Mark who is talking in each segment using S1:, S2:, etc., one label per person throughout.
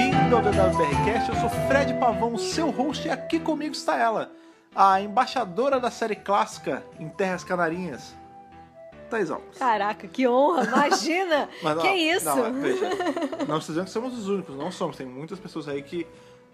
S1: do BRCast, eu sou Fred Pavão, seu host, e aqui comigo está ela, a embaixadora da série clássica em Terras Canarinhas, Thais Alves.
S2: Caraca, que honra, imagina!
S1: Mas,
S2: que
S1: ó,
S2: isso?
S1: Não, é, veja, não estou dizendo que somos os únicos, não somos. Tem muitas pessoas aí que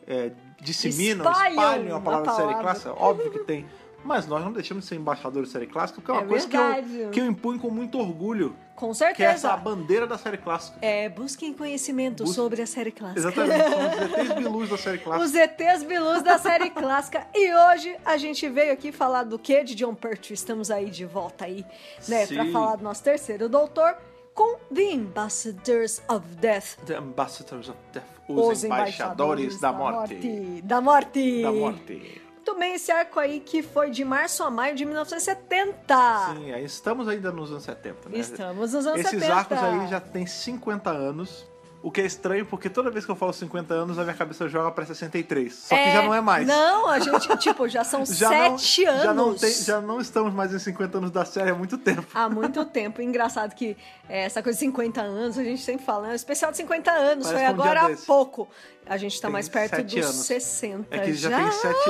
S1: é, disseminam, espalham,
S2: Espalham
S1: a
S2: a
S1: palavra série
S2: palavra.
S1: clássica. Óbvio que tem. Mas nós não deixamos de ser embaixadores de série clássica, porque é uma
S2: É
S1: coisa que eu,
S2: verdade.
S1: que eu impunho com muito orgulho,
S2: Com
S1: que é essa a
S2: certeza.
S1: bandeira da série clássica.
S2: É, busquem conhecimento
S1: Bus-
S2: sobre a série clássica.
S1: Exatamente, somos os ETs bilus da série clássica.
S2: Os ETs Bilus da série clássica. E hoje a gente veio aqui falar do quê? De John Pertwee. Estamos aí de volta aí, né?
S1: Sim.
S2: Pra falar do nosso terceiro doutor com The Ambassadors of Death.
S1: The Ambassadors of Death, os, embaixadores, da, morte.
S2: Da morte.
S1: Da morte.
S2: Muito bem, esse arco aí que foi de março a maio de 1970.
S1: Sim, aí estamos ainda nos anos 70, né?
S2: Ah. Estamos nos anos
S1: Esses
S2: 70.
S1: arcos aí já tem 50 anos. O que é estranho, porque toda vez que eu falo 50 anos, a minha cabeça joga pra 63. Só que já não é mais.
S2: Não, a gente, tipo, já são
S1: já
S2: sete
S1: não,
S2: anos.
S1: Já não, tem- já não estamos mais em 50 anos da série há muito tempo.
S2: Há muito tempo. Engraçado que é, essa coisa de 50 anos, a gente sempre fala, né? O especial de 50 anos,
S1: Parece
S2: foi
S1: um dia
S2: agora há
S1: desse.
S2: pouco. A gente tá
S1: Tem
S2: mais perto
S1: sete
S2: dos
S1: anos.
S2: 60.
S1: É que já, tem 7 anos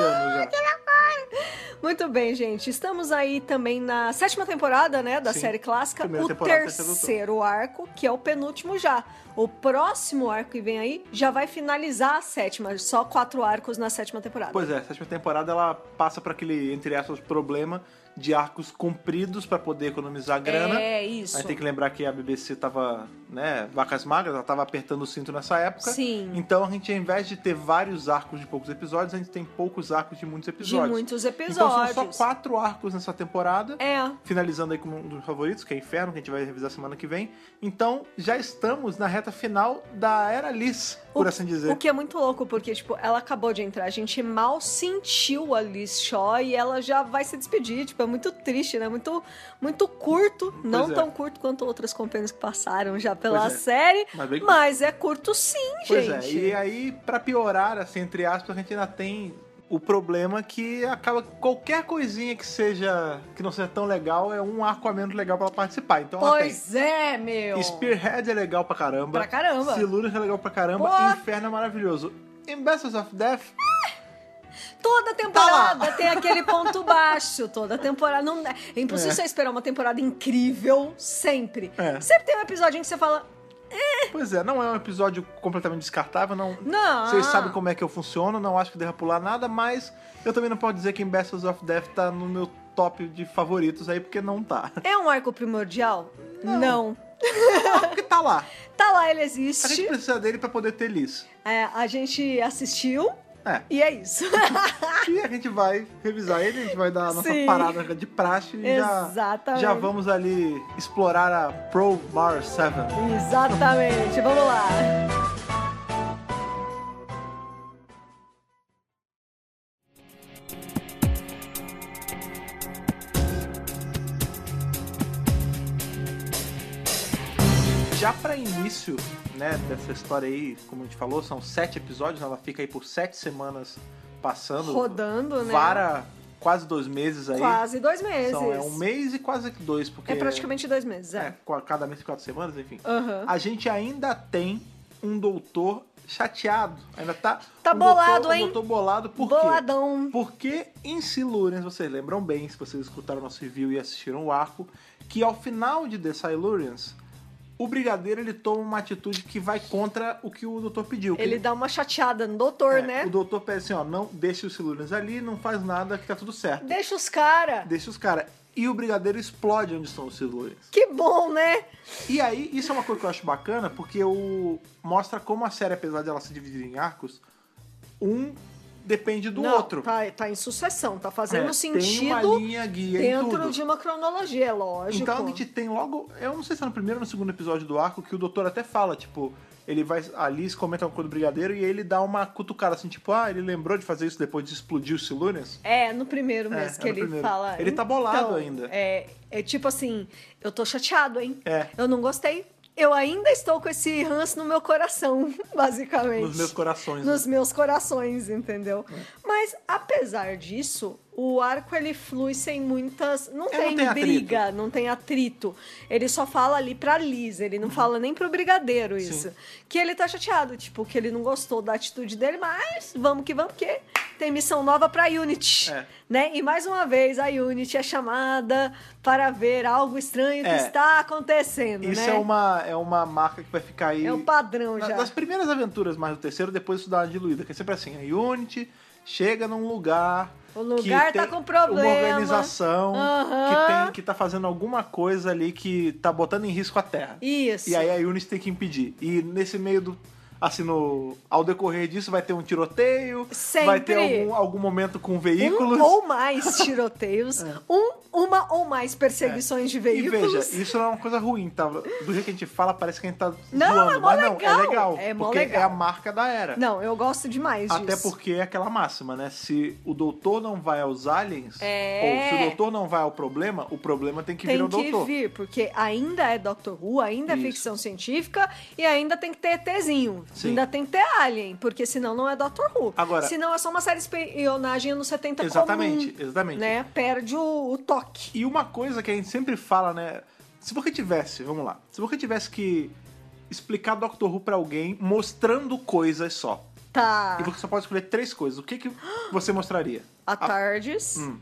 S1: já.
S2: Muito bem, gente. Estamos aí também na sétima temporada, né, da
S1: Sim.
S2: série clássica.
S1: Primeira
S2: O
S1: temporada, terceiro
S2: terceiro arco, que é o penúltimo já. O próximo arco que vem aí já vai finalizar a sétima. Só quatro arcos na sétima temporada.
S1: Pois é, a sétima temporada ela passa pra aquele, entre aspas, problema de arcos compridos pra poder economizar grana.
S2: É, isso.
S1: A gente tem que lembrar que a BBC tava, né, vacas magras, ela tava apertando o cinto nessa época.
S2: Sim.
S1: Então a gente, ao invés de ter vários arcos de poucos episódios, a gente tem poucos arcos de muitos
S2: De
S1: episódios.
S2: muitos
S1: Então são
S2: episódios.
S1: só quatro arcos nessa temporada.
S2: É,
S1: Finalizando aí com um dos favoritos, que é Inferno, que a gente vai revisar semana que vem. Então, já estamos na reta final da Era Liz, por assim dizer.
S2: o que é muito louco, porque, tipo, ela acabou de entrar, a gente mal sentiu a Liz Shaw e ela já vai se despedir, tipo, é muito triste, né? Muito, muito curto, não
S1: é.
S2: tão curto quanto outras companhias que passaram já pela
S1: Pois é.
S2: série,
S1: Mas bem
S2: mas é curto sim,
S1: Pois
S2: gente.
S1: é, e aí, pra piorar, assim, entre aspas, a gente ainda tem o problema que acaba que qualquer coisinha que seja que não seja tão legal é um arco a menos legal pra ela participar. Então ela
S2: Pois é, meu!
S1: tem. Spearhead é legal pra caramba.
S2: Pra caramba.
S1: Silurius é legal pra caramba.
S2: Pô.
S1: Inferno é maravilhoso. Ambassadors of Death, Tá
S2: Toda temporada tem aquele ponto baixo. Toda temporada. Não, é impossível
S1: É.
S2: você esperar uma temporada incrível sempre.
S1: É.
S2: Sempre tem um episódio em que você fala.
S1: pois é, não é um episódio completamente descartável, não.
S2: Não.
S1: Vocês sabem como é que eu funciono, não acho que deva pular nada, mas eu também não posso dizer que Ambassadors of Death tá no meu top de favoritos aí, porque não tá.
S2: É um arco primordial? Não.
S1: Porque tá lá.
S2: Tá lá, ele
S1: A
S2: existe.
S1: gente precisa dele pra poder ter Liz.
S2: É, a gente assistiu
S1: É.
S2: e é isso.
S1: E a gente vai revisar ele, a gente vai dar a nossa
S2: Sim.
S1: parada de praxe e já,
S2: Exatamente.
S1: já vamos ali explorar a Pro Bar 7.
S2: Exatamente. Vamos lá.
S1: Já pra início, né, dessa história aí, como a gente falou, são sete episódios, né, ela fica aí por sete semanas passando.
S2: Rodando, né?
S1: Vara quase dois meses aí.
S2: Quase dois meses.
S1: São, é um mês e quase dois, porque...
S2: É praticamente dois meses,
S1: É, Ah,
S2: é.
S1: com a- cada mês quatro semanas, enfim.
S2: Aham.
S1: A gente ainda tem um doutor chateado. Ainda tá...
S2: Tá
S1: um
S2: bolado,
S1: doutor,
S2: hein?
S1: Um doutor bolado, por quê?
S2: Boladão.
S1: Porque em Silurians, vocês lembram bem, se vocês escutaram nosso review e assistiram o arco, que ao final de The Silurians, o Brigadeiro ele toma uma atitude que vai contra o que o doutor pediu. que
S2: Ele dá uma chateada no doutor,
S1: é,
S2: né?
S1: O doutor pede assim, ó, não deixe os Silurians ali, não faz nada, que tá tudo certo.
S2: Deixa os cara.
S1: Deixa os caras. E o Brigadeiro explode onde estão os Silurians.
S2: Que bom, né?
S1: E aí, isso é uma coisa que eu acho bacana, porque o... mostra como a série, apesar de ela se dividir em arcos, um depende do
S2: Não,
S1: outro.
S2: Tá, tá em sucessão, tá
S1: É,
S2: fazendo
S1: Tem uma
S2: sentido
S1: linha guia em
S2: dentro
S1: tudo.
S2: de um uma cronologia, é lógico.
S1: Então a gente tem logo, eu não sei se é no primeiro ou no segundo episódio do arco que o doutor até fala, tipo, ele vai, a Liz comenta uma coisa do brigadeiro e ele dá uma cutucada assim, tipo, ah, ele lembrou de fazer isso depois de explodir os Silurians?
S2: É, no primeiro mesmo
S1: É,
S2: que
S1: é no
S2: ele
S1: primeiro.
S2: fala.
S1: Ele tá bolado
S2: "Então,
S1: ainda."
S2: É, é tipo assim, eu tô chateado, hein?
S1: É.
S2: Eu não gostei. eu ainda estou com esse ranço no meu coração, basicamente.
S1: Nos meus corações. né? É.
S2: Nos meus corações, entendeu? Mas apesar disso, o arco ele flui sem muitas, não
S1: É,
S2: tem,
S1: não tem
S2: briga,
S1: atrito.
S2: não tem atrito. Ele só fala ali pra Liz, ele
S1: Uhum.
S2: não fala nem pro brigadeiro isso. Que ele tá chateado, tipo, que ele não gostou da atitude dele, mas vamos que vamos que tem missão nova pra Unity,
S1: É.
S2: né? E mais uma vez a Unity é chamada para ver algo estranho que
S1: É.
S2: está acontecendo,
S1: Isso
S2: né?
S1: é uma, é uma marca que vai ficar aí.
S2: É o padrão
S1: Na-
S2: já.
S1: Nas primeiras aventuras, mais do terceiro, depois isso dá uma diluída, que é sempre assim, a Unity chega num lugar.
S2: O lugar
S1: que
S2: tá
S1: tem
S2: com problema.
S1: Uma organização
S2: Aham.
S1: que, tem, que tá fazendo alguma coisa ali que tá botando em risco a Terra.
S2: Isso.
S1: E aí a Unity tem que impedir. E nesse meio do. Assim, no, ao decorrer disso, vai ter um tiroteio, vai
S2: Sempre.
S1: ter algum, algum momento com veículos.
S2: Um ou mais tiroteios, um, uma ou mais perseguições de
S1: É. E
S2: veículos.
S1: veja, isso não é uma coisa ruim, tá? Do jeito que a gente fala, parece que a gente tá
S2: Não, é
S1: zoando,
S2: mó
S1: mas não,
S2: legal.
S1: é legal.
S2: É mó
S1: porque é
S2: legal.
S1: a marca da era.
S2: Não, eu gosto demais
S1: Até
S2: disso.
S1: porque é aquela máxima, né? Se o doutor não vai aos aliens,
S2: É.
S1: ou se o doutor não vai ao problema, o problema tem que vir
S2: Tem
S1: ao
S2: que
S1: doutor.
S2: vir, porque ainda é Doctor Who, ainda
S1: Isso.
S2: é ficção científica e ainda tem que ter ETzinho.
S1: Sim.
S2: Ainda tem que ter Alien, porque senão não é Doctor Who.
S1: Agora-
S2: senão é só uma série de espionagem anos 70
S1: Exatamente,
S2: comum,
S1: exatamente.
S2: né? Perde o, o toque.
S1: E uma coisa que a gente sempre fala, né? Se você tivesse, vamos lá, se você tivesse que explicar Doctor Who pra alguém mostrando coisas só,
S2: Tá.
S1: e Ah, você só pode escolher três coisas, o que, que você mostraria?
S2: A Tardes.
S1: hum.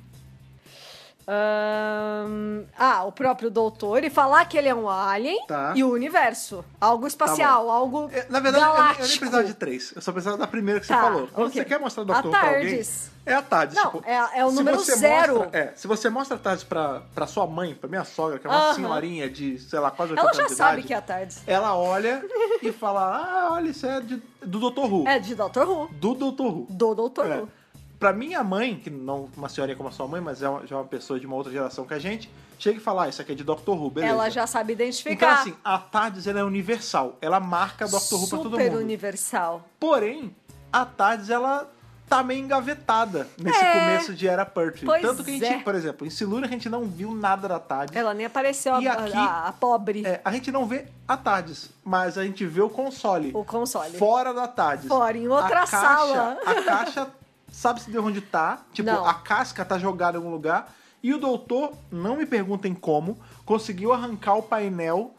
S2: Ahn, ah, o próprio doutor e falar que ele é um alien
S1: Tá.
S2: e o universo. Algo espacial, algo.
S1: É, Na verdade, eu nem- eu,
S2: galáctico.
S1: nem precisava de três. Eu só precisava da primeira que
S2: Tá,
S1: você falou. Quando
S2: ok.
S1: você quer mostrar o
S2: A
S1: Doctor Who pra alguém,
S2: Tardes.
S1: é a Tardes.
S2: Não,
S1: tipo,
S2: é- é o
S1: se
S2: número
S1: você
S2: zero.
S1: mostra- é, se você mostra a Tardes pra, pra sua mãe, pra minha sogra, que é uma
S2: Aham.
S1: senhorinha de, sei lá, quase 80
S2: Ela
S1: anos
S2: já
S1: de
S2: sabe
S1: idade,
S2: que é a Tardes.
S1: Ela olha e fala, ah, olha, isso é de- do Doctor Who.
S2: É de Dr. Who.
S1: Do Doctor Who.
S2: Do Dr.
S1: É.
S2: Who.
S1: Pra minha mãe, que não uma senhorinha como a sua mãe, mas é uma, já é uma pessoa de uma outra geração que a gente, chega e fala, ah, isso aqui é de Doctor Who, beleza.
S2: Ela já sabe
S1: Então,
S2: identificar.
S1: assim, a Tardes ela é universal. Ela marca Doctor Who pra todo
S2: Super
S1: mundo.
S2: universal.
S1: Porém, a Tardes, ela tá meio engavetada nesse
S2: É.
S1: começo de Era Pertwee.
S2: Pois
S1: Tanto que a gente,
S2: é.
S1: por exemplo, em Silura a gente não viu nada da Tardes.
S2: Ela nem apareceu,
S1: E
S2: a,
S1: aqui-
S2: a- a pobre.
S1: É, a gente não vê a Tardes, mas a gente vê o console.
S2: O console.
S1: Fora da Tardes.
S2: Fora, em outra
S1: a caixa,
S2: sala.
S1: A caixa sabe-se de onde tá. Tipo,
S2: Não.
S1: a casca tá jogada em algum lugar. E o doutor, não me perguntem como, conseguiu arrancar o painel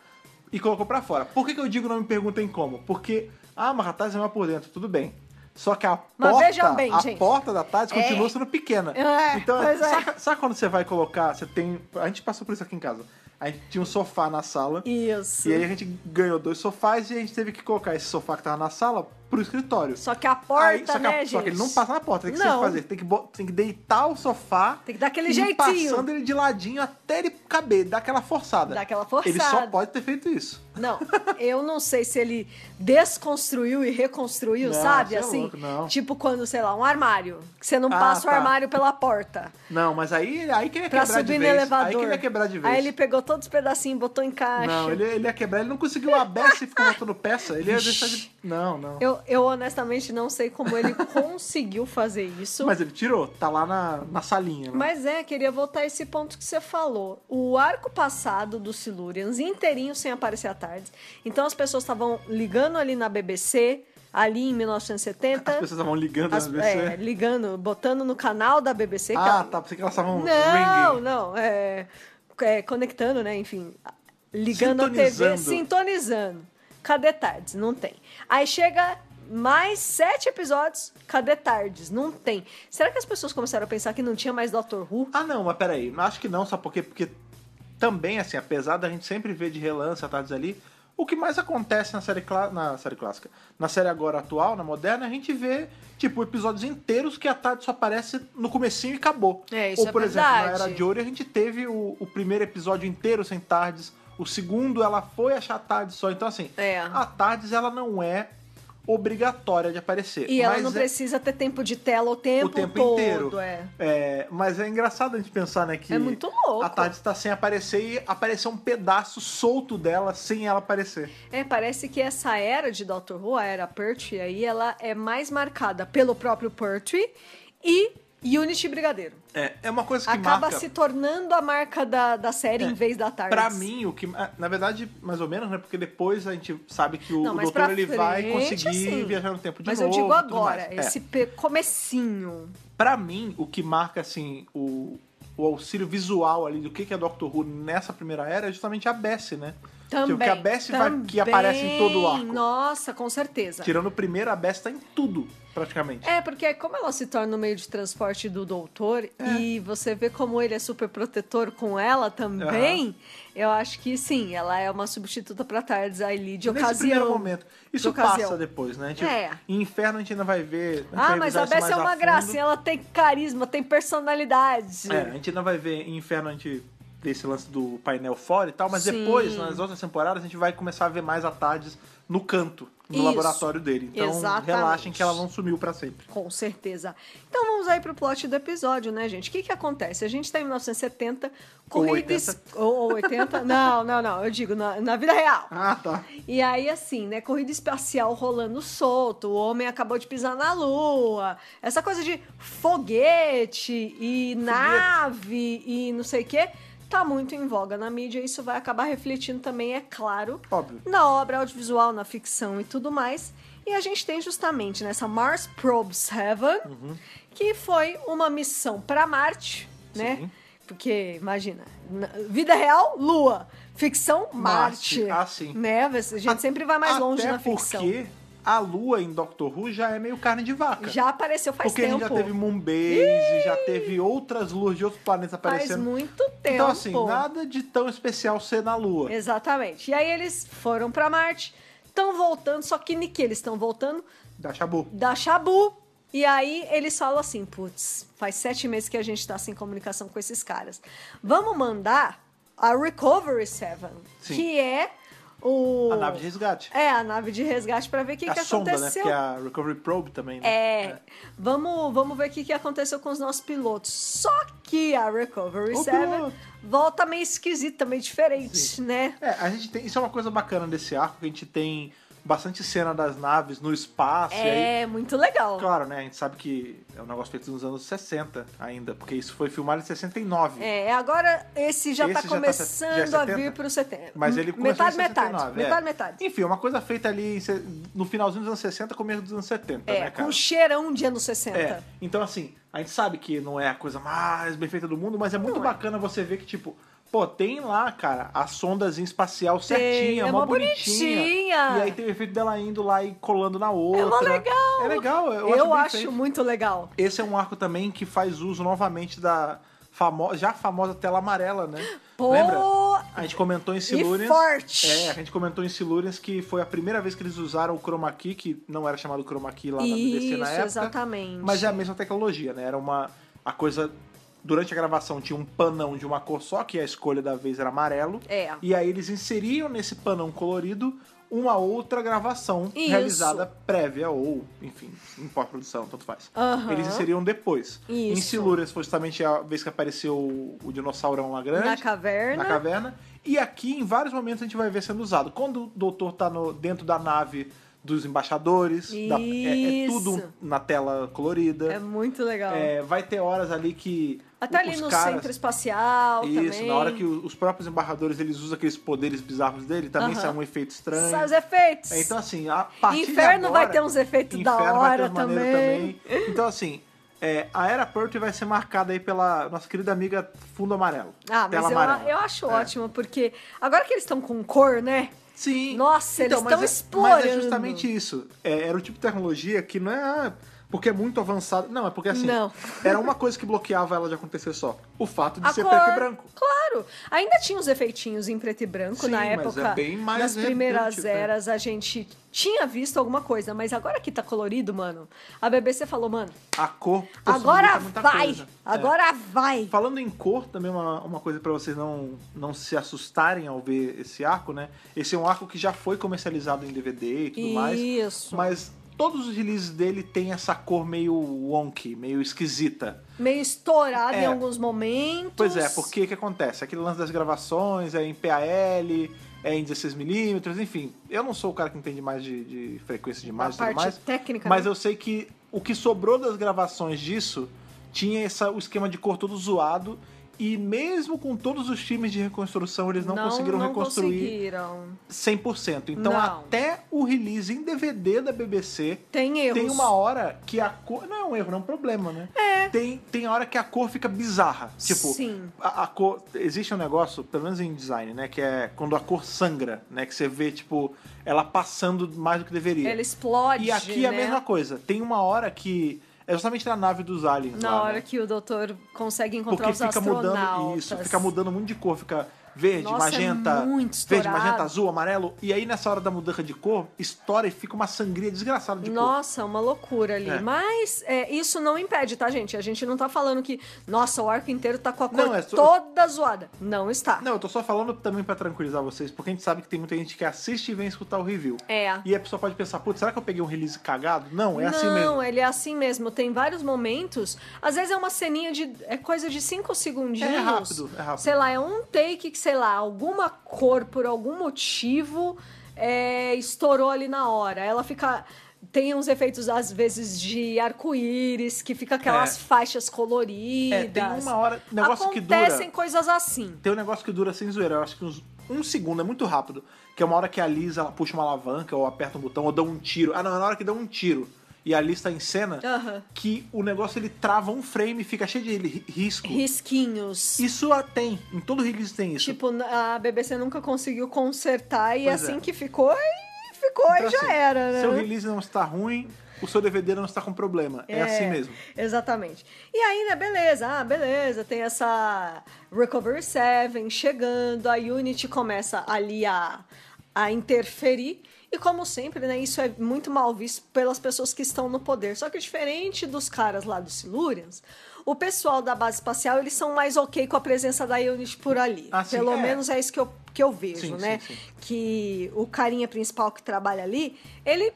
S1: e colocou pra fora. Por que, que eu digo não me perguntem como? Porque, ah, mas a Tardes é maior por dentro, tudo bem. Só que a
S2: Mas
S1: porta,
S2: vejam bem,
S1: a
S2: gente.
S1: porta da Tardes
S2: É.
S1: continua sendo pequena.
S2: É,
S1: então,
S2: pois é.
S1: saca, saca quando você vai colocar, você tem... A gente passou por isso aqui em casa. A gente tinha um sofá na sala.
S2: Isso.
S1: E aí a gente ganhou dois sofás e a gente teve que colocar esse sofá que tava na sala pro escritório.
S2: Só que a
S1: Aí,
S2: porta,
S1: só, que, a-
S2: né, gente?
S1: só que ele não passa na porta, tem que sempre
S2: Não.
S1: fazer. Tem que, bo- tem que deitar o sofá.
S2: Tem que dar aquele
S1: e ir
S2: jeitinho.
S1: passando ele de ladinho até ele caber, dar aquela forçada.
S2: Dá aquela forçada.
S1: Ele só pode ter feito isso.
S2: Não, eu não sei se ele desconstruiu e reconstruiu,
S1: Não, você
S2: sabe?
S1: é
S2: assim,
S1: louco, não.
S2: tipo quando, sei lá, um armário, que você não
S1: Ah,
S2: passa o
S1: tá.
S2: armário pela porta
S1: Não, mas aí, aí que ele ia
S2: pra
S1: quebrar de
S2: subir no
S1: vez.
S2: elevador.
S1: Aí que ele ia quebrar de vez.
S2: Aí ele pegou todos os pedacinhos, botou em caixa.
S1: Não, ele, ele ia quebrar, ele não conseguiu a beça e ficou botando peça. Ele ia deixar de. Não, não.
S2: Eu, eu honestamente não sei como ele conseguiu fazer isso.
S1: Mas ele tirou, tá lá na, na salinha. né?
S2: Mas é, queria voltar a esse ponto que você falou. O arco passado do Silurians, inteirinho sem aparecer à tarde. Então as pessoas estavam ligando ali na BBC, ali em 1970.
S1: As pessoas estavam ligando às
S2: As-
S1: vezes. né?
S2: é, ligando, botando no canal da BBC.
S1: Ah,
S2: cara.
S1: tá. Pensei que elas estavam
S2: Não,
S1: ringing.
S2: não. É, é, conectando, né? Enfim, ligando a TV,
S1: Sintonizando.
S2: sintonizando. Cadê Tardes? Não tem. Aí chega mais sete episódios, cadê Tardes? Não tem. Será que as pessoas começaram a pensar que não tinha mais Doctor Who?
S1: Ah, não, mas peraí. Acho que não, sabe por quê? Porque também, assim, apesar da gente sempre ver de relance a tardes ali, o que mais acontece na série, clá- na série clássica, na série agora atual, na moderna, a gente vê, tipo, episódios inteiros que a tarde só aparece no comecinho e acabou.
S2: É, isso
S1: Ou,
S2: é
S1: por exemplo,
S2: verdade.
S1: na Era de Ouro, a gente teve o, o primeiro episódio inteiro sem tardes, o segundo ela foi achar a tarde só. Então, assim,
S2: É.
S1: a tardes ela não é obrigatória de aparecer.
S2: E ela
S1: mas
S2: não
S1: é-
S2: precisa ter tempo de tela o tempo,
S1: o tempo
S2: todo.
S1: inteiro.
S2: É.
S1: É, mas é engraçado a gente pensar, né, que
S2: É muito louco.
S1: a Tati tá sem aparecer e apareceu um pedaço solto dela sem ela aparecer.
S2: É, parece que essa era de Dr. Who, a era Pertwee aí, ela é mais marcada pelo próprio Pertwee e Unity e Brigadeiro.
S1: É, é uma coisa que
S2: Acaba
S1: marca... É.
S2: se tornando a marca da, da série em vez da tarde.
S1: Pra mim, o que. Na verdade, mais ou menos, né? Porque depois a gente sabe que o,
S2: Não,
S1: o
S2: mas
S1: doutor
S2: pra
S1: ele vai
S2: frente,
S1: conseguir
S2: assim.
S1: viajar no tempo de
S2: Mas eu
S1: novo.
S2: digo
S1: e tudo
S2: agora,
S1: mais. É.
S2: esse pe- comecinho.
S1: Pra mim, o que marca, assim, o, o auxílio visual ali do que que é Doctor Who nessa primeira era é justamente a Bessie, né?
S2: Também.
S1: Porque a Bessie vai- que aparece em todo o
S2: também.
S1: arco.
S2: Nossa, com certeza.
S1: Tirando o primeiro, a Bessie tá em tudo, praticamente.
S2: É, porque como ela se torna o meio de transporte do doutor
S1: É.
S2: e você vê como ele é super protetor com ela também, eu acho que sim, ela é uma substituta pra Tardes ali de
S1: Nesse
S2: ocasião.
S1: primeiro momento. né, Isso
S2: De ocasião.
S1: passa depois, né? A gente-
S2: É.
S1: Em Inferno a gente ainda vai ver. gente vai
S2: Ah, mas
S1: revisar
S2: a
S1: isso
S2: Bessie é
S1: mais a
S2: uma
S1: fundo.
S2: gracinha, ela tem carisma, tem personalidade.
S1: É, a gente ainda vai ver em Inferno a gente vê esse lance do painel fora e tal, mas
S2: Sim.
S1: depois, nas outras temporadas, a gente vai começar a ver mais a Tardes no canto, no
S2: Isso.
S1: laboratório dele. Então
S2: Exatamente.
S1: relaxem que ela não sumiu pra sempre.
S2: Com certeza. Então vamos aí pro plot do episódio, né, gente? O que que acontece? A gente tá em 1970, corrida...
S1: 80.
S2: es- Ou ou 80? não, não, não. Eu digo na, na vida real.
S1: Ah, tá.
S2: E aí, assim, né? Corrida espacial rolando solto, o homem acabou de pisar na lua. Essa coisa de foguete e nave e não sei o quê tá muito em voga na mídia. Isso vai acabar refletindo também, é claro,
S1: Óbvio.
S2: na obra audiovisual, na ficção e tudo mais. E a gente tem justamente nessa Mars Probe 7,
S1: Uhum.
S2: que foi uma missão para Marte, né?
S1: Sim.
S2: Porque, imagina, na- vida real, Lua. Ficção, Marte.
S1: Marte, ah, sim.
S2: Né? A gente sempre vai mais longe
S1: Até
S2: na ficção.
S1: porque a lua em Doctor Who já é meio carne de vaca.
S2: Já apareceu faz
S1: porque
S2: tempo.
S1: a gente já teve Moonbase, já teve outras luas de outros planetas
S2: faz
S1: aparecendo.
S2: muito tempo.
S1: Então, assim, nada de tão especial ser na lua.
S2: Exatamente. E aí eles foram pra Marte, estão voltando, só que Niki, eles estão voltando
S1: Da Shabu.
S2: da Shabu. E aí eles falam assim, putz, faz sete meses que a gente tá sem comunicação com esses caras. Vamos mandar a Recovery 7,
S1: Sim.
S2: que é o...
S1: A nave de resgate.
S2: É, a nave de resgate pra ver o que,
S1: a
S2: que
S1: sonda, né?
S2: aconteceu.
S1: Porque a Recovery Probe também, né?
S2: É, Vamos, vamos ver o que, que aconteceu com os nossos pilotos. Só que a Recovery
S1: O
S2: 7
S1: piloto.
S2: volta meio esquisita, meio diferente, né?
S1: É, a gente tem. Isso é uma coisa bacana desse arco, que a gente tem bastante cena das naves no espaço. E aí,
S2: É, muito legal.
S1: claro, né? A gente sabe que é um negócio feito nos anos 60 ainda, porque isso foi filmado em 69.
S2: É, agora esse já
S1: Esse
S2: tá
S1: já tá
S2: começando
S1: set- já é
S2: a vir
S1: 70?
S2: pro setembro.
S1: Mas ele começou
S2: metade,
S1: em 69.
S2: metade,
S1: é.
S2: metade, metade.
S1: Enfim, é uma coisa feita ali em se- no finalzinho dos anos 60, começo dos anos 70,
S2: É,
S1: né, cara?
S2: com cheirão de anos 60.
S1: É, então assim, a gente sabe que não é a coisa mais bem feita do mundo, mas é muito
S2: Não é.
S1: bacana você ver que, tipo, pô, tem lá, cara, a sondazinha espacial
S2: Tem,
S1: certinha,
S2: é
S1: mó
S2: mó
S1: bonitinha.
S2: bonitinha.
S1: E aí tem o efeito dela indo lá e colando na outra.
S2: mó legal.
S1: É legal, eu,
S2: Eu,
S1: acho, bem
S2: acho,
S1: feito.
S2: muito legal.
S1: Esse é um arco também que faz uso novamente da famosa, já famosa tela amarela, né?
S2: Pô,
S1: Lembra? A gente comentou em Silurians.
S2: forte.
S1: É, a gente comentou em Silurians que foi a primeira vez que eles usaram o chroma key, que não era chamado chroma key lá na BBC na
S2: Isso,
S1: época.
S2: exatamente.
S1: Mas é a mesma tecnologia, né? Era uma. A coisa. Durante a gravação tinha um panão de uma cor só, que a escolha da vez era amarelo.
S2: É.
S1: E aí eles inseriam nesse panão colorido uma outra gravação
S2: Isso.
S1: realizada prévia ou, enfim, em pós-produção, tanto faz.
S2: Aham.
S1: Eles inseriam depois. Em
S2: Isso.
S1: Silurians foi justamente a vez que apareceu o, o dinossaurão lá grande.
S2: Na caverna.
S1: Na caverna. E aqui, em vários momentos, a gente vai ver sendo usado. Quando o doutor tá no- dentro da nave dos embaixadores, da- é, é
S2: Isso.
S1: tudo na tela
S2: É
S1: colorida.
S2: muito legal.
S1: É, vai ter horas ali que.
S2: Até
S1: o-
S2: ali
S1: os
S2: no
S1: caras-
S2: centro espacial
S1: Isso,
S2: também.
S1: na hora que o- os próprios embarradores eles usam aqueles poderes bizarros dele, também
S2: Aham.
S1: sai um efeito estranho.
S2: Sai os efeitos.
S1: É, Então, assim, a partir de
S2: Inferno
S1: agora,
S2: vai ter uns efeitos da
S1: Inferno vai ter
S2: hora
S1: uns maneiros
S2: também.
S1: também. Então, assim, é, a Era Perth vai ser marcada aí pela nossa querida amiga Fundo Amarelo.
S2: Ah,
S1: tela
S2: mas eu,
S1: amarela.
S2: eu acho
S1: É.
S2: ótimo, porque agora que eles estão com cor, né?
S1: Sim.
S2: Nossa, eles
S1: mas
S2: tão
S1: é- Mas é
S2: explorando.
S1: justamente isso. É, era o tipo de tecnologia que não é ah, porque é muito avançado. Não, é porque assim.
S2: Não.
S1: Era uma coisa que bloqueava ela de acontecer só. O fato de
S2: A
S1: ser
S2: cor.
S1: é preto e branco.
S2: Claro! Ainda tinha uns efeitinhos em preto e branco
S1: Sim,
S2: na
S1: mas
S2: época.
S1: é bem mais
S2: nas primeiras
S1: repetido, né?
S2: eras a gente tinha visto alguma coisa, mas agora que tá colorido, mano, a BBC falou, mano,
S1: A cor.
S2: agora
S1: possibilita muita
S2: vai!
S1: coisa. É.
S2: Agora vai!
S1: Falando em cor, também uma, uma coisa pra vocês não, não se assustarem ao ver esse arco, né?Esse é um arco que já foi comercializado em DVD e tudo mais.
S2: Isso.
S1: Mas todos os releases dele têm essa cor meio wonky, meio esquisita.
S2: Meio estourado
S1: É.
S2: em alguns momentos.
S1: Pois é, porque o que acontece? Aquele lance das gravações é em PAL, é em 16mm, enfim. Eu não sou o cara que entende mais de, de frequência de
S2: A
S1: imagem e tudo
S2: parte
S1: mais.
S2: técnica.
S1: Mas
S2: né?
S1: eu sei que o que sobrou das gravações disso tinha essa, o esquema de cor todo zoado. E mesmo com todos os times de reconstrução, eles não, conseguiram
S2: não
S1: reconstruir
S2: conseguiram.
S1: 100%. Então,
S2: Não.
S1: até o release em DVD da BBC,
S2: Tem erros.
S1: tem uma hora que a cor. Não é um erro, não é um problema, né? É. Tem, tem hora que a cor fica bizarra. Tipo,
S2: Sim.
S1: A, a cor. Existe um negócio, pelo menos em design, né? Que é quando a cor sangra, né? Que você vê, tipo, ela passando mais do que deveria.
S2: Ela explode,
S1: e aqui
S2: né?
S1: é a mesma coisa. Tem uma hora que. É justamente na nave dos aliens lá.
S2: Na
S1: né?
S2: hora que o doutor consegue encontrar
S1: Porque
S2: os
S1: fica
S2: astronautas.
S1: mudando isso, fica mudando muito de cor, fica verde,
S2: Nossa, é
S1: magenta,
S2: muito
S1: verde,
S2: estourado.
S1: magenta, azul, amarelo, e aí nessa hora da mudança de cor, estoura e fica uma sangria desgraçada de cor.
S2: Nossa, uma loucura ali.
S1: É.
S2: Mas é, isso não impede, tá, gente? A gente não tá falando que, nossa, o arco inteiro tá com a cor
S1: Não, é só-
S2: toda zoada. Não está.
S1: Não, eu tô só falando também pra tranquilizar vocês, porque a gente sabe que tem muita gente que assiste e vem escutar o review.
S2: É.
S1: E a pessoa pode pensar, putz, será que eu peguei um release cagado? Não, é assim mesmo.
S2: Não, ele é assim mesmo. Tem vários momentos. Às vezes é uma ceninha de. É coisa de cinco segundinhos.
S1: É rápido, é rápido.
S2: Sei lá, é um take que, sei lá, alguma cor por algum motivo é, estourou ali na hora. Ela fica. Tem uns efeitos, às vezes, de arco-íris, que fica aquelas
S1: É.
S2: faixas coloridas.
S1: É, tem uma hora, negócio que dura-
S2: Acontecem coisas assim.
S1: Tem um negócio que dura sem zoeira, eu acho que uns um segundo, é muito rápido. Que é uma hora que a Liz ela puxa uma alavanca, ou aperta um botão, ou dá um tiro. Ah, não, é na hora que dá um tiro. E a Liz tá em cena,
S2: Aham.
S1: que o negócio ele trava um frame e fica cheio de ri- risco.
S2: Risquinhos.
S1: Isso a- tem, em todo release tem isso.
S2: Tipo, a BBC nunca conseguiu consertar e
S1: Pois
S2: assim
S1: é.
S2: que ficou, e ficou
S1: Então,
S2: e já
S1: assim,
S2: era, né?
S1: Seu release não está ruim, o seu DVD não está com problema. É, assim mesmo.
S2: Exatamente. E aí, né, beleza, ah, beleza, tem essa Recovery 7 chegando, a Unity começa ali a, a interferir. E como sempre, né, isso é muito mal visto pelas pessoas que estão no poder. Só que diferente dos caras lá dos Silurians, o pessoal da base espacial, eles são mais ok com a presença da Unity por ali.
S1: Ah, sim,
S2: Pelo
S1: é.
S2: menos é isso que eu, que eu vejo,
S1: Sim,
S2: né?
S1: sim, sim.
S2: Que o carinha principal que trabalha ali, ele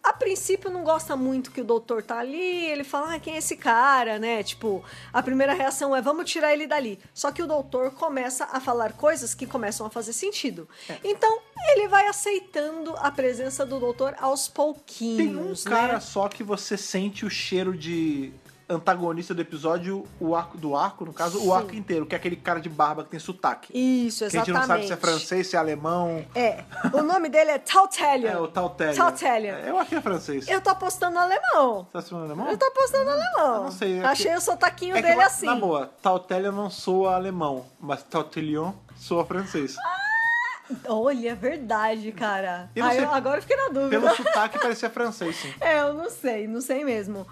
S2: a princípio não gosta muito que o doutor tá ali, ele fala, ah, quem é esse cara, né? Tipo, a primeira reação é, vamos tirar ele dali. Só que o doutor começa a falar coisas que começam a fazer sentido.
S1: É.
S2: Então, ele vai aceitando a presença do doutor aos pouquinhos,
S1: Tem um
S2: né?
S1: cara só que você sente o cheiro de antagonista do episódio, o arco do arco, no caso, o arco inteiro, que é aquele cara de barba que tem sotaque.
S2: Isso,
S1: Que a gente
S2: exatamente.
S1: não sabe se é francês, se é alemão.
S2: É, o nome dele é Tautelion.
S1: É o Tautelia.
S2: Tautelia.
S1: É, Eu acho que é francês.
S2: Eu tô apostando alemão.
S1: Você tá falando alemão?
S2: Eu tô apostando alemão.
S1: Eu não sei, é que-
S2: Achei o sotaquinho
S1: É que,
S2: dele
S1: na-
S2: assim.
S1: Na boa, Tautelia não soa alemão, mas Tautelion soa francês.
S2: Ah, Olha, é verdade, cara.
S1: Eu não
S2: Aí
S1: sei-
S2: eu- agora eu fiquei na dúvida.
S1: Pelo sotaque parecia francês, sim.
S2: É, eu não sei, não sei mesmo.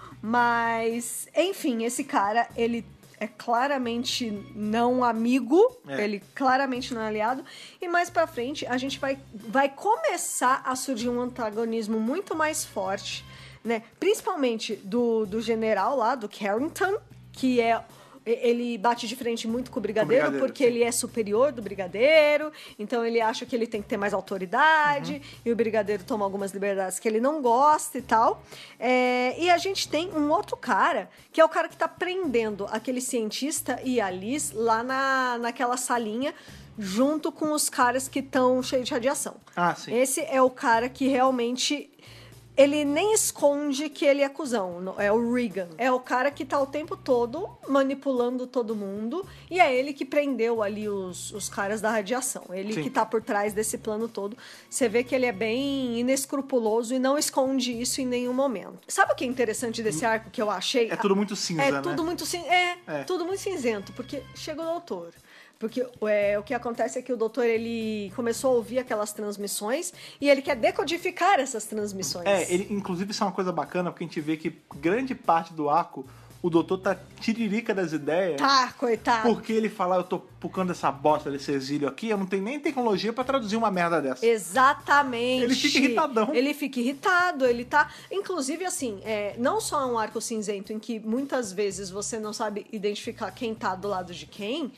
S2: Mas, enfim, esse cara, ele é claramente não amigo,
S1: É.
S2: ele claramente não é aliado. E mais pra frente, a gente vai, vai começar a surgir um antagonismo muito mais forte, né? Principalmente do, do general lá, do Carrington, que é. Ele bate de frente muito com o brigadeiro,
S1: brigadeiro,
S2: porque
S1: sim.
S2: ele é superior do brigadeiro, então ele acha que ele tem que ter mais autoridade,
S1: Uhum.
S2: e o brigadeiro toma algumas liberdades que ele não gosta e tal. É, e a gente tem um outro cara, que é o cara que tá prendendo aquele cientista e a Liz lá na, naquela salinha, junto com os caras que estão cheios de radiação.
S1: Ah, sim.
S2: Esse é o cara que realmente. Ele nem esconde que ele é cuzão, não- é o Regan. É o cara que tá o tempo todo manipulando todo mundo e é ele que prendeu ali os, os caras da radiação. Ele
S1: Sim.
S2: que tá por trás desse plano todo. Você vê que ele é bem inescrupuloso e não esconde isso em nenhum momento. Sabe o que é interessante desse arco que eu achei?
S1: É tudo muito cinza,
S2: É
S1: né?
S2: tudo muito cin... é,
S1: É.
S2: tudo muito cinzento, porque chega o doutor. Porque é, o que acontece é que o doutor ele começou a ouvir aquelas transmissões e ele quer decodificar essas transmissões.
S1: É, ele, inclusive isso é uma coisa bacana, porque a gente vê que grande parte do arco, o doutor tá tiririca das ideias.
S2: Tá, coitado.
S1: Porque ele fala, eu tô pucando essa bosta desse exílio aqui, eu não tenho nem tecnologia pra traduzir uma merda dessa.
S2: Exatamente.
S1: Ele fica irritadão.
S2: Ele fica irritado, ele tá. Inclusive, assim, é, não só é um arco cinzento em que muitas vezes você não sabe identificar quem tá do lado de quem.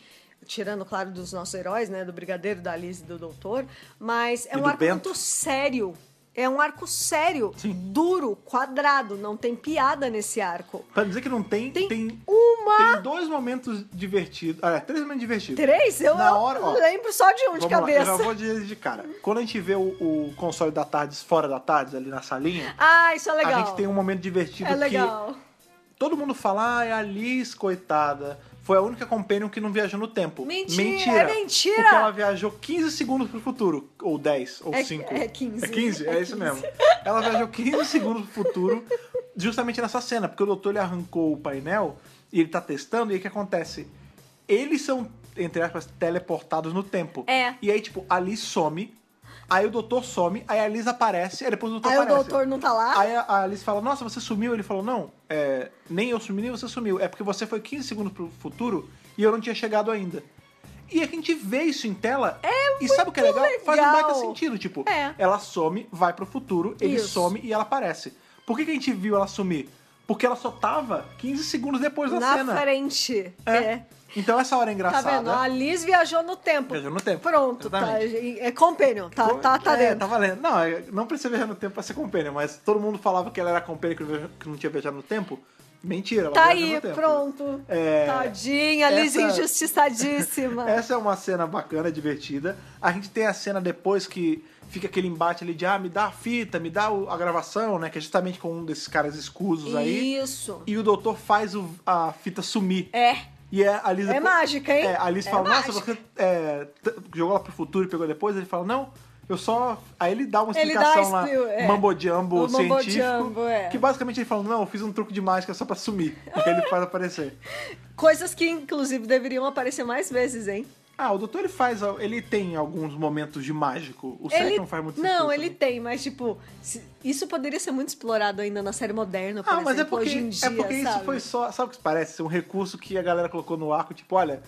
S2: Tirando, claro, dos nossos heróis, né? Do Brigadeiro, da Liz e do Doutor. Mas é
S1: E
S2: um
S1: do
S2: arco
S1: Bento.
S2: muito sério. É um arco sério,
S1: Sim.
S2: duro, quadrado. Não tem piada nesse arco.
S1: Pra dizer que não tem, tem,
S2: Tem
S1: tem,
S2: uma.
S1: dois momentos divertidos. Olha, três momentos divertidos.
S2: Três? Eu,
S1: Na
S2: eu
S1: hora, ó.
S2: lembro só de um de
S1: Vamos
S2: cabeça.
S1: Lá, eu já vou dizer de cara. Quando a gente vê o, o console da tarde fora da tarde, ali na salinha,
S2: Ah, isso é legal.
S1: a gente tem um momento divertido
S2: É
S1: um que
S2: legal.
S1: Todo mundo fala, ah, é a Liz, coitada. Foi a única companion que não viajou no tempo.
S2: Mentira,
S1: mentira.
S2: é mentira.
S1: Porque ela viajou 15 segundos pro futuro. Ou 10, ou
S2: É-
S1: 5.
S2: é 15.
S1: É 15? É,
S2: É
S1: isso
S2: 15.
S1: mesmo. Ela viajou 15 segundos pro futuro, justamente nessa cena, porque o doutor ele arrancou o painel e ele tá testando, e aí o que acontece? Eles são, entre aspas, teleportados no tempo.
S2: É.
S1: E aí, tipo, a Liz some, aí o doutor some, aí a Liz aparece, aí depois o doutor
S2: Aí o
S1: aparece.
S2: doutor não tá lá?
S1: Aí a- a Alice fala, nossa, você sumiu. Ele falou, não, é, nem eu sumi, nem você sumiu. É porque você foi 15 segundos pro futuro e eu não tinha chegado ainda. E é que a gente vê isso em tela. É, e sabe o que é legal? Faz um
S2: legal.
S1: baita sentido, tipo,
S2: É.
S1: ela some, vai pro futuro, ele
S2: Isso.
S1: some e ela aparece. Por que, que a gente viu ela sumir? Porque ela só tava 15 segundos depois da
S2: Na
S1: cena.
S2: frente.
S1: É.
S2: é.
S1: Então essa hora é
S2: Tá
S1: engraçada.
S2: vendo? A Liz viajou no tempo.
S1: Viajou no tempo.
S2: Pronto, tá.
S1: Exatamente.
S2: É companion, tá,
S1: Co-
S2: tá, tá
S1: é,
S2: dentro.
S1: Tá valendo. Não, é- não precisa viajar no tempo pra ser companion, mas todo mundo falava que ela era companion que não viaja- que não tinha viajado no tempo. Mentira, ela
S2: Tá
S1: viajou
S2: aí,
S1: no tempo.
S2: pronto.
S1: É,
S2: Tadinha, Liz
S1: essa-
S2: injustiçadíssima.
S1: Essa é uma cena bacana, divertida. A gente tem a cena depois que fica aquele embate ali de ah, me dá a fita, me dá o- a gravação, né? Que é justamente com um desses caras escusos aí.
S2: Isso.
S1: E o doutor faz o- a fita sumir.
S2: É.
S1: E é, a Liz
S2: É mágica, hein?
S1: É, a Liz
S2: É
S1: fala, nossa,
S2: mágica."
S1: você é, t- jogou lá pro futuro e pegou depois? Ele fala, não, eu só... Aí ele dá uma
S2: Ele dá
S1: explicação lá,
S2: expli- é.
S1: mambo-jumbo
S2: O mambo
S1: científico.
S2: jumbo, é.
S1: Que basicamente ele fala, não, eu fiz um truque de mágica só pra sumir. E aí ele faz aparecer.
S2: Coisas que, inclusive, deveriam aparecer mais vezes, hein?
S1: Ah, o doutor ele faz, ele tem alguns momentos de mágico. O Seth não faz muito sentido.
S2: Não, ele
S1: também.
S2: tem, mas, tipo, se- isso poderia ser muito explorado ainda na série moderna, por
S1: Ah, mas é
S2: exemplo,
S1: porque,
S2: hoje em dia,
S1: é porque isso
S2: sabe?
S1: foi só. Sabe o que isso parece? Um recurso que a galera colocou no arco, tipo, olha,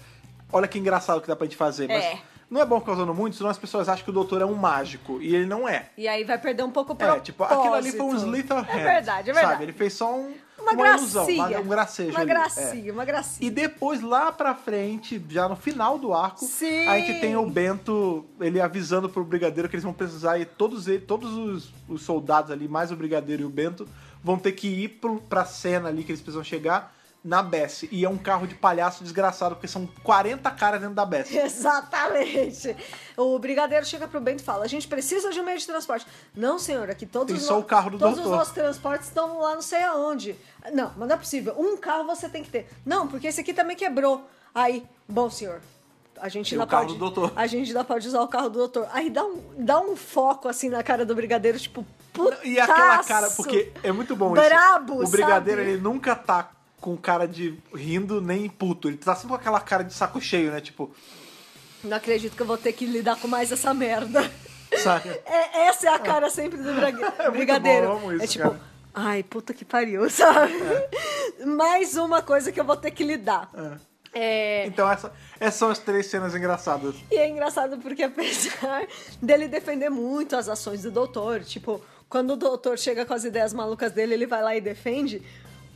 S1: olha que engraçado que dá pra gente fazer. Mas
S2: É.
S1: não é bom ficar usando muito, senão as pessoas acham que o doutor é um mágico. E ele não é.
S2: E aí vai perder um pouco o
S1: É,
S2: propósito.
S1: tipo, aquilo ali foi um Slitherhead.
S2: É verdade, é
S1: Sabe,
S2: verdade.
S1: ele fez só um,
S2: Uma,
S1: ilusão,
S2: gracinha.
S1: uma- um gracejo
S2: Uma
S1: ali. é.
S2: gracinha, uma gracinha.
S1: E depois, lá pra frente, já no final do arco,
S2: Sim.
S1: a gente tem o Bento, ele avisando pro Brigadeiro que eles vão precisar ir, todos, ele, todos os, os soldados ali, mais o Brigadeiro e o Bento, vão ter que ir pro, pra cena ali que eles precisam chegar na Bessie. E é um carro de palhaço desgraçado, porque são 40 caras dentro da Bessie.
S2: Exatamente. O brigadeiro chega pro Bento e fala: a gente precisa de um meio de transporte. Não, senhor, aqui todos
S1: Tem
S2: os
S1: só
S2: no-
S1: o carro do
S2: todos
S1: doutor.
S2: os nossos transportes estão lá não sei aonde. Não, mas não é possível. Um carro você tem que ter. Não, porque esse aqui também quebrou. Aí, bom, senhor. A gente
S1: Tem
S2: ainda
S1: o carro
S2: pode,
S1: do doutor.
S2: A gente ainda pode usar o carro do doutor. Aí dá um, dá um foco assim na cara do brigadeiro, tipo, putaço.
S1: E aquela cara, porque é muito bom isso.
S2: Brabo,
S1: O brigadeiro,
S2: sabe?
S1: ele nunca tá com cara de rindo nem puto. Ele tá sempre com aquela cara de saco cheio, né? Tipo,
S2: Não acredito que eu vou ter que lidar com mais essa merda.
S1: sabe?
S2: É, essa é a cara sempre do braga-
S1: É muito
S2: brigadeiro.
S1: bom, eu amo isso,
S2: é tipo,
S1: cara. É.
S2: ai, puta que pariu, sabe? Mais uma coisa que eu vou ter que lidar. É,
S1: Então, essa, essas são as três cenas engraçadas.
S2: e é engraçado porque apesar dele defender muito as ações do doutor, tipo, quando o doutor chega com as ideias malucas dele, ele vai lá e defende.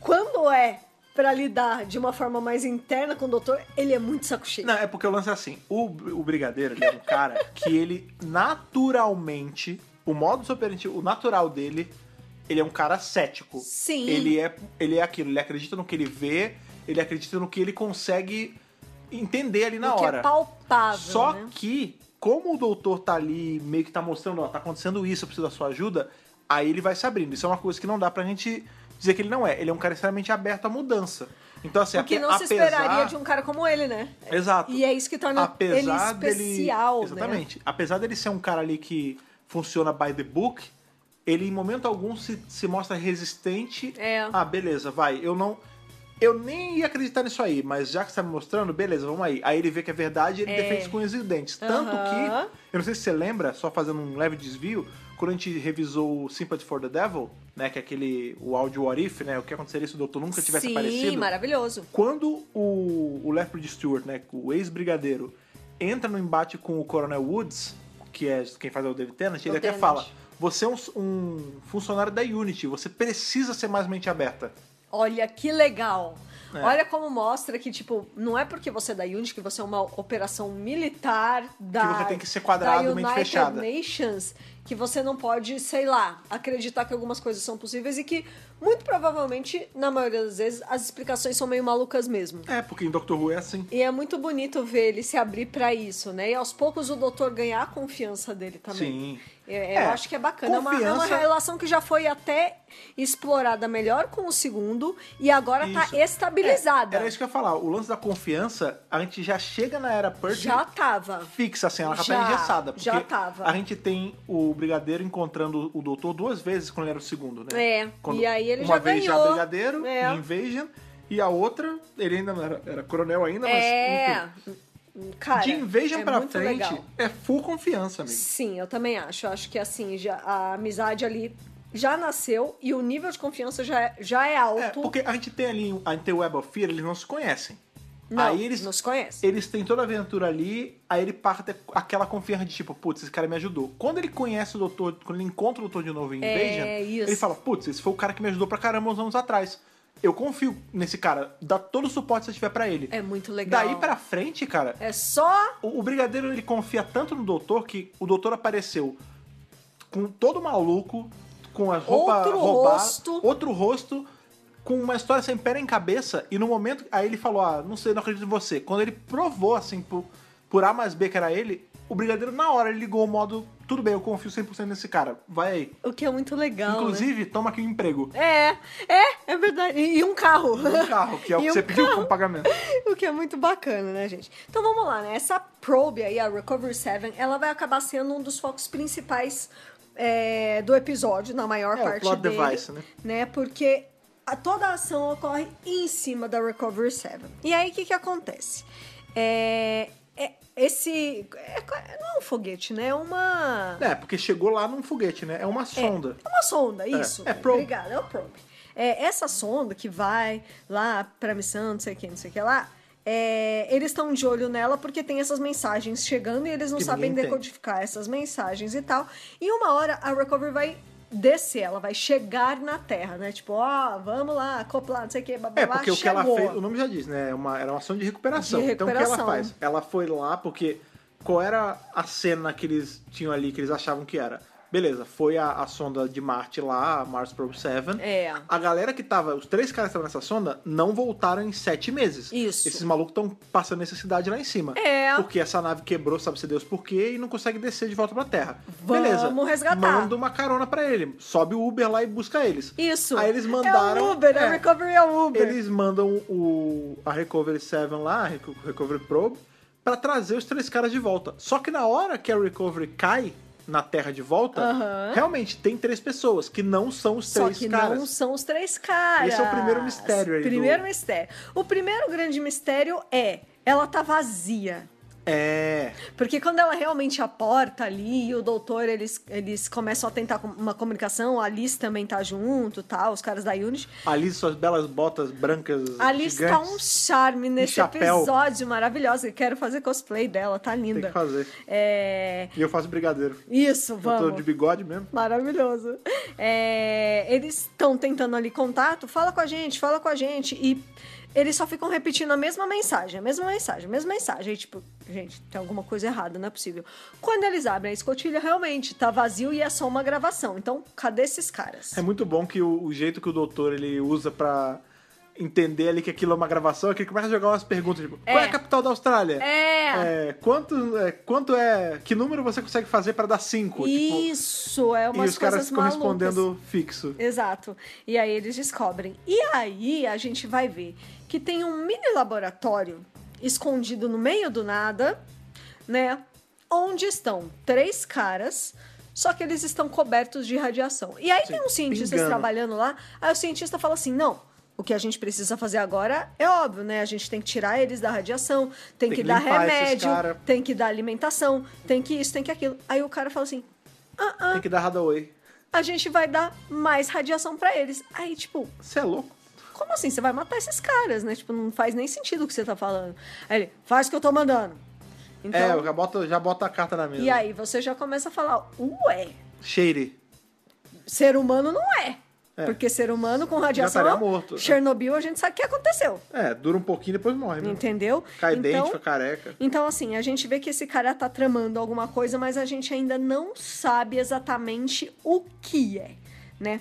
S2: Quando é pra lidar de uma forma mais interna com o doutor, ele é muito saco cheio.
S1: Não, é porque o lance é assim. O, o Brigadeiro, ele é um cara que ele naturalmente, o modo operandi, o natural dele, ele é um cara cético.
S2: Sim.
S1: Ele é, ele é aquilo, ele acredita no que ele vê, ele acredita no que ele consegue entender ali na
S2: o que
S1: hora.
S2: é palpável,
S1: Só
S2: né?
S1: que, como o doutor tá ali meio que tá mostrando, ó, tá acontecendo isso, eu preciso da sua ajuda, aí ele vai se abrindo. Isso é uma coisa que não dá pra gente dizer que ele não é. Ele é um cara extremamente aberto à mudança. Então, assim,
S2: O que
S1: ape-
S2: não se
S1: apesar-
S2: esperaria de um cara como ele, né?
S1: Exato.
S2: E é isso que torna
S1: apesar
S2: ele especial, né?
S1: dele, Exatamente. Apesar dele ser um cara ali que funciona by the book, ele em momento algum se, se mostra resistente.
S2: É.
S1: Ah, beleza, vai. Eu não. Eu nem ia acreditar nisso aí, mas já que você tá me mostrando, beleza, vamos aí. Aí ele vê que é verdade e ele
S2: É.
S1: defende isso com unhas e dentes. Tanto
S2: Aham.
S1: que, eu não sei se você lembra, só fazendo um leve desvio, quando a gente revisou o Sympathy for the Devil, né, que é aquele, o áudio What If, né, o que aconteceria se o doutor nunca tivesse
S2: Sim,
S1: aparecido
S2: maravilhoso.
S1: quando o, o Leopard Stewart, né, o ex-brigadeiro, entra no embate com o Coronel Woods, que é quem faz é o David Tennant, ele
S2: O
S1: até
S2: Tennant.
S1: fala: você é um, um funcionário da Unity, você precisa ser mais mente aberta.
S2: Olha que legal.
S1: É.
S2: Olha como mostra que, tipo, não é porque você é da Unity que você é uma operação militar da.
S1: Que você tem que ser quadrado,
S2: da
S1: mente
S2: United
S1: fechada.
S2: Nations, que você não pode, sei lá, acreditar que algumas coisas são possíveis e que, muito provavelmente, na maioria das vezes, as explicações são meio malucas mesmo.
S1: É, porque em Doctor Who é assim.
S2: E é muito bonito ver ele se abrir pra isso, né? E aos poucos o doutor ganhar a confiança dele também.
S1: Sim.
S2: Eu, eu
S1: É,
S2: acho que é bacana. É uma, é uma
S1: confiança-
S2: relação que já foi até explorada melhor com o segundo e agora
S1: Isso. É,
S2: tá estabilizada.
S1: Era isso que eu ia falar. O lance da confiança, a gente já chega na era Purge
S2: já tava.
S1: fixa, assim, ela já,
S2: Já,
S1: tá engessada. Porque
S2: já tava.
S1: A gente tem o Brigadeiro encontrando o Doutor duas vezes quando ele era o segundo, né?
S2: É.
S1: Quando
S2: e aí ele
S1: uma
S2: já
S1: vez
S2: ganhou.
S1: já Brigadeiro,
S2: É.
S1: Invasion, e a outra, ele ainda não era, era coronel ainda, mas enfim.
S2: É. Cara,
S1: de Invasion
S2: é
S1: pra
S2: muito
S1: frente
S2: legal.
S1: é full confiança, amigo.
S2: Sim, eu também acho. Eu acho que assim, já, a amizade ali já nasceu e o nível de confiança já é, já é alto.
S1: É, porque a gente tem ali, a gente tem o Web of Fear, eles não se conhecem.
S2: Não,
S1: aí eles,
S2: não se conhece.
S1: eles têm toda a aventura ali, aí ele parte aquela confiança de tipo, putz, esse cara me ajudou. Quando ele conhece o doutor, quando ele encontra o doutor de novo em
S2: É,
S1: Invasion,
S2: isso.
S1: ele fala, putz, esse foi o cara que me ajudou pra caramba uns anos atrás. Eu confio nesse cara, dá todo o suporte que você tiver pra ele.
S2: É muito legal.
S1: Daí pra frente, cara,
S2: É só.
S1: o, o brigadeiro ele confia tanto no doutor que o doutor apareceu com todo maluco, com as roupas
S2: Outro
S1: roubadas,
S2: rosto.
S1: outro rosto, com uma história sem pé em cabeça. E no momento, aí ele falou: Ah, não sei, não acredito em você. Quando ele provou, assim, por, por A mais B que era ele, o brigadeiro, na hora, ele ligou o modo: Tudo bem, eu confio 100% nesse cara, vai aí.
S2: O que é muito legal. né?
S1: Inclusive, toma aqui um emprego.
S2: É, é, é verdade. E, e um carro.
S1: Um carro, que é o
S2: E
S1: que
S2: um
S1: você pediu
S2: carro.
S1: como pagamento.
S2: O que é muito bacana, né, gente? Então vamos lá, né? Essa probe aí, a Recovery 7, ela vai acabar sendo um dos focos principais é, do episódio, na maior
S1: É, o
S2: parte
S1: plot
S2: dele.
S1: device, né?
S2: Porque a- toda a ação ocorre em cima da Recovery 7. E aí, o que que acontece? É... é- esse... é- não é um foguete, né? É uma...
S1: É, porque chegou lá num foguete, né? É uma sonda.
S2: É uma sonda, isso.
S1: é probe.
S2: Obrigada, é o probe. É, essa sonda que vai lá pra missão, não sei o que, não sei o que lá, é, eles estão de olho nela porque tem essas mensagens chegando e eles não
S1: Que
S2: sabem
S1: ninguém entende.
S2: decodificar essas mensagens e tal. E uma hora a Recovery vai descer, ela vai chegar na Terra, né? Tipo, ó, vamos lá, acoplar, não sei o que, babá,
S1: É, porque o que
S2: chegou.
S1: ela fez, o nome já diz, né? é Uma, era uma ação de recuperação.
S2: De
S1: Então o que
S2: recuperação.
S1: ela faz? Ela foi lá porque qual era a cena que eles tinham ali que eles achavam que era? Beleza, foi a, a sonda de Marte lá, a Mars Probe 7.
S2: É.
S1: A galera que tava, os três caras que estavam nessa sonda, não voltaram em sete meses.
S2: Isso.
S1: Esses malucos estão passando necessidade lá em cima.
S2: É.
S1: Porque essa nave quebrou, sabe-se Deus por quê, e não consegue descer de volta pra Terra.
S2: Vamos
S1: Beleza.
S2: resgatar.
S1: Manda uma carona pra ele. Sobe o Uber lá e busca eles.
S2: Isso.
S1: Aí eles mandaram-
S2: É o Uber,
S1: é.
S2: a Recovery é o Uber.
S1: Eles mandam o, a Recovery 7 lá, a Reco- Recovery Probe, pra trazer os três caras de volta. Só que na hora que a Recovery cai na Terra de volta,
S2: Aham.
S1: realmente tem três pessoas que não são os
S2: Só
S1: três
S2: que
S1: caras.
S2: não são os três caras.
S1: Esse é o primeiro mistério aí do-
S2: Primeiro mistério. O primeiro grande mistério é ela tá vazia.
S1: É.
S2: Porque quando ela realmente aporta ali e o doutor, eles, eles começam a tentar com- uma comunicação, a Alice também tá junto, tá? Os caras da Unity.
S1: Ali suas belas botas brancas.
S2: A Alice tá um
S1: gigantes.
S2: charme nesse
S1: chapéu.
S2: episódio maravilhoso. Eu quero fazer cosplay dela, tá linda.
S1: Tem que fazer.
S2: É...
S1: E eu faço brigadeiro.
S2: Isso, vamos.
S1: Eu tô de bigode mesmo.
S2: Maravilhoso. É, eles estão tentando ali contato, fala com a gente, fala com a gente. E eles só ficam repetindo a mesma mensagem, a mesma mensagem, a mesma mensagem. E, tipo, gente, tem alguma coisa errada, não é possível. Quando eles abrem a escotilha, realmente tá vazio e é só uma gravação. Então, cadê esses caras?
S1: É muito bom que o, o jeito que o doutor ele usa pra entender ali que aquilo é uma gravação, é que ele começa a jogar umas perguntas, tipo, qual é a
S2: É.
S1: capital da Austrália?
S2: É.
S1: É, quanto, é, quanto é. Que número você consegue fazer pra dar cinco? tipo,
S2: Isso, é
S1: e
S2: umas
S1: os caras
S2: coisas
S1: ficam
S2: malucas.
S1: respondendo fixo.
S2: Exato. E aí eles descobrem. E aí a gente vai ver que tem um mini laboratório escondido no meio do nada, né? Onde estão três caras, só que eles estão cobertos de radiação. E aí
S1: Sim,
S2: tem uns cientistas
S1: pingando.
S2: trabalhando lá, aí o cientista fala assim: não. O que a gente precisa fazer agora é óbvio, né? A gente tem que tirar eles da radiação,
S1: Tem
S2: tem, que,
S1: que
S2: dar
S1: limpar esses
S2: remédio,
S1: cara.
S2: tem que dar alimentação, tem que isso, tem que aquilo. Aí o cara fala assim: ah, ah,
S1: Tem que dar Hadaway.
S2: a gente vai dar mais radiação pra eles. Aí, tipo,
S1: Você é louco?
S2: como assim? Você vai matar esses caras, né? Tipo, não faz nem sentido o que você tá falando. Aí ele, faz o que eu tô mandando.
S1: é, eu
S2: Então,
S1: já boto, já boto a carta na mesa.
S2: e aí você já começa a falar, ué,
S1: Cheire.
S2: ser humano não é.
S1: É.
S2: Porque ser humano com radiação.
S1: estaria morto, né?
S2: Chernobyl, a gente sabe o que aconteceu.
S1: É, dura um pouquinho e depois morre. né?
S2: Entendeu?
S1: Cai dente,
S2: então,
S1: fica careca.
S2: Então, assim, a gente vê que esse cara tá tramando alguma coisa, mas a gente ainda não sabe exatamente o que é, né?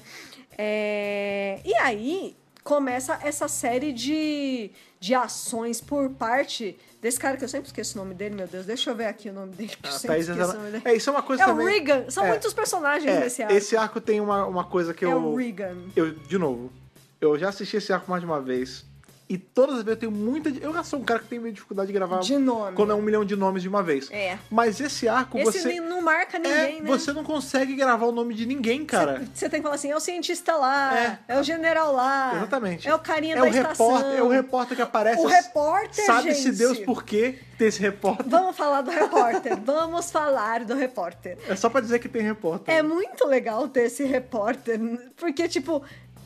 S2: É, E aí, começa essa série de, de ações por parte desse cara que eu sempre esqueço o nome dele, meu Deus. Deixa eu ver aqui o nome dele, que eu
S1: A
S2: sempre
S1: Ah, Thaís
S2: esqueço o nome
S1: Azana-
S2: dele.
S1: É, isso é uma coisa
S2: É o
S1: também.
S2: Regan. São
S1: é,
S2: muitos personagens
S1: é,
S2: nesse arco.
S1: Esse arco tem uma, uma coisa que
S2: é
S1: eu.
S2: o Regan.
S1: Eu, de novo, eu já assisti esse arco mais de uma vez. E todas as vezes eu tenho muita. Eu já sou um cara que tem meio dificuldade de gravar
S2: De nome.
S1: quando é um milhão de nomes de uma vez.
S2: É.
S1: Mas esse arco
S2: Esse
S1: você.
S2: nem- não marca ninguém,
S1: é,
S2: né?
S1: Você não consegue gravar o nome de ninguém, cara.
S2: Você tem que falar assim, é o cientista lá,
S1: É.
S2: é, o general lá.
S1: Exatamente.
S2: É o carinha
S1: é
S2: da
S1: o repórter,
S2: estação.
S1: É o repórter que aparece.
S2: O repórter,
S1: Sabe-se
S2: gente.
S1: Deus por que tem esse repórter.
S2: Vamos falar do repórter. Vamos falar do repórter.
S1: É só pra dizer que tem repórter.
S2: É muito legal ter esse repórter, porque, tipo,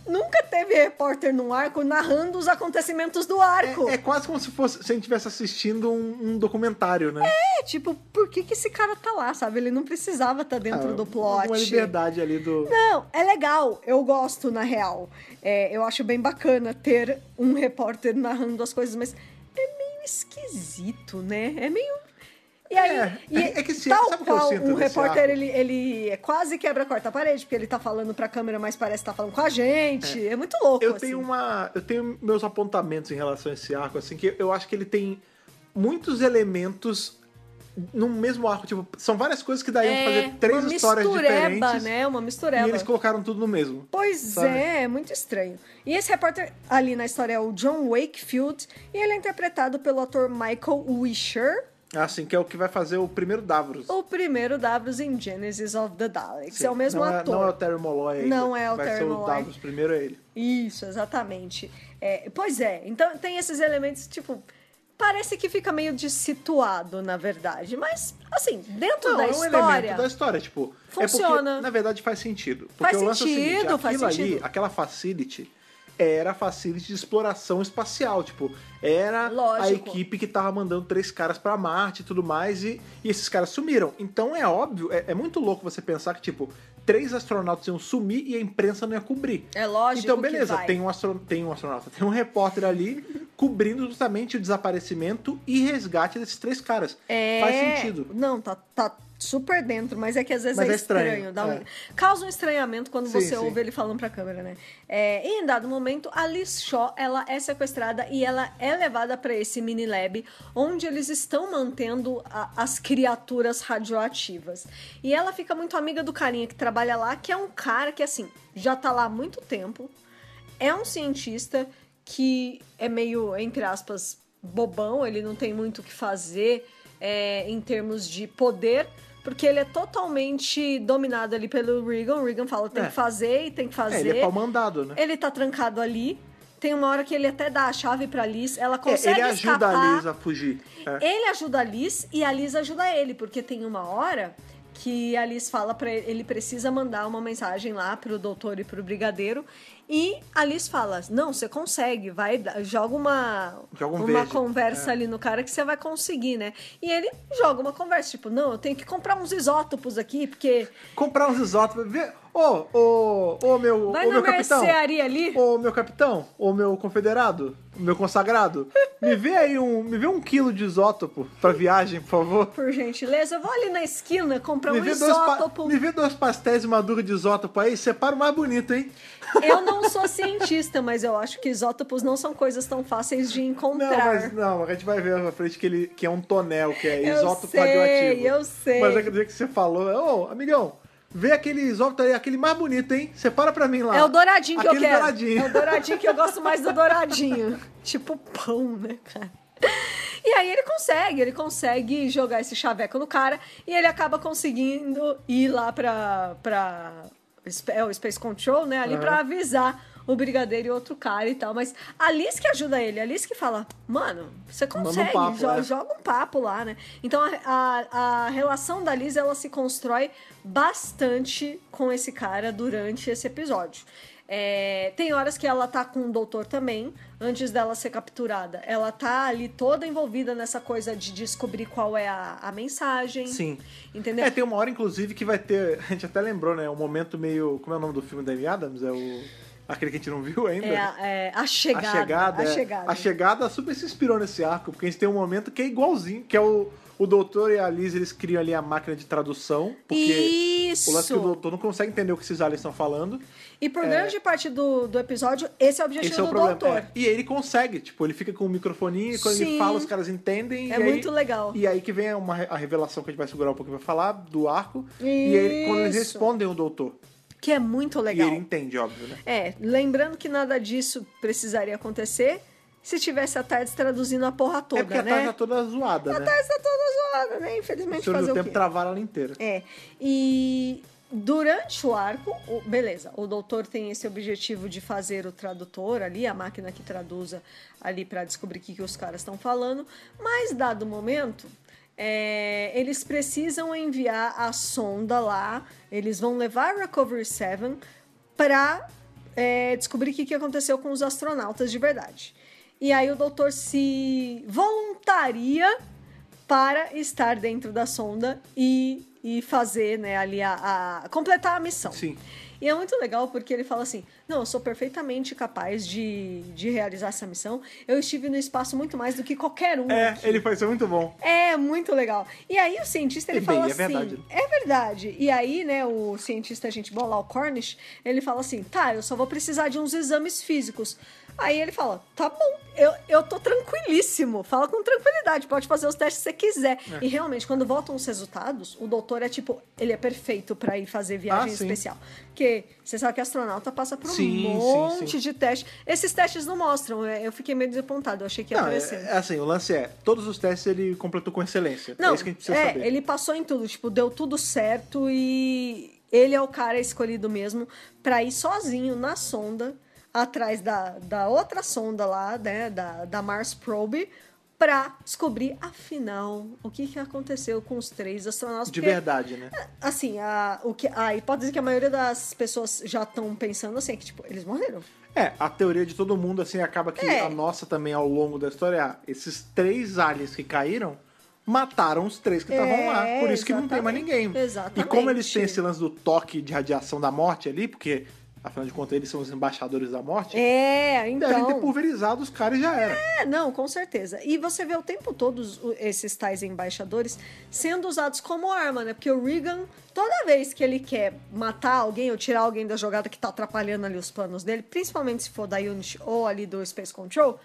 S2: nunca teve repórter num arco narrando os acontecimentos do arco.
S1: É quase como se fosse se a gente estivesse assistindo um, um documentário, né?
S2: É, tipo, por que, que esse cara tá lá, sabe? Ele não precisava estar dentro
S1: Ah,
S2: do plot.
S1: Uma liberdade ali do.
S2: Não, é legal. Eu gosto, na real. É, eu acho bem bacana ter um repórter narrando as coisas, mas é meio esquisito, né? É meio. E aí,
S1: É,
S2: e
S1: é que se-
S2: tal
S1: sabe o que eu
S2: qual
S1: sinto
S2: um
S1: desse
S2: repórter,
S1: arco?
S2: ele, ele quase quebra a quarta parede, porque ele tá falando pra câmera, mas parece que tá falando com a gente. É, muito louco,
S1: Eu
S2: assim.
S1: tenho uma. Eu tenho meus apontamentos em relação a esse arco, assim, que eu acho que ele tem muitos elementos no mesmo arco. Tipo, são várias coisas que dariam pra fazer três
S2: É, uma
S1: histórias
S2: mistureba,
S1: diferentes.
S2: né? Uma mistureba.
S1: E eles colocaram tudo no mesmo.
S2: Pois
S1: Sabe?
S2: é, é muito estranho. E esse repórter ali na história é o John Wakefield, e ele é interpretado pelo ator Michael Wisher,
S1: Assim, que é o que vai fazer o primeiro Davros.
S2: o primeiro Davros em Genesis of the Daleks.
S1: Sim,
S2: É o mesmo
S1: não
S2: ator.
S1: não é o Terry Molloy ainda.
S2: Não é o
S1: vai
S2: Terry
S1: ser o
S2: Molloy.
S1: Davros primeiro, é ele.
S2: Isso, exatamente. É, pois é, então tem esses elementos, tipo. Parece que fica meio dessituado, na verdade. Mas, assim, dentro
S1: Não,
S2: da
S1: é um
S2: história.
S1: elemento da história, tipo... É porque,
S2: Funciona.
S1: na verdade, faz sentido. Porque
S2: Faz
S1: o lance é o seguinte,
S2: sentido, faz
S1: aquilo ali,
S2: sentido.
S1: aquela facility, era a facility de exploração espacial, tipo, era a
S2: Lógico.
S1: equipe que tava mandando três caras pra Marte e tudo mais, e, e esses caras sumiram. Então é óbvio, é, é muito louco você pensar que, tipo, três astronautas iam sumir e a imprensa não ia cobrir.
S2: É lógico
S1: Então,
S2: que
S1: beleza,
S2: vai.
S1: tem um, astro- tem um astronauta, tem um repórter ali cobrindo justamente o desaparecimento e resgate desses três caras.
S2: É...
S1: Faz sentido.
S2: Não, tá, tá super dentro, mas é que às vezes
S1: Mas
S2: é
S1: é estranho,
S2: estranho. dá um-
S1: é.
S2: Causa um estranhamento quando
S1: Sim,
S2: você
S1: sim.
S2: ouve ele falando pra câmera, né? É, e em dado momento, a Liz Shaw ela é sequestrada e ela é levada pra esse mini lab onde eles estão mantendo a- as criaturas radioativas. E ela fica muito amiga do carinha que trabalha lá, que é um cara que, assim, já tá lá há muito tempo é um cientista que é meio, entre aspas, bobão, ele não tem muito o que fazer é, em termos de poder, porque ele é totalmente dominado ali pelo Regan. O Regan fala, tem
S1: É.
S2: que fazer e tem que fazer.
S1: É, ele é pau mandado, né?
S2: Ele tá trancado ali. Tem uma hora que ele até dá a chave pra Liz, ela
S1: É,
S2: consegue
S1: ele ajuda
S2: escapar.
S1: a Liz a fugir. É.
S2: Ele ajuda a Liz e a Liz ajuda ele, porque tem uma hora que a Liz fala para ele, ele precisa mandar uma mensagem lá pro doutor e pro brigadeiro, e a Liz fala: "Não, você consegue, vai, dá- joga uma
S1: Joga um
S2: uma
S1: verde,
S2: conversa ali no cara que você vai conseguir, né?" E ele joga uma conversa, tipo: "Não, eu tenho que comprar uns isótopos aqui, porque
S1: Comprar uns isótopos. Vê. Ô, ô, ô, meu,
S2: Vai
S1: ô,
S2: na
S1: meu capitão.
S2: mercearia ali.
S1: Ô, meu capitão. Ô, meu confederado. ô, Meu consagrado. Me vê aí um. Me vê um quilo de isótopo pra viagem, por favor.
S2: por gentileza, eu vou ali na esquina comprar
S1: Me
S2: um
S1: vê, dois pa-
S2: isótopo
S1: me vê dois pastéis maduros de isótopo aí, separa o mais bonito, hein?
S2: Eu não sou cientista, mas eu acho que isótopos não são coisas tão fáceis de
S1: Não,
S2: encontrar.
S1: mas não, a gente vai ver na frente que, ele, que é um tonel, que é
S2: Eu
S1: isótopo
S2: sei,
S1: radioativo.
S2: eu sei.
S1: Mas aquele dia que você falou, ô, amigão, vê aquele isótopo aí, aquele mais bonito, hein? Separa pra mim lá.
S2: É o douradinho que
S1: aquele
S2: eu quero.
S1: Douradinho.
S2: É o douradinho que eu gosto mais do douradinho. tipo pão, né, cara? E aí ele consegue, ele consegue jogar esse chaveco no cara e ele acaba conseguindo ir lá pra, pra é o Space Control, né, ali pra avisar o brigadeiro e outro cara e tal. Mas a Liz que ajuda ele, a Liz que fala, mano, você
S1: um
S2: consegue,
S1: papo,
S2: jo-
S1: é.
S2: joga um papo lá, né? Então a, a, a relação da Liz ela se constrói bastante com esse cara durante esse episódio. É, tem horas que ela tá com o doutor também, antes dela ser capturada. Ela tá ali toda envolvida nessa coisa de descobrir qual é a, a mensagem.
S1: Sim.
S2: Entendeu?
S1: É, tem uma hora, inclusive, que vai ter. A gente até lembrou, né? Um momento meio. Como é o nome do filme da Amy Adams? É o. Aquele que a gente não viu ainda.
S2: É, a- é, a chegada.
S1: a chegada,
S2: a
S1: é.
S2: chegada.
S1: A chegada super se inspirou nesse arco, porque a gente tem um momento que é igualzinho, que é o, o doutor e a Liz, eles criam ali a máquina de tradução, porque
S2: Isso.
S1: o lance que o doutor não consegue entender o que esses aliens estão falando.
S2: E por grande parte do, do episódio, esse é o objetivo
S1: Esse é o
S2: do
S1: problema.
S2: doutor.
S1: É. E ele consegue, tipo, ele fica com o microfoninho e quando ele
S2: Sim.
S1: fala, os caras entendem.
S2: É,
S1: e aí-
S2: muito legal.
S1: E aí que vem uma, re- a revelação que a gente vai segurar um pouquinho pra falar, do arco. E aí, quando eles
S2: Isso.
S1: respondem o doutor.
S2: Que é muito
S1: E
S2: legal.
S1: ele entende, óbvio, né?
S2: É, lembrando que nada disso precisaria acontecer se tivesse a Tardes traduzindo a porra toda,
S1: é porque a tarde
S2: né?
S1: tá toda zoada,
S2: A
S1: né?
S2: Tardes tá toda zoada, né? Infelizmente
S1: Senhor
S2: fazer
S1: do
S2: o
S1: tempo
S2: quê?
S1: travaram ela inteira.
S2: É. E durante o arco, o- beleza, o doutor tem esse objetivo de fazer o tradutor ali, a máquina que traduza ali para descobrir o que, que os caras estão falando, mas dado o momento. é, eles precisam enviar a sonda lá, eles vão levar a Recovery 7 para descobrir o que, que aconteceu com os astronautas de verdade. E aí o doutor se voluntaria para estar dentro da sonda e, e fazer, né, ali a, a- completar a missão.
S1: Sim.
S2: E é muito legal porque ele fala assim: não, eu sou perfeitamente capaz de, de realizar essa missão. Eu estive no espaço muito mais do que qualquer um.
S1: É,
S2: aqui."
S1: ele foi, isso é muito bom.
S2: É muito legal. E aí o cientista ele
S1: E bem,
S2: fala
S1: é
S2: assim,
S1: verdade, né?
S2: é verdade. E aí, né, o cientista a gente bola o Cornish, ele fala assim: "Tá, eu só vou precisar de uns exames físicos". Aí ele fala: "Tá bom, eu, eu tô tranquilíssimo. Fala com tranquilidade, pode fazer os testes que você quiser".
S1: É.
S2: E realmente, quando voltam os resultados, o doutor é tipo, ele é perfeito pra ir fazer viagem
S1: Ah, sim.
S2: especial, porque você sabe que astronauta passa por um
S1: Sim, sim,
S2: monte
S1: sim.
S2: de testes. Esses testes não mostram, é, eu fiquei meio desapontado, eu achei que ia
S1: Não, é,
S2: aparecer.
S1: é assim, o lance é, todos os testes ele completou com excelência.
S2: Não,
S1: é isso que a gente precisa
S2: é,
S1: saber.
S2: ele passou em tudo, tipo, deu tudo certo e ele é o cara escolhido mesmo pra ir sozinho na sonda, atrás da, da outra sonda lá, né, da, da Mars Probe, pra descobrir, afinal, o que, que aconteceu com os três astronautas.
S1: De
S2: porque,
S1: verdade, né?
S2: Assim, a, o que, a hipótese que a maioria das pessoas já estão pensando, assim, é que, tipo, eles morreram.
S1: É, a teoria de todo mundo, assim, acaba que
S2: É.
S1: a nossa também ao longo da história é, ah, esses três aliens que caíram mataram os três que estavam
S2: É,
S1: lá. Por isso que não tem mais ninguém.
S2: exatamente.
S1: E como eles têm esse lance do toque de radiação da morte ali, porque, afinal de contas, eles são os embaixadores da morte,
S2: É,
S1: devem ter
S2: então...
S1: pulverizado os caras e já era.
S2: É, não, com certeza. E você vê o tempo todo os- o- esses tais embaixadores sendo usados como arma, né? Porque o Regan, toda vez que ele quer matar alguém ou tirar alguém da jogada que tá atrapalhando ali os planos dele, principalmente se for da Unity ou ali do Space Control,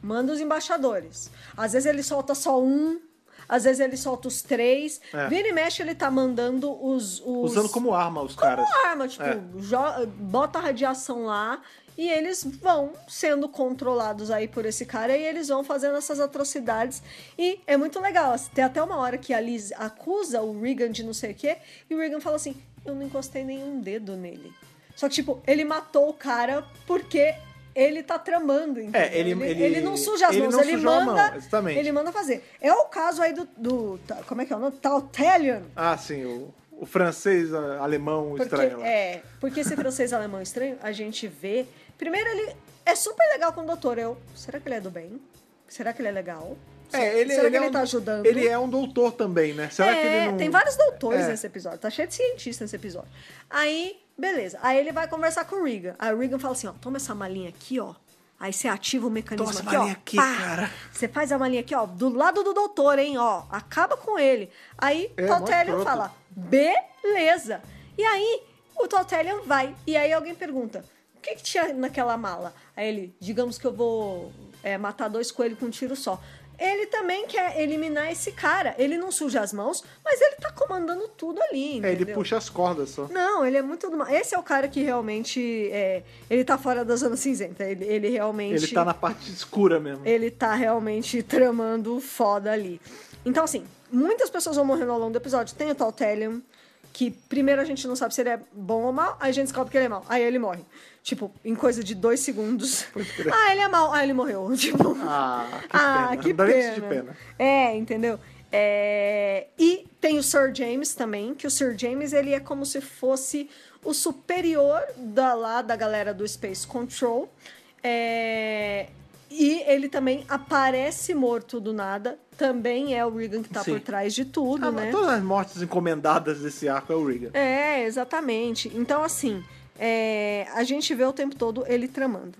S2: manda os embaixadores. Às vezes ele solta só um, às vezes ele solta os três.
S1: É.
S2: Vira e mexe, ele tá mandando os. os-
S1: Usando como arma os caras.
S2: uma arma, tipo,
S1: É.
S2: jo- bota a radiação lá e eles vão sendo controlados aí por esse cara e eles vão fazendo essas atrocidades. E é muito legal. assim, Tem até uma hora que a Liz acusa o Regan de não sei o quê e o Regan fala assim: Eu não encostei nenhum dedo nele. Só que, tipo, ele matou o cara porque. Ele tá tramando, entendeu?
S1: É, ele- ele-
S2: não suja as
S1: ele
S2: mãos,
S1: não
S2: ele
S1: sujou a
S2: manda.
S1: mão, exatamente.
S2: Ele manda fazer. É o caso aí do. do tá- como é que é o nome? Tautelion.
S1: Ah, sim, o, o francês, a- alemão,
S2: Porque,
S1: Tipo, estranho né? lá.
S2: é, porque esse francês alemão é estranho, a gente vê. Primeiro, ele é super legal com o doutor. Eu, será que ele é do bem? Será que ele é legal?
S1: É, ele,
S2: será
S1: ele
S2: que
S1: é
S2: ele
S1: um-
S2: tá ajudando?
S1: Ele é um doutor também, né? Será que
S2: É,
S1: ele não...
S2: tem vários doutores
S1: É.
S2: nesse episódio. Tá cheio de cientistas nesse episódio. Aí, beleza. Aí ele vai conversar com o Regan. Aí o Regan fala assim: ó, toma essa malinha aqui, ó. Aí você ativa o mecanismo
S1: Toma essa
S2: aqui, ó.
S1: malinha aqui,
S2: Pá!
S1: cara.
S2: Você faz a malinha aqui, ó, do lado do doutor, hein, ó. Acaba com ele. Aí
S1: É, mó
S2: Totelion
S1: escroto.
S2: fala, beleza. E aí o Totelion vai. E aí alguém pergunta, o que, que tinha naquela mala? Aí ele, digamos que eu vou é, matar dois coelhos com um tiro só. Ele também quer eliminar esse cara. Ele não suja as mãos, mas ele tá comandando tudo ali,
S1: É,
S2: entendeu?
S1: ele puxa as cordas só.
S2: Não, ele é muito... do mal. Esse é o cara que realmente... é, ele tá fora da zona cinzenta. Ele, ele realmente...
S1: Ele tá na parte escura mesmo.
S2: ele tá realmente tramando foda ali. Então, assim, muitas pessoas vão morrendo ao longo do episódio. Tem o Taltelion, que primeiro a gente não sabe se ele é bom ou mal, aí a gente descobre que ele é mal, aí ele morre. Tipo, em coisa de dois segundos. Ah, ele é mal, ah, ele morreu. Tipo,
S1: Ah, que
S2: ah,
S1: pena.
S2: que
S1: Não dá nem de
S2: pena.
S1: pena.
S2: É, entendeu? É, E tem o Sir James também, que o Sir James ele é como se fosse o superior da lá da galera do Space Control. É, E ele também aparece morto do nada. Também é o Regan que tá
S1: Sim.
S2: por trás de tudo,
S1: Ah, mas
S2: né?
S1: Todas as mortes encomendadas desse arco é o Regan.
S2: É, exatamente. Então, assim, é, a gente vê o tempo todo ele tramando.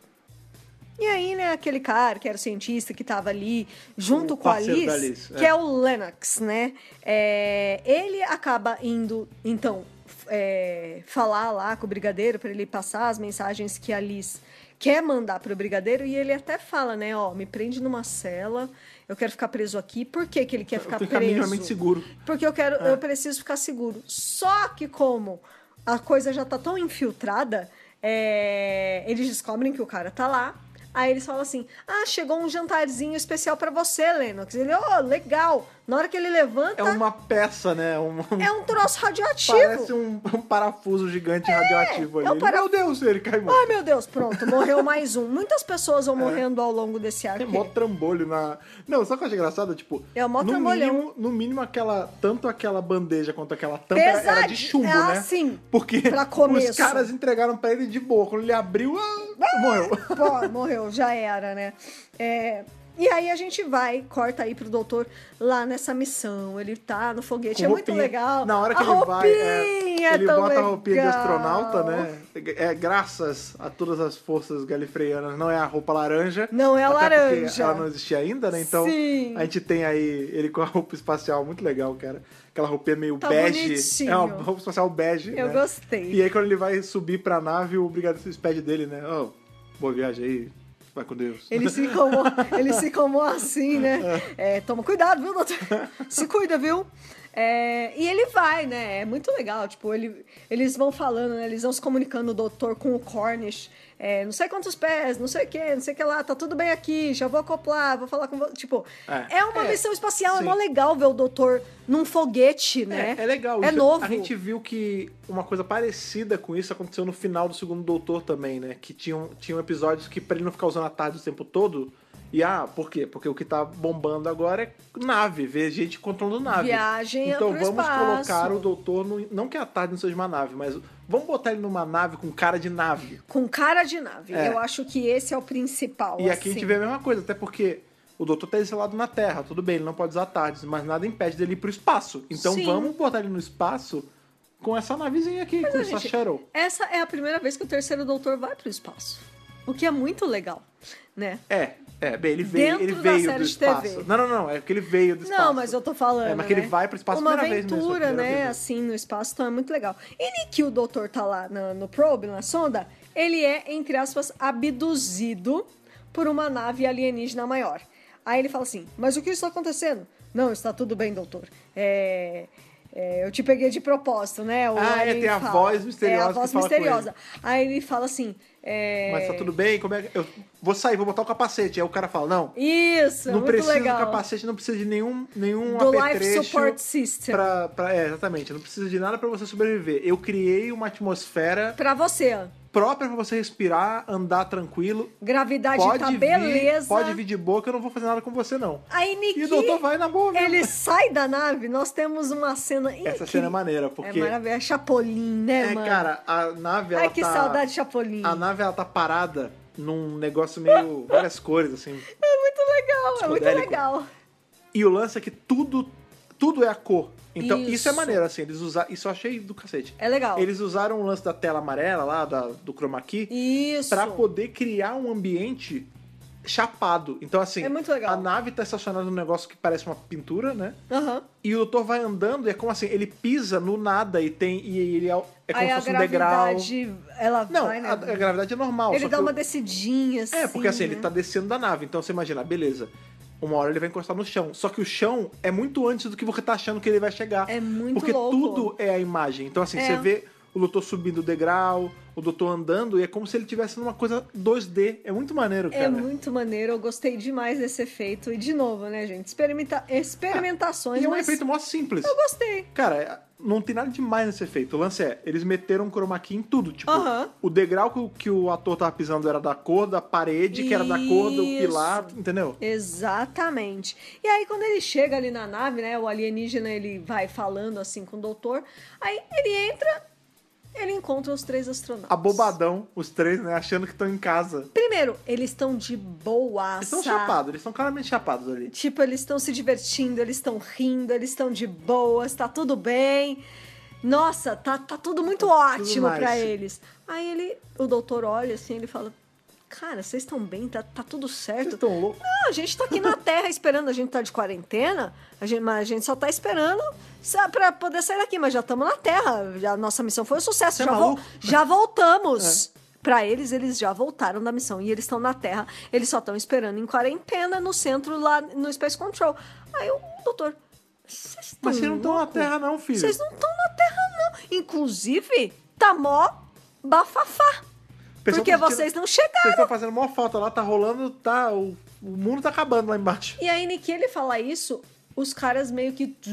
S2: E aí, né, aquele cara que era o cientista que tava ali junto
S1: O
S2: com a
S1: parceiro
S2: Liz,
S1: da Liz,
S2: que
S1: é.
S2: é o Lennox, né? é, ele acaba indo, então, f- é, falar lá com o brigadeiro para ele passar as mensagens que a Liz quer mandar pro brigadeiro e ele até fala, né, ó, me prende numa cela, eu quero ficar preso aqui. Por que que ele quer ficar
S1: Fica
S2: preso?
S1: minimamente um seguro.
S2: Porque eu quero,
S1: É.
S2: eu preciso ficar seguro. Só que como a coisa já tá tão infiltrada, é, eles descobrem que o cara tá lá. Aí eles falam assim: "Ah, chegou um jantarzinho especial pra você, Lennox". Ele: "Oh, legal". Na hora que ele levanta,
S1: É uma peça, né? Um,
S2: Tá. é um troço radioativo.
S1: parece um, um parafuso gigante radioativo ali.
S2: é um
S1: Ele,
S2: para-
S1: Meu Deus, ele cai morto.
S2: Ai, meu Deus, pronto, morreu mais um. Muitas pessoas vão morrendo ao longo desse arco.
S1: É. Tem É mó trambolho na. Não, sabe o que eu acho engraçado? Tipo,
S2: É, mó
S1: no,
S2: trambolhão.
S1: mínimo, no mínimo, aquela. Tanto aquela bandeja quanto aquela tampa era- era de
S2: Pesade-
S1: chumbo,
S2: ah,
S1: né?
S2: sim.
S1: Porque
S2: Pra começo.
S1: os caras entregaram pra ele de boa. Quando ele abriu, ah, morreu.
S2: Pô, morreu, já era, né? É, E aí a gente vai, corta aí pro doutor lá nessa missão. Ele tá no foguete,
S1: Com
S2: é muito
S1: roupinha.
S2: legal.
S1: Na hora que
S2: A
S1: ele vai, é,
S2: roupinha é
S1: ele
S2: tão
S1: bota a roupinha de
S2: legal.
S1: astronauta, né? É graças a todas as forças galifreianas, não é a roupa laranja.
S2: Não é a
S1: até porque
S2: laranja.
S1: Ela não existia ainda, né? Então
S2: Sim.
S1: a gente tem aí ele com a roupa espacial muito legal, cara. Aquela roupinha meio
S2: Tá
S1: bege.
S2: bonitinho.
S1: É uma roupa espacial bege.
S2: Eu
S1: né?
S2: gostei.
S1: E aí quando ele vai subir pra nave, o brigadeiro se despede dele, né? Oh, boa viagem aí. Vai com Deus.
S2: Eles ficam, mó- eles ficam mó assim, né? É, toma cuidado, viu, doutor? Se cuida, viu? É, e ele vai, né? É muito legal. Tipo, ele, eles vão falando, né? Eles vão se comunicando, o doutor, com o Cornish. É, não sei quantos pés, não sei o que, não sei o que lá. Tá tudo bem aqui, já vou acoplar, vou falar com você. Tipo, é,
S1: É.
S2: uma
S1: É.
S2: missão espacial. É
S1: Sim.
S2: mó legal ver o doutor num foguete, né?
S1: É, é legal.
S2: É
S1: isso.
S2: novo.
S1: A gente viu que uma coisa parecida com isso aconteceu no final do segundo Doutor também, né? Que tinham, tinham episódios que pra ele não ficar usando a tarde o tempo todo. E ah, por quê? Porque o que tá bombando agora é nave, ver gente controlando nave.
S2: Viagem
S1: Então
S2: pro
S1: vamos
S2: espaço.
S1: colocar o doutor, no, não que a tarde não seja uma nave, mas vamos botar ele numa nave com cara de nave.
S2: Com cara de nave.
S1: É.
S2: Eu acho que esse é o principal.
S1: E aqui a gente
S2: assim.
S1: vê a mesma coisa, até porque o doutor tá exilado na Terra, tudo bem, ele não pode usar tardes, mas nada impede dele ir pro espaço. Então
S2: Sim.
S1: vamos botar ele no espaço com essa navezinha aqui, com
S2: Mas,
S1: essa
S2: gente,
S1: Cheryl.
S2: Essa é a primeira vez que o terceiro doutor vai pro espaço. O que é muito legal, né?
S1: É, é, bem, ele veio,
S2: Dentro
S1: ele
S2: da
S1: veio
S2: série
S1: do
S2: de TV.
S1: espaço. Não, não, não, é porque ele veio do espaço.
S2: Não, mas eu tô falando.
S1: É, mas que
S2: né?
S1: ele vai pro espaço a
S2: Uma
S1: primeira vez mesmo,
S2: aventura,
S1: a primeira
S2: né?
S1: vez.
S2: Assim, no espaço, então é muito legal. E que o doutor tá lá na- no probe, na sonda, ele é, entre aspas, abduzido por uma nave alienígena maior. Aí ele fala assim: Mas o que está acontecendo? Não, está tudo bem, doutor. É. é, eu te peguei de propósito, né? O
S1: Ah, é,
S2: alien
S1: tem a
S2: fala.
S1: voz
S2: É a
S1: misteriosa que
S2: voz
S1: fala com
S2: misteriosa. Aí ele fala assim. é,
S1: Mas tá tudo bem, como é que. Eu vou sair, vou botar o capacete. Aí o cara fala, não.
S2: Isso, é
S1: Não
S2: muito
S1: precisa
S2: legal.
S1: do capacete, não precisa de nenhum, nenhum
S2: Do life
S1: apetrecho.
S2: support system.
S1: Pra, pra- é, exatamente. Não precisa de nada pra você sobreviver. Eu criei uma atmosfera
S2: Pra você, ó.
S1: própria pra você respirar, andar tranquilo.
S2: gravidade
S1: Pode
S2: tá
S1: vir,
S2: beleza.
S1: pode vir de boa que eu não vou fazer nada com você, não.
S2: Aí Niki,
S1: E o doutor vai na boa mesmo.
S2: ele sai da nave, nós temos uma cena incrível.
S1: Essa cena é maneira, porque...
S2: É maravilha, é Chapolin, né,
S1: É,
S2: mano?
S1: cara, a nave, ela
S2: Ai, que
S1: tá...
S2: saudade de Chapolin.
S1: A nave, ela tá parada num negócio meio... várias cores, assim.
S2: É muito legal, é muito
S1: Psicodélico.
S2: legal.
S1: E o lance é que tudo, tudo é a cor. Então, isso, é
S2: Isso.
S1: maneiro, assim. Eles usaram... Isso eu achei do cacete.
S2: É legal.
S1: Eles usaram o lance da tela amarela lá, da- do chroma key.
S2: Isso.
S1: Pra poder criar um ambiente chapado. Então, assim,
S2: É muito legal.
S1: a nave tá estacionada num negócio que parece uma pintura, né?
S2: Aham.
S1: E o doutor vai andando, e é como assim, ele pisa no nada e tem. E ele é, é como
S2: Aí
S1: se
S2: a
S1: fosse um degrau.
S2: gravidade, ela
S1: Não,
S2: vai, né?
S1: a, a gravidade é normal.
S2: ele
S1: só
S2: dá
S1: que
S2: uma
S1: o-
S2: descidinha, assim.
S1: É, porque assim, ele
S2: né?
S1: tá descendo da nave. Então você imagina, beleza. Uma hora ele vai encostar no chão. Só que o chão é muito antes do que você tá achando que ele vai chegar.
S2: É muito
S1: Porque
S2: louco.
S1: tudo é a imagem. Então, assim,
S2: É.
S1: você vê o doutor subindo o degrau, o doutor andando, e é como se ele estivesse numa coisa 2D. É muito maneiro, cara.
S2: É muito maneiro, eu gostei demais desse efeito. E de novo, né, gente?
S1: Ah,
S2: Experimenta... Experimentações,
S1: E é um
S2: mas
S1: é efeito mó simples.
S2: eu gostei.
S1: Cara, não tem nada demais nesse efeito. O lance é, eles meteram chroma key em tudo. Tipo,
S2: Aham.
S1: o degrau que o, que o ator tava pisando era da cor da parede, que era da cor do
S2: Isso.
S1: pilar, entendeu?
S2: Exatamente. E aí, quando ele chega ali na nave, né? O alienígena ele vai falando assim com o doutor. Aí ele entra, ele encontra os três astronautas.
S1: Abobadão, os três, né? Achando que estão em casa.
S2: Primeiro, eles estão de boaça.
S1: Eles estão chapados, eles estão claramente chapados ali.
S2: Tipo, eles estão se divertindo, eles estão rindo, eles estão de boas, tá tudo bem. Nossa, tá, tá tudo muito ótimo pra eles. Aí ele, o doutor olha assim, ele fala: Cara, vocês estão bem? Tá, tá tudo
S1: Vocês
S2: certo?
S1: estão loucos?
S2: Não, a gente tá aqui na Terra esperando, a gente tá de quarentena, a gente, mas a gente só tá esperando sa- pra poder sair daqui, mas já estamos na Terra. Já, nossa missão foi um sucesso,
S1: Você é
S2: já,
S1: maluco?
S2: já voltamos.
S1: É.
S2: Pra eles, eles já voltaram da missão e eles estão na Terra. Eles só estão esperando em quarentena no centro lá no Space Control. Aí o doutor, vocês estão
S1: Mas vocês não estão na
S2: louco?
S1: Terra, não, filho.
S2: Vocês não estão na Terra, não. Inclusive, tá mó bafafá.
S1: Pessoal
S2: porque
S1: tá sentindo-
S2: vocês não
S1: Vocês
S2: chegaram.
S1: estão fazendo maior falta lá, tá rolando, tá. O, o mundo tá acabando lá embaixo.
S2: E aí, que ele fala isso, os caras meio que tz,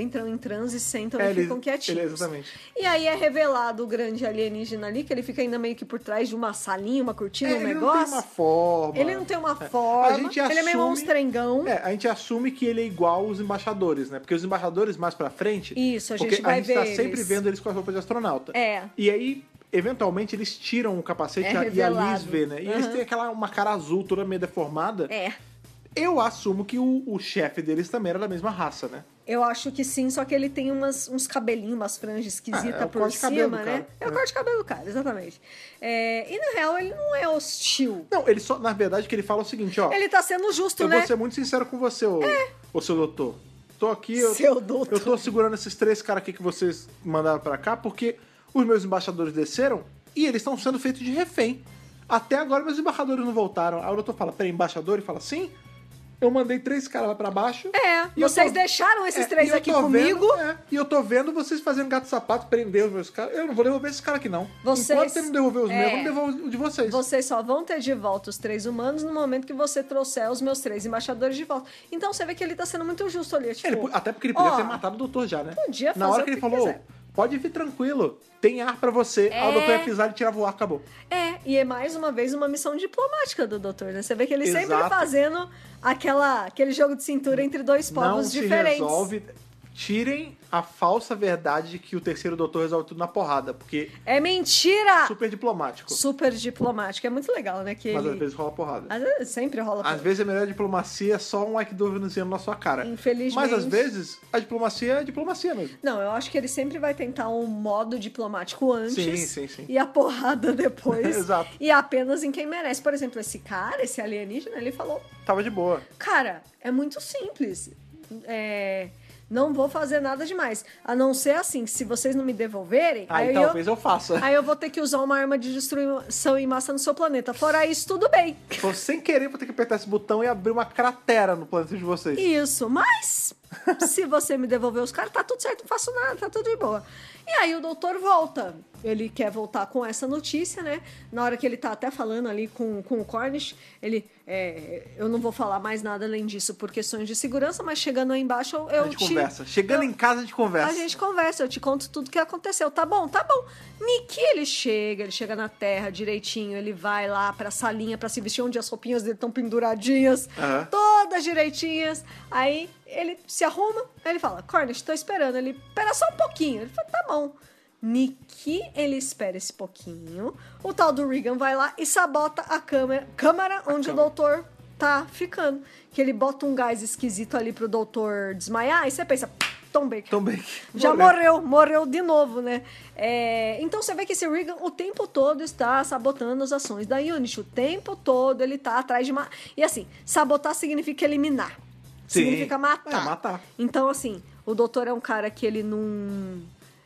S2: entram em transe, sentam
S1: É,
S2: e
S1: ele-
S2: ficam quietinhos.
S1: ele- exatamente.
S2: E aí é revelado o grande alienígena ali, que ele fica ainda meio que por trás de uma salinha, uma cortina,
S1: É,
S2: um
S1: ele
S2: negócio.
S1: não tem uma forma.
S2: Ele não tem uma forma.
S1: A gente
S2: Ele é meio
S1: assume-
S2: monstrengão.
S1: É, a gente assume que ele é igual os embaixadores, né? Porque os embaixadores mais pra frente.
S2: Isso, a gente
S1: porque
S2: vai
S1: a gente tá
S2: ver
S1: sempre
S2: eles.
S1: vendo eles com a roupa de astronauta.
S2: É.
S1: E aí, eventualmente, eles tiram o capacete
S2: É
S1: e a- e a Liz
S2: revelado.
S1: vê, né? E eles
S2: Uhum.
S1: têm aquela uma cara azul toda meio deformada.
S2: É.
S1: Eu assumo que o, o chefe deles também era da mesma raça, né?
S2: Eu acho que sim, só que ele tem umas, uns cabelinhos, umas franjas esquisitas
S1: Ah, é o
S2: por
S1: corte de
S2: cima,
S1: cabelo do
S2: né?
S1: cara.
S2: É o
S1: É.
S2: corte de cabelo do cara, exatamente. É, e na real, ele não é hostil.
S1: Não, ele só, na verdade, que ele fala o seguinte, ó.
S2: Ele tá sendo justo,
S1: eu
S2: né? É.
S1: vou ser muito sincero com você, ô, ô seu doutor. Tô aqui, eu,
S2: Seu doutor.
S1: eu tô segurando esses três caras aqui que vocês mandaram pra cá, porque os meus embaixadores desceram e eles estão sendo feitos de refém. Até agora meus embaixadores não voltaram. Aí o doutor fala, peraí, embaixador? Ele fala, sim, eu mandei três caras lá pra baixo.
S2: É,
S1: E eu
S2: vocês
S1: tô-
S2: deixaram esses
S1: É, e
S2: três
S1: eu
S2: aqui
S1: tô vendo-
S2: comigo.
S1: é, e eu tô vendo vocês fazendo gato-sapato, prender os meus caras. Eu não vou devolver esses caras aqui, não.
S2: Vocês-
S1: Enquanto você não devolver os
S2: É.
S1: meus, eu não devolvo o de vocês.
S2: Vocês só vão ter de volta os três humanos no momento que você trouxer os meus três embaixadores de volta. Então você vê que ele tá sendo muito justo ali. Tipo,
S1: É, Ele po- até porque ele podia
S2: ó,
S1: ter matado o doutor já, né?
S2: podia
S1: Na
S2: fazer
S1: hora
S2: o
S1: que ele
S2: que
S1: falou,
S2: quiser.
S1: pode vir tranquilo, tem ar pra você. Aí o doutor ia pisar, ele tirava o ar, acabou.
S2: É, e é mais uma vez uma missão diplomática do doutor, né? Você vê que ele sempre
S1: Exato.
S2: fazendo aquela, aquele jogo de cintura entre dois
S1: Não
S2: povos
S1: se
S2: diferentes.
S1: resolve. Tirem a falsa verdade de que o terceiro doutor resolve tudo na porrada, porque
S2: É mentira!
S1: é super diplomático.
S2: Super diplomático. É muito legal, né? Que
S1: Mas às
S2: ele...
S1: vezes rola porrada.
S2: às vezes sempre rola.
S1: Às vezes a melhor diplomacia é só um Ekdovinusiano na sua cara.
S2: Infelizmente.
S1: Mas às vezes a diplomacia é diplomacia mesmo.
S2: Não, eu acho que ele sempre vai tentar um modo diplomático antes.
S1: Sim, sim, sim.
S2: E a porrada depois.
S1: Exato.
S2: E apenas em quem merece. Por exemplo, esse cara, esse alienígena, ele falou:
S1: Tava de boa.
S2: Cara, é muito simples. É, Não vou fazer nada demais. A não ser assim, se vocês não me devolverem,
S1: Aí,
S2: aí, eu,
S1: talvez eu faça.
S2: aí eu vou ter que usar uma arma de destruição em massa no seu planeta. Fora isso, tudo bem.
S1: Pô, sem querer, vou ter que apertar esse botão e abrir uma cratera no planeta de vocês.
S2: Isso, mas se você me devolver os caras, tá tudo certo, não faço nada, tá tudo de boa. E aí o doutor volta. Ele quer voltar com essa notícia, né? Na hora que ele tá até falando ali com, com o Cornish, ele. é, eu não vou falar mais nada além disso por questões de segurança, mas chegando aí embaixo eu, eu
S1: a gente
S2: te-
S1: conversa. Chegando
S2: eu-
S1: em casa, a gente conversa.
S2: a gente conversa, eu te conto tudo que aconteceu. Tá bom, tá bom. Niki, ele chega, ele chega na terra direitinho, ele vai lá pra salinha pra se vestir, onde as roupinhas dele estão penduradinhas,
S1: Aham.
S2: todas direitinhas. Aí ele se arruma, aí ele fala, Cornish, tô esperando. Ele, pera só um pouquinho. Ele fala, tá bom. Niki, ele espera esse pouquinho. O tal do Regan vai lá e sabota a câmera, câmara onde o
S1: câmera.
S2: doutor tá ficando. Que ele bota um gás esquisito ali pro doutor desmaiar, e você pensa, Tom Baker.
S1: Tom Baker.
S2: Já
S1: Morreu.
S2: morreu, morreu de novo, né? É, então você vê que esse Regan o tempo todo está sabotando as ações da Unity. O tempo todo ele tá atrás de uma. E assim, sabotar significa eliminar.
S1: Sim.
S2: Significa matar.
S1: É, matar.
S2: Então, assim, o doutor é um cara que ele não.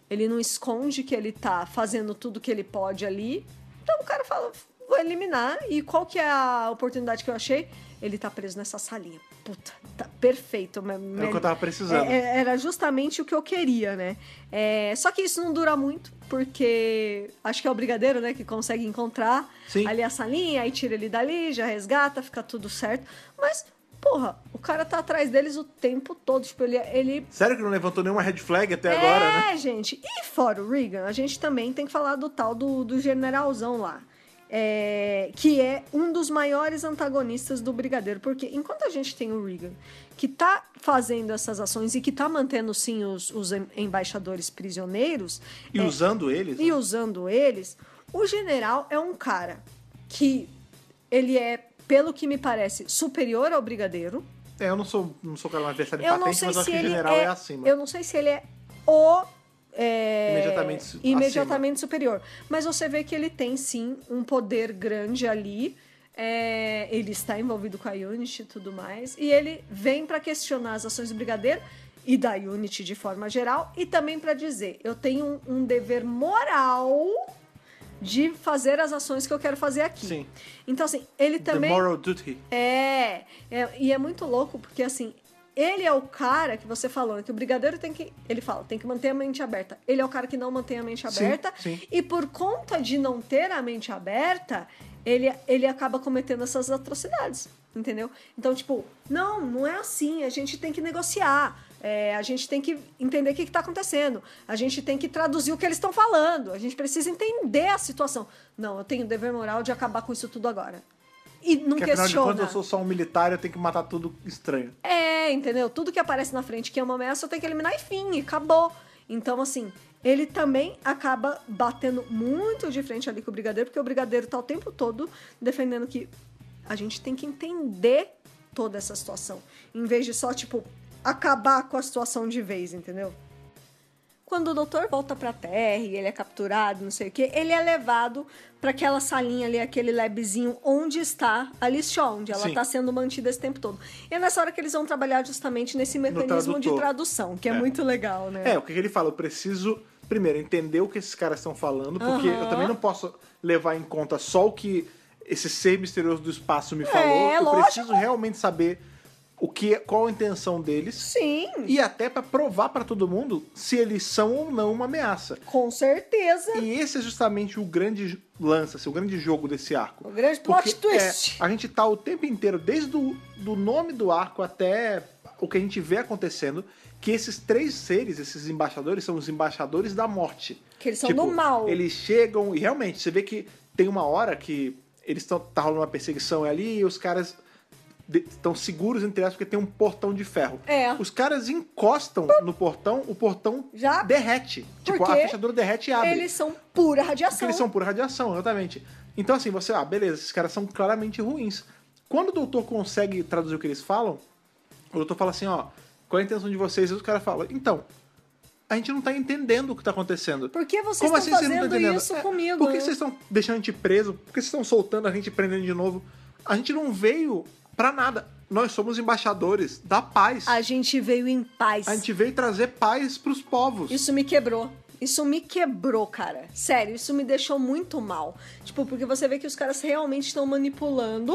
S2: Ele não esconde que ele tá fazendo tudo que ele pode ali. Então o cara fala, vou eliminar. E qual que é a oportunidade que eu achei? Ele tá preso nessa salinha. Puta, tá perfeito.
S1: Era o que eu tava precisando.
S2: É, é, era justamente o que eu queria, né? É, só que isso não dura muito, porque acho que é o brigadeiro, né, que consegue encontrar
S1: Sim.
S2: ali a salinha, aí tira ele dali, já resgata, fica tudo certo. Mas, porra, o cara tá atrás deles o tempo todo. Tipo, ele. ele...
S1: Sério que não levantou nenhuma red flag até agora, né?
S2: É, gente. E fora o Regan, a gente também tem que falar do tal do, do generalzão lá. é, que é um dos maiores antagonistas do Brigadeiro. Porque enquanto a gente tem o Regan, que tá fazendo essas ações e que tá mantendo, sim, os, os em- embaixadores prisioneiros,
S1: E usando eles.
S2: É. e usando eles, o general é um cara que ele é, pelo que me parece, superior ao brigadeiro.
S1: É, assim, né? eu não sou, não sou o cara mais versado em
S2: Eu
S1: patente,
S2: não sei
S1: mas acho
S2: se é-
S1: que o
S2: ele
S1: general
S2: é,
S1: é, acima.
S2: eu não sei se ele é o é,
S1: Imediatamente su-
S2: imediatamente superior. Mas você vê que ele tem sim um poder grande ali. é, ele está envolvido com a Unity e tudo mais. E ele vem para questionar as ações do Brigadeiro e da Unity de forma geral. E também para dizer: eu tenho um, um dever moral de fazer as ações que eu quero fazer aqui.
S1: Sim.
S2: Então, assim, ele também.
S1: The Moral Duty.
S2: É, é, e é muito louco porque assim, ele é o cara que você falou, né, que o brigadeiro tem que, ele fala, tem que manter a mente aberta. Ele é o cara que não mantém a mente
S1: Sim,
S2: aberta
S1: sim.
S2: e por conta de não ter a mente aberta, ele, ele acaba cometendo essas atrocidades, entendeu? Então, tipo, não, não é assim, a gente tem que negociar. é, a gente tem que entender o que está acontecendo. A gente tem que traduzir o que eles estão falando. A gente precisa entender a situação. Não, eu tenho o dever moral de acabar com isso tudo agora. E não
S1: Porque afinal de
S2: questiona.
S1: contas eu sou só um militar, eu tenho que matar tudo estranho.
S2: É, entendeu? Tudo que aparece na frente que é uma ameaça, eu tenho que eliminar e fim, e acabou. Então, assim, ele também acaba batendo muito de frente ali com o Brigadeiro, porque o Brigadeiro tá o tempo todo defendendo que a gente tem que entender toda essa situação, em vez de só, tipo, acabar com a situação de vez, entendeu? Quando o doutor volta pra Terra e ele é capturado, não sei o que, ele é levado pra aquela salinha ali, aquele labzinho onde está a Lixó, onde ela
S1: Sim.
S2: tá sendo mantida esse tempo todo. E é nessa hora que eles vão trabalhar justamente nesse mecanismo de
S1: tradutor.
S2: tradução, que é,
S1: É.
S2: muito legal, né?
S1: É, o que que ele fala? Eu preciso, primeiro, entender o que esses caras estão falando, porque
S2: Aham.
S1: eu também não posso levar em conta só o que esse ser misterioso do espaço me falou. eu
S2: É, lógico.
S1: preciso realmente saber o que, qual a intenção deles.
S2: Sim,
S1: E até pra provar pra todo mundo se eles são ou não uma ameaça.
S2: com certeza.
S1: E esse é justamente o grande lance, assim, o grande jogo desse arco.
S2: O grande plot
S1: Porque,
S2: twist.
S1: é, a gente tá o tempo inteiro, desde o do nome do arco até o que a gente vê acontecendo, que esses três seres, esses embaixadores, são os embaixadores da morte. Tipo,
S2: Que eles são do mal.
S1: Eles chegam e realmente, você vê que tem uma hora que eles estão tá rolando uma perseguição ali e os caras estão seguros, entre aspas, porque tem um portão de ferro.
S2: É.
S1: Os caras encostam no portão, o portão
S2: Já?
S1: derrete. Tipo, a
S2: Porque
S1: fechadura derrete e abre.
S2: Eles são pura
S1: Porque
S2: radiação.
S1: eles são pura radiação, exatamente. Então, assim, você, ah, beleza, esses caras são claramente ruins. Quando o doutor consegue traduzir o que eles falam, o doutor fala assim, ó, qual é a intenção de vocês? E os caras falam, então, a gente não tá entendendo o que tá acontecendo.
S2: Por que vocês
S1: Como assim
S2: estão
S1: vocês não
S2: fazendo
S1: estão entendendo?
S2: isso
S1: É,
S2: comigo?
S1: Por que vocês estão deixando a gente preso? Por que vocês estão soltando a gente e prendendo de novo? A gente não veio pra nada. Nós somos embaixadores da paz.
S2: A gente veio em paz.
S1: A gente veio trazer paz pros povos.
S2: Isso me quebrou. Isso me quebrou, cara. Sério, isso me deixou muito mal. Tipo, porque você vê que os caras realmente estão manipulando.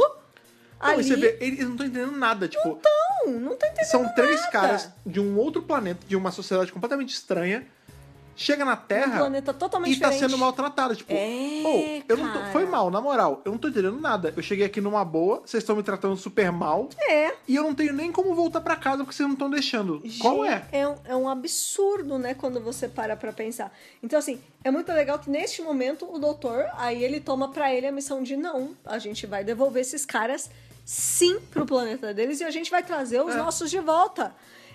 S1: Não, Então,
S2: ali.
S1: e você vê, eles não estão entendendo nada. Tipo,
S2: Não, não tá entendendo.
S1: São três
S2: nada.
S1: caras de um outro planeta, de uma sociedade completamente estranha, chega na Terra
S2: Um planeta totalmente
S1: e tá
S2: diferente.
S1: sendo maltratado. Tipo,
S2: É,
S1: "Pô, eu não tô-
S2: cara.
S1: foi mal, na moral. Eu não tô entendendo nada. Eu cheguei aqui numa boa, vocês estão me tratando super mal.
S2: É.
S1: E eu não tenho nem como voltar pra casa porque vocês não estão deixando. Qual é?
S2: Gente, um, é um absurdo, né, quando você para pra pensar. Então, assim, é muito legal que neste momento o doutor, aí ele toma pra ele a missão de não, a gente vai devolver esses caras sim pro planeta deles e a gente vai trazer os
S1: É.
S2: nossos de volta.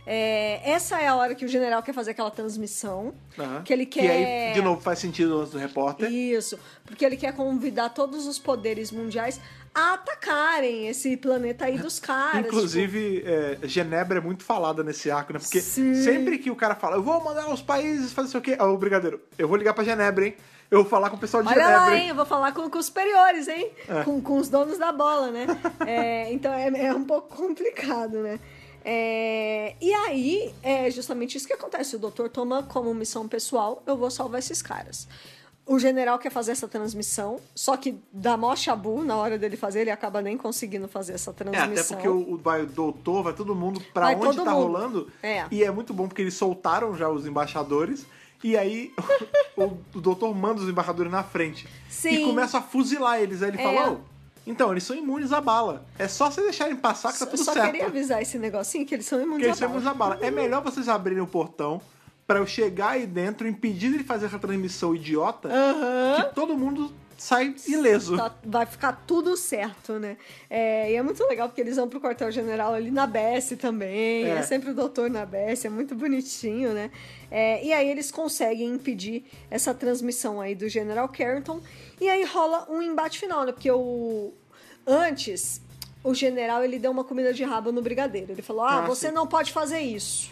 S2: É, essa é a hora que o general quer fazer aquela transmissão,
S1: Aham.
S2: que ele quer...
S1: E aí, de novo, né? faz sentido antes do repórter.
S2: Isso, porque ele quer convidar todos os poderes mundiais a atacarem esse planeta aí dos caras. tipo,
S1: Inclusive, é, Genebra é muito falada nesse arco, né? Porque
S2: Sim.
S1: sempre que o cara fala, eu vou mandar os países fazer isso aqui. Ó, o brigadeiro, eu vou ligar pra Genebra, hein? Eu vou falar com o pessoal de
S2: Olha
S1: Genebra.
S2: lá,
S1: hein?"
S2: hein? Eu vou falar com, com os superiores, hein?
S1: É.
S2: Com, com os donos da bola, né? É, então é, é um pouco complicado, né? É, e aí, é justamente isso que acontece. O doutor toma como missão pessoal: eu vou salvar esses caras. O general quer fazer essa transmissão, só que dá mó chabu na hora dele fazer, ele acaba nem conseguindo fazer essa
S1: É,
S2: transmissão.
S1: até porque o, o- vai o doutor, vai todo mundo pra
S2: Vai
S1: onde
S2: todo
S1: tá
S2: mundo.
S1: rolando.
S2: É.
S1: E é muito bom porque eles soltaram já os embaixadores. E aí o, o doutor manda os embaixadores na frente.
S2: Sim.
S1: E começa a fuzilar eles. Aí ele
S2: É.
S1: fala, "Ô, então, eles são imunes à bala. É só vocês deixarem passar que tá tudo
S2: só
S1: certo.
S2: queria avisar esse negocinho que eles são imunes
S1: Porque eles
S2: à
S1: são
S2: bala.
S1: imunes à bala. É melhor vocês abrirem o portão pra eu chegar aí dentro, impedir ele fazer essa transmissão idiota, que todo mundo sai ileso.
S2: Tá- vai ficar tudo certo, né? É, e é muito legal porque eles vão pro quartel-general ali na BS também. É.
S1: É.
S2: sempre o doutor na BS, é muito bonitinho, né? É, e aí eles conseguem impedir essa transmissão aí do general Carrington. E aí rola um embate final, né? Porque o. Antes, o general ele deu uma comida de rabo no brigadeiro. Ele falou:
S1: Ah,
S2: Ah, você
S1: sim.
S2: não pode fazer isso.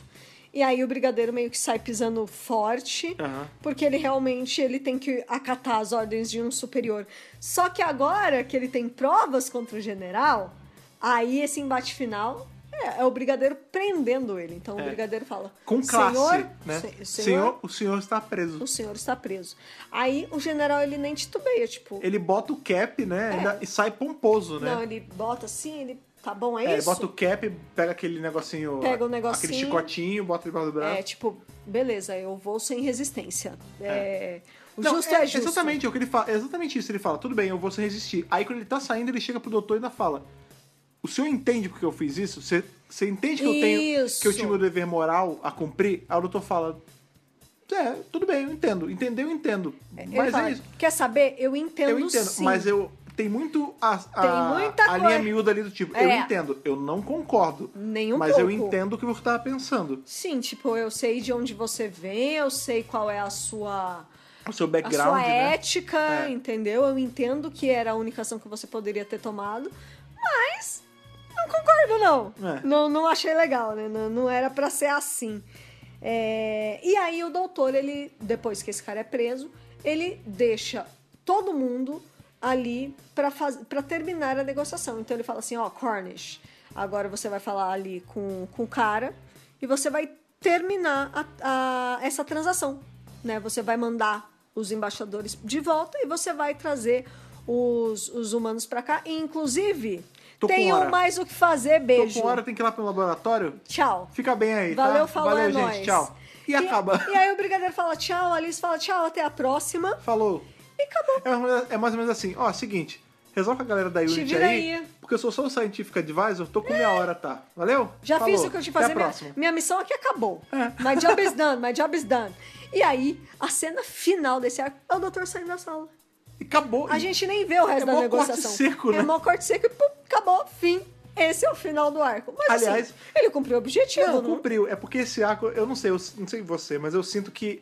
S2: E aí o brigadeiro meio que sai pisando forte,
S1: Aham.
S2: porque ele realmente ele tem que acatar as ordens de um superior. Só que agora que ele tem provas contra o general, aí esse embate final é, é o brigadeiro prendendo ele. Então o
S1: É.
S2: brigadeiro fala:
S1: Com classe,
S2: senhor,
S1: né?
S2: se-
S1: senhor, o senhor está preso.
S2: o senhor está preso. Aí o general ele nem titubeia, tipo,
S1: Ele bota o cap, né? ainda- e sai pomposo, né?
S2: É. não, ele bota assim, ele tá bom, é,
S1: É, ele
S2: isso.
S1: bota o cap, pega aquele negocinho.
S2: Pega o
S1: Aquele
S2: negocinho.
S1: chicotinho, bota debaixo do braço.
S2: É tipo, beleza, eu vou sem resistência. É, O
S1: Não,
S2: justo é, justo.
S1: Exatamente, é o que ele fala, é exatamente isso. Ele fala, tudo bem, eu vou se resistir. Aí quando ele tá saindo, ele chega pro doutor e ainda fala: O senhor entende porque eu fiz isso? Você, você entende que eu tenho.
S2: Isso.
S1: Que eu tinha meu dever moral a cumprir? Aí o doutor fala. É, tudo bem, eu entendo. Entendeu, eu entendo.
S2: Ele
S1: Mas
S2: fala,
S1: é isso.
S2: Quer saber? Eu entendo,
S1: Eu entendo,
S2: sim.
S1: mas eu. Tem muito a, a,
S2: Tem muita
S1: a linha
S2: coisa.
S1: miúda ali do tipo, eu
S2: É.
S1: entendo, eu não concordo.
S2: Nem um
S1: mas eu
S2: pouco.
S1: entendo o que você tava pensando.
S2: Sim, tipo, eu sei de onde você vem, eu sei qual é a sua
S1: O seu
S2: a
S1: background,
S2: sua
S1: né?
S2: ética,
S1: É.
S2: entendeu? Eu entendo que era a única ação que você poderia ter tomado, mas não concordo, não.
S1: É.
S2: Não, não achei legal, né? Não, não era pra ser assim. É, E aí o doutor, ele, depois que esse cara é preso, ele deixa todo mundo ali pra faz... pra terminar a negociação. Então ele fala assim, ó, Cornish, agora você vai falar ali com, com o cara e você vai terminar a- a- essa transação, né? Você vai mandar os embaixadores de volta e você vai trazer os, os humanos pra cá. E, inclusive,
S1: Tô com
S2: tenham
S1: hora.
S2: mais o que fazer. Beijo.
S1: Tô com hora, tem que ir lá pro laboratório?
S2: Tchau.
S1: Fica bem aí, tá?
S2: Valeu, falou,
S1: Valeu,
S2: é
S1: gente.
S2: nóis.
S1: Tchau. E, acaba.
S2: E aí o brigadeiro fala tchau, a Alice fala tchau, até a próxima.
S1: Falou.
S2: E acabou.
S1: É, mais ou menos- é mais ou menos assim. Ó, seguinte. Resolve com a galera da Unity
S2: vira
S1: aí,
S2: aí.
S1: Porque eu sou só o Scientific Advisor, tô com minha hora, tá? Valeu?
S2: Já
S1: Falou.
S2: fiz o que eu tinha que
S1: Até
S2: fazer.
S1: a
S2: Minha,
S1: próxima.
S2: minha missão aqui acabou.
S1: É.
S2: My job is done, my job is done. E aí, a cena final desse arco é o doutor saindo da sala.
S1: E acabou.
S2: A
S1: E-
S2: gente nem vê o resto
S1: É
S2: da
S1: mó
S2: negociação.
S1: corte seco, né?
S2: É mó corte seco e pum, acabou, fim. Esse é o final do arco. Mas
S1: Aliás-
S2: assim, ele cumpriu o objetivo,
S1: Não,
S2: não?
S1: cumpriu. É porque esse arco, eu não sei, eu não sei você, mas eu sinto que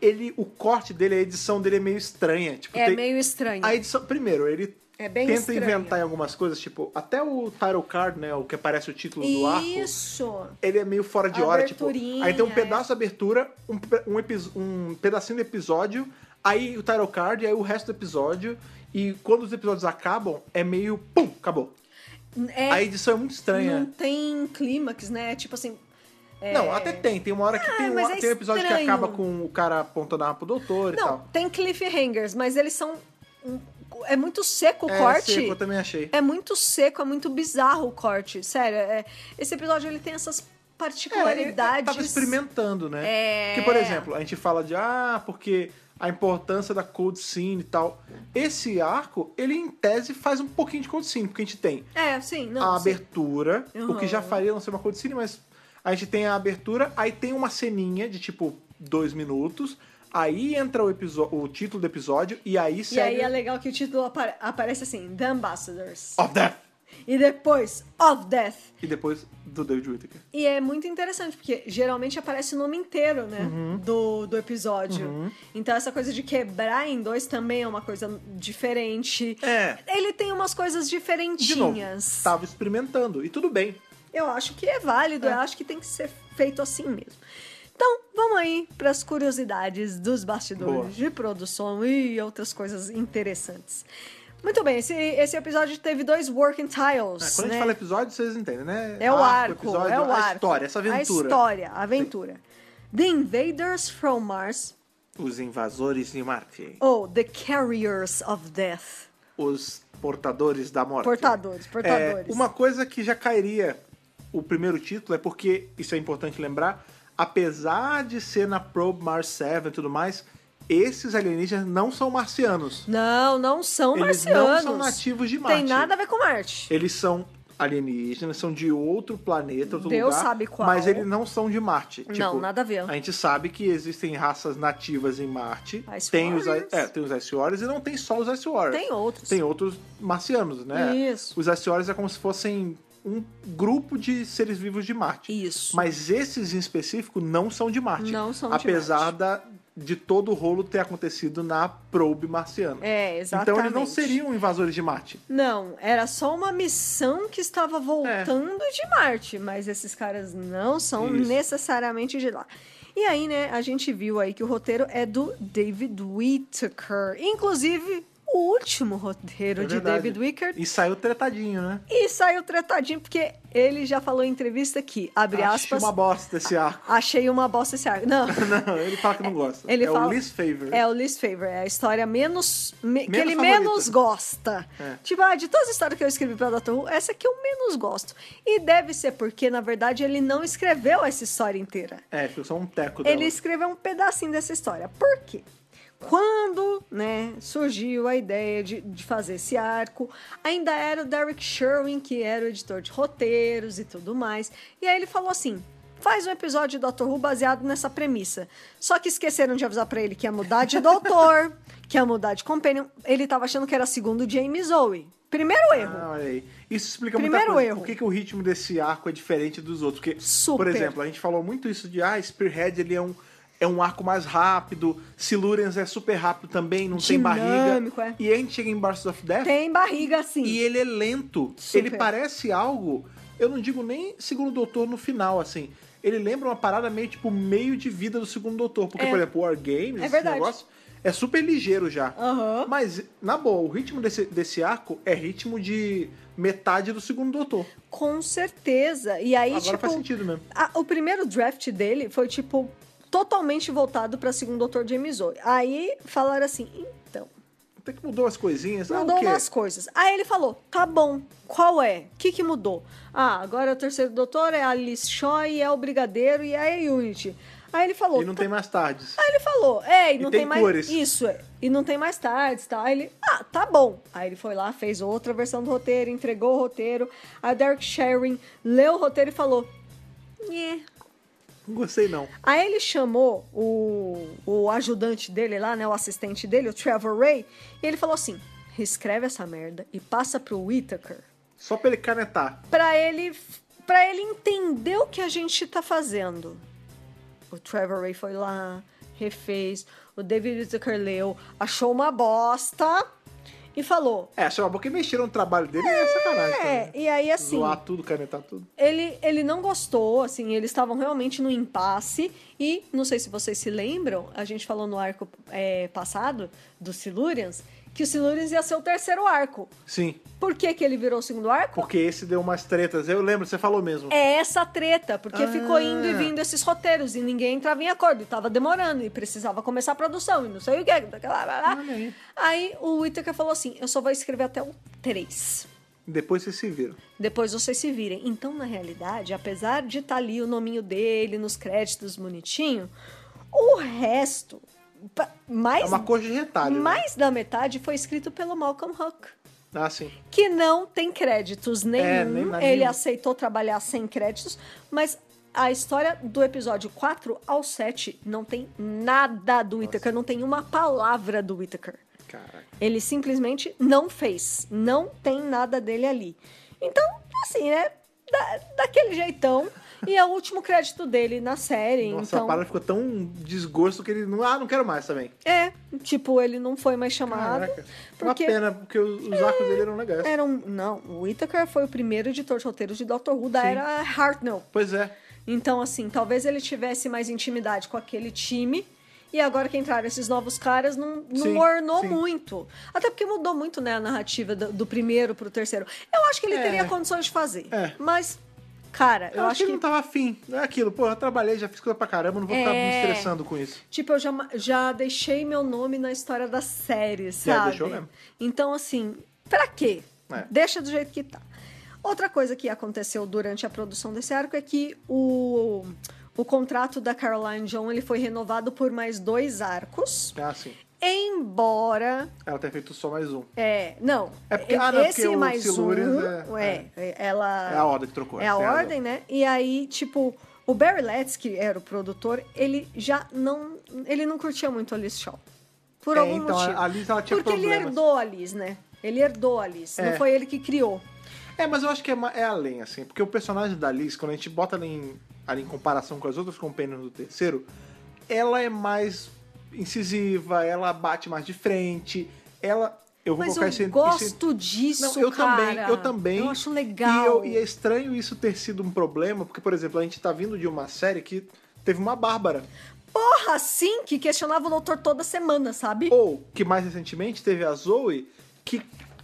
S1: ele, o corte dele, a edição dele é meio estranha. Tipo,
S2: É
S1: tem-
S2: meio estranho.
S1: A edição, primeiro, ele
S2: É bem
S1: tenta
S2: estranha.
S1: inventar em algumas coisas, tipo, até o title card, né, o que aparece o título do arco.
S2: Isso.
S1: ele é meio fora de hora, tipo.
S2: Aberturinha,
S1: Aí tem um
S2: é.
S1: pedaço da abertura, um, pe- um, episo- um pedacinho do episódio, aí o title card, aí o resto do episódio. E quando os episódios acabam, é meio. Pum! Acabou.
S2: É,
S1: A edição é muito
S2: não
S1: estranha.
S2: tem clímax, né? Tipo assim. é-
S1: Não, até tem. Tem uma hora que tem, um,
S2: mas é
S1: tem um episódio que
S2: estranho.
S1: acaba com o cara apontando a arma pro doutor e
S2: Não,
S1: tal.
S2: tem cliffhangers, mas eles são. É muito seco o
S1: É,
S2: corte.
S1: seco, eu também achei.
S2: É muito seco, é muito bizarro o corte. Sério, é- esse episódio ele tem essas
S1: É, ele
S2: particularidades.
S1: Tava experimentando, né?
S2: É.
S1: Que, por exemplo, a gente fala de ah, porque a importância da cold scene e tal. Esse arco, ele em tese faz um pouquinho de cold scene, porque a gente tem
S2: É, sim, não.
S1: a
S2: sim. Uhum.
S1: abertura,
S2: Aham.
S1: o que já faria não ser uma cold scene, mas a gente tem a abertura, aí tem uma ceninha de tipo dois minutos, aí entra o, episo- o título do episódio e aí
S2: E aí
S1: segue
S2: é legal que o título apa- aparece assim: The Ambassadors.
S1: Of Death!
S2: E depois, Of Death.
S1: E depois do David Whittaker.
S2: E é muito interessante, porque geralmente aparece o nome inteiro, né?
S1: Uhum.
S2: Do, do episódio. Então essa coisa de quebrar em dois também é uma coisa diferente.
S1: É.
S2: Ele tem umas coisas
S1: De novo, tá.
S2: diferentinhas.
S1: tava experimentando, e tudo bem. né?
S2: Eu acho que é válido,
S1: É.
S2: eu acho que tem que ser feito assim mesmo. Então, vamos aí para as curiosidades dos bastidores
S1: Boa.
S2: de produção e outras coisas interessantes. Muito bem, esse, esse episódio teve dois working
S1: É,
S2: tiles,
S1: quando a
S2: né?
S1: gente fala episódio, vocês entendem, né?
S2: É o arco,
S1: episódio,
S2: é o
S1: a
S2: arco.
S1: história, essa aventura.
S2: A história, a aventura. The Invaders from Mars
S1: Os invasores de Marte.
S2: ou The Carriers of Death.
S1: Os portadores da morte.
S2: Portadores, portadores.
S1: É, uma coisa que já cairia o primeiro título é porque, isso é importante lembrar, apesar de ser na Probe Mars 7 e tudo mais, esses alienígenas não são marcianos.
S2: Não, não são
S1: Eles não
S2: marcianos.
S1: são nativos de
S2: Tem
S1: Marte.
S2: nada a ver com Marte.
S1: Eles são alienígenas, são de outro planeta, outro
S2: Deus
S1: lugar.
S2: sabe qual.
S1: Mas eles não são de Marte.
S2: Não,
S1: Tipo,
S2: nada a ver.
S1: A gente sabe que existem raças nativas em Marte.
S2: Ice
S1: tem os,
S2: Warriors.
S1: é, tem os Ice Warriors e não tem só os Ice Warriors.
S2: Tem outros.
S1: Tem outros marcianos, né?
S2: Isso.
S1: Os Ice Warriors é como se fossem um grupo de seres vivos de Marte.
S2: Isso.
S1: Mas esses em específico não são de Marte.
S2: Não são de
S1: Apesar da de todo o rolo ter acontecido na probe marciana.
S2: É, exatamente.
S1: Então eles não seriam invasores de Marte.
S2: Não, era só uma missão
S1: É.
S2: que estava voltando de Marte, mas esses caras não são
S1: Isso.
S2: necessariamente de lá. E aí, né, a gente viu aí que o roteiro é do David Whittaker. Inclusive, o último roteiro
S1: É
S2: de
S1: verdade.
S2: David Whittaker
S1: E saiu tretadinho, né?
S2: e saiu tretadinho, porque ele já falou em entrevista que, abre
S1: Achei
S2: aspas,
S1: uma bosta esse arco.
S2: achei uma bosta esse arco. Não,
S1: Não, ele fala que não gosta.
S2: ele
S1: é
S2: fala-
S1: o least favorite.
S2: é o least favorite, é a história menos, me- que
S1: Menos
S2: ele
S1: favorita.
S2: menos gosta.
S1: É.
S2: Tipo, ah, de todas as histórias que eu escrevi pra Dr. Who, essa é que eu menos gosto. E deve ser porque, na verdade, ele não escreveu essa história inteira.
S1: É, ficou só um teco dela.
S2: Ele escreveu um pedacinho dessa história. Por quê? Quando né, surgiu a ideia de, de fazer esse arco, ainda era o Derek Sherwin, que era o editor de roteiros e tudo mais. E aí ele falou assim: faz um episódio de Doctor Who baseado nessa premissa. Só que esqueceram de avisar pra ele que ia mudar de doutor, que ia mudar de companion. Ele tava achando que era segundo James Zoe. Primeiro erro.
S1: Ah, olha aí. Isso explica
S2: Primeiro
S1: muita coisa.
S2: erro.
S1: Por que, que o ritmo desse arco é diferente dos outros? Porque, por
S2: Super.
S1: exemplo, a gente falou muito isso de ah, Spearhead ele é um é um arco mais rápido, Silurians é super rápido também, não tem
S2: Dinâmico,
S1: barriga.
S2: é.
S1: E a gente chega em Barços of Death
S2: Tem barriga assim.
S1: né? e ele é lento.
S2: Super.
S1: Ele parece algo, eu não digo nem segundo doutor no final, assim. Ele lembra uma parada meio tipo meio de vida do segundo doutor. Porque,
S2: É.
S1: por exemplo, o War Games,
S2: É
S1: esse
S2: verdade.
S1: negócio, é super ligeiro já.
S2: Aham.
S1: Mas, na boa, o ritmo desse, desse arco é ritmo de metade do segundo doutor.
S2: Com certeza. E aí,
S1: Agora
S2: tipo.
S1: faz sentido mesmo.
S2: A- o primeiro draft dele foi, tipo, totalmente voltado pra segundo doutor James Zoe. Aí falaram assim, então,
S1: Até que mudou as coisinhas. ah,
S2: mudou
S1: o quê?
S2: umas coisas. Aí ele falou, tá bom, qual é? O que que mudou? Ah, agora o terceiro doutor é a Alice Choi, é o Brigadeiro e é a Unity. Aí ele falou...
S1: E não
S2: tá-
S1: tem mais tardes.
S2: Aí ele falou, é, e não
S1: tem
S2: tem, mais.
S1: cores.
S2: Isso, é. E não tem mais tarde e tal. Aí ele, ah, tá bom. Aí ele foi lá, fez outra versão do roteiro, entregou o roteiro. A Derek Sharon leu o roteiro e falou, né,
S1: Não gostei, não.
S2: Aí ele chamou o, o ajudante dele lá, né? O assistente dele, o Trevor Ray, e ele falou assim: reescreve essa merda e passa pro Whittaker
S1: Só pra ele canetar.
S2: pra ele para ele entender o que a gente tá fazendo. O Trevor Ray foi lá, refez, o David Whittaker leu, achou uma bosta e falou.
S1: É, chama porque mexeram no trabalho dele é, sacanagem.
S2: É,
S1: também.
S2: e aí assim.
S1: Zoar tudo, canetar tudo.
S2: ele, ele não gostou, assim, eles estavam realmente no impasse. E não sei se vocês se lembram, a gente falou no arco é, passado dos Silurians que o Silurians ia ser o terceiro arco.
S1: Sim,
S2: Por que, que ele virou o segundo arco?
S1: porque esse deu umas tretas. Eu lembro, você falou mesmo.
S2: É essa treta, porque
S1: Ah.
S2: ficou indo e vindo esses roteiros e ninguém entrava em acordo, e tava demorando e precisava começar a produção e não sei o que.
S1: Olha aí.
S2: Aí. aí o Whittaker falou assim: eu só vou escrever até o 3.
S1: Depois vocês se viram.
S2: Depois vocês se virem. Então, na realidade, apesar de estar ali o nominho dele nos créditos bonitinho, o resto, pa- mais,
S1: É uma coisa de retalho. né?
S2: mais da metade foi escrito pelo Malcolm Huck,
S1: Ah, sim.
S2: que não tem créditos nenhum.
S1: É, nem na
S2: Ele
S1: minha.
S2: aceitou trabalhar sem créditos, mas a história do episódio 4 ao 7 não tem nada do Whittaker, não tem uma palavra do Whittaker.
S1: Caraca.
S2: Ele simplesmente não fez. Não tem nada dele ali. Então, assim, né? Da- daquele jeitão. E é o último crédito dele na série.
S1: Nossa, a
S2: então,
S1: parada ficou tão desgosto que ele não. Ah, não quero mais também.
S2: é. Tipo, ele não foi mais chamado.
S1: Caraca.
S2: Porque
S1: Uma pena, porque os os arcos dele eram legais.
S2: era um. Não, o Whittaker foi o primeiro editor de roteiros de Dr. Who da
S1: Sim.
S2: era Hartnell.
S1: Pois é.
S2: Então, assim, talvez ele tivesse mais intimidade com aquele time. E agora que entraram esses novos caras, não, não
S1: Sim,
S2: ornou
S1: sim.
S2: muito. Até porque mudou muito né, a narrativa do, do primeiro pro terceiro. Eu acho que ele
S1: É.
S2: teria condições de fazer.
S1: É.
S2: Mas, cara, eu,
S1: Eu, acho que ele não
S2: que.
S1: tava afim. É aquilo, pô, eu trabalhei, já fiz coisa pra caramba, não vou ficar me
S2: É.
S1: estressando com isso.
S2: Tipo, eu já, já deixei meu nome na história da série, sabe?
S1: deixou mesmo.
S2: Então, assim, pra quê?
S1: É.
S2: Deixa do jeito que tá. Outra coisa que aconteceu durante a produção desse arco é que o, o contrato da Caroline John ele foi renovado por mais dois arcos.
S1: Ah, sim.
S2: Embora.
S1: Ela ter feito só mais um.
S2: É, não.
S1: É porque- ah, não, porque
S2: esse
S1: o
S2: mais
S1: Silurians
S2: um.
S1: é-
S2: é, ela.
S1: É a ordem que trocou.
S2: É a
S1: tem razão.
S2: ordem, né? E aí, tipo, o Barry Letts, que era o produtor, ele já não. Ele não curtia muito a Liz Shaw. Por
S1: É,
S2: algum
S1: então,
S2: motivo.
S1: a Liz, ela tinha
S2: Porque ele
S1: problemas.
S2: herdou a Liz, né? Ele herdou a Liz.
S1: É.
S2: Não foi ele que criou.
S1: É, mas eu acho que é, ma- é além, assim. Porque o personagem da Liz, quando a gente bota ela em, ela em comparação com as outras companhias do terceiro, ela é mais incisiva, ela bate mais de frente, ela. Eu vou
S2: Mas eu
S1: colocar esse, esse-
S2: gosto disso,
S1: Não, eu
S2: cara.
S1: também, eu também.
S2: Eu acho
S1: E,
S2: legal.
S1: eu- e é estranho isso ter sido um problema, porque, por exemplo, a gente tá vindo de uma série que teve uma Bárbara.
S2: Porra, assim, que questionava o doutor toda semana, sabe?
S1: Ou, que mais recentemente, teve a Zoe, que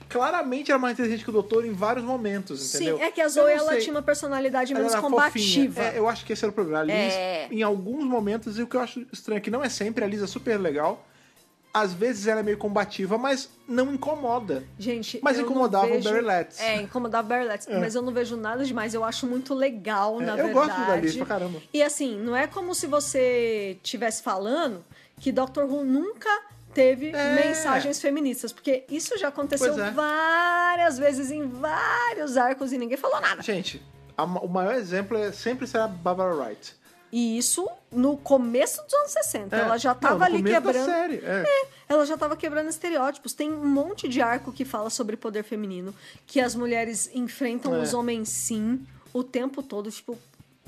S1: claramente era mais inteligente que o doutor em vários momentos,
S2: Sim,
S1: entendeu?
S2: é que a
S1: Eu
S2: Zoe
S1: não
S2: ela
S1: sei.
S2: tinha uma personalidade
S1: Ela
S2: menos
S1: era
S2: combativa.
S1: fofinha. É, eu acho que esse era o problema. A Liz,
S2: É.
S1: em alguns momentos, e o que eu acho estranho é que não é sempre, a Liz é super legal. Às vezes ela é meio combativa, mas não incomoda.
S2: Gente,
S1: Mas
S2: eu não
S1: incomodava o
S2: vejo...
S1: Barry Letts.
S2: É, incomodava o Barry Letts, mas eu não vejo nada demais, eu acho muito legal,
S1: É,
S2: na
S1: eu
S2: verdade.
S1: gosto da Liz pra caramba.
S2: E assim, não é como se você tivesse falando que Doctor Who nunca teve
S1: É.
S2: mensagens feministas, porque isso já aconteceu
S1: Pois é.
S2: várias vezes em vários arcos e ninguém falou nada.
S1: Gente, a ma- o maior exemplo é sempre será Barbara Wright.
S2: E isso no começo dos anos 60,
S1: É.
S2: ela já
S1: Não,
S2: tava
S1: no
S2: ali
S1: começo da
S2: quebrando
S1: série, é.
S2: ela já tava quebrando estereótipos. Tem um monte de arco que fala sobre poder feminino, que as mulheres enfrentam
S1: É.
S2: os homens sim o tempo todo. Tipo,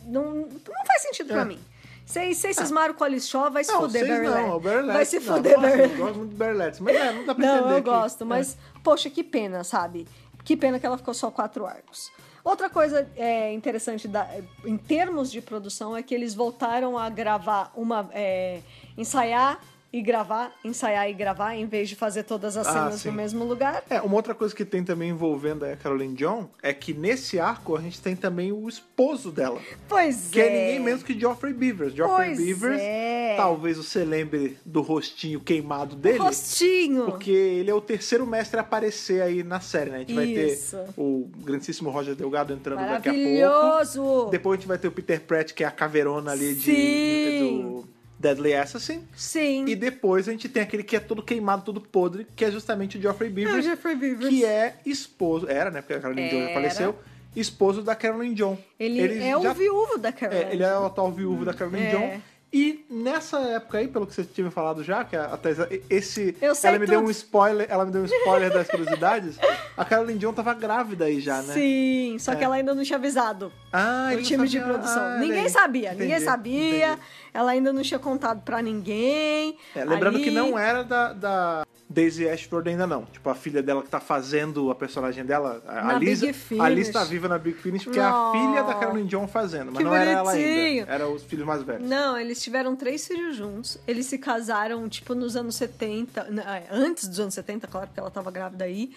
S2: não, não faz sentido pra
S1: É.
S2: mim. Vocês vocês cismaram com a Lixó, vai se
S1: Não,
S2: fuder,
S1: vocês não, é o
S2: Berlet.
S1: Barry
S2: Vai se
S1: Letts. Não,
S2: fuder,
S1: nossa,
S2: Berlet.
S1: Eu gosto muito do Barry Letts, mas é, não dá pra
S2: Não,
S1: entender
S2: eu
S1: que-
S2: gosto,
S1: é.
S2: mas, poxa, que pena, sabe? Que pena que ela ficou só quatro arcos. Outra coisa é, interessante da- em termos de produção é que eles voltaram a gravar uma. é, ensaiar e gravar, ensaiar e gravar, em vez de fazer todas as
S1: Ah,
S2: cenas
S1: sim.
S2: no mesmo lugar.
S1: É, uma outra coisa que tem também envolvendo a Caroline John é que nesse arco a gente tem também o esposo dela,
S2: Pois
S1: que
S2: é.
S1: é ninguém menos que Geoffrey Beavers. Geoffrey
S2: Pois
S1: Beavers,
S2: é.
S1: talvez você lembre do rostinho queimado
S2: O
S1: dele.
S2: Rostinho.
S1: Porque ele é o terceiro mestre a aparecer aí na série, né? A gente
S2: Isso.
S1: vai ter o grandíssimo Roger Delgado entrando é daqui a pouco.
S2: Maravilhoso.
S1: Depois a gente vai ter o Peter Pratt, que é a caveirona ali de,
S2: Sim.
S1: do Deadly Assassin.
S2: Sim.
S1: E depois a gente tem aquele que é todo queimado, todo podre, que é justamente o Geoffrey
S2: É o
S1: Beavers,
S2: Jeffrey Beavers.
S1: que é esposo, era, né, porque a Caroline John já
S2: Era.
S1: faleceu, esposo da Caroline John.
S2: Ele,
S1: Eles
S2: é
S1: já-
S2: o viúvo da Caroline.
S1: é, ele é o atual viúvo da Caroline
S2: é.
S1: John. E nessa época aí, pelo que você tinha me falado já, que a a Thais- esse,
S2: Eu sei
S1: ela me deu
S2: tudo.
S1: um spoiler, ela me deu um spoiler das curiosidades, a Caroline John tava grávida aí já, né?
S2: Sim, só que
S1: É.
S2: ela ainda não tinha avisado.
S1: Ah,
S2: o
S1: ele não
S2: time de
S1: sabia.
S2: produção.
S1: Ah,
S2: ninguém
S1: olha aí.
S2: sabia, ninguém
S1: Entendi,
S2: sabia.
S1: entendi.
S2: Ela ainda não tinha contado pra ninguém.
S1: É, lembrando
S2: Ali-
S1: que não era da, da Daisy Ashford ainda não. Tipo, a filha dela que tá fazendo a personagem dela, a,
S2: Na
S1: a Liz.
S2: Big
S1: A
S2: Finish.
S1: Liz tá viva na Big Finish porque
S2: Não.
S1: é a filha da Caroline John fazendo. Mas
S2: Que
S1: não era ela
S2: bonitinho.
S1: ainda. Era os filhos mais velhos.
S2: Não, eles tiveram três filhos juntos. Eles se casaram, tipo, nos anos 70. na- Antes dos anos 70, claro, porque ela tava grávida aí.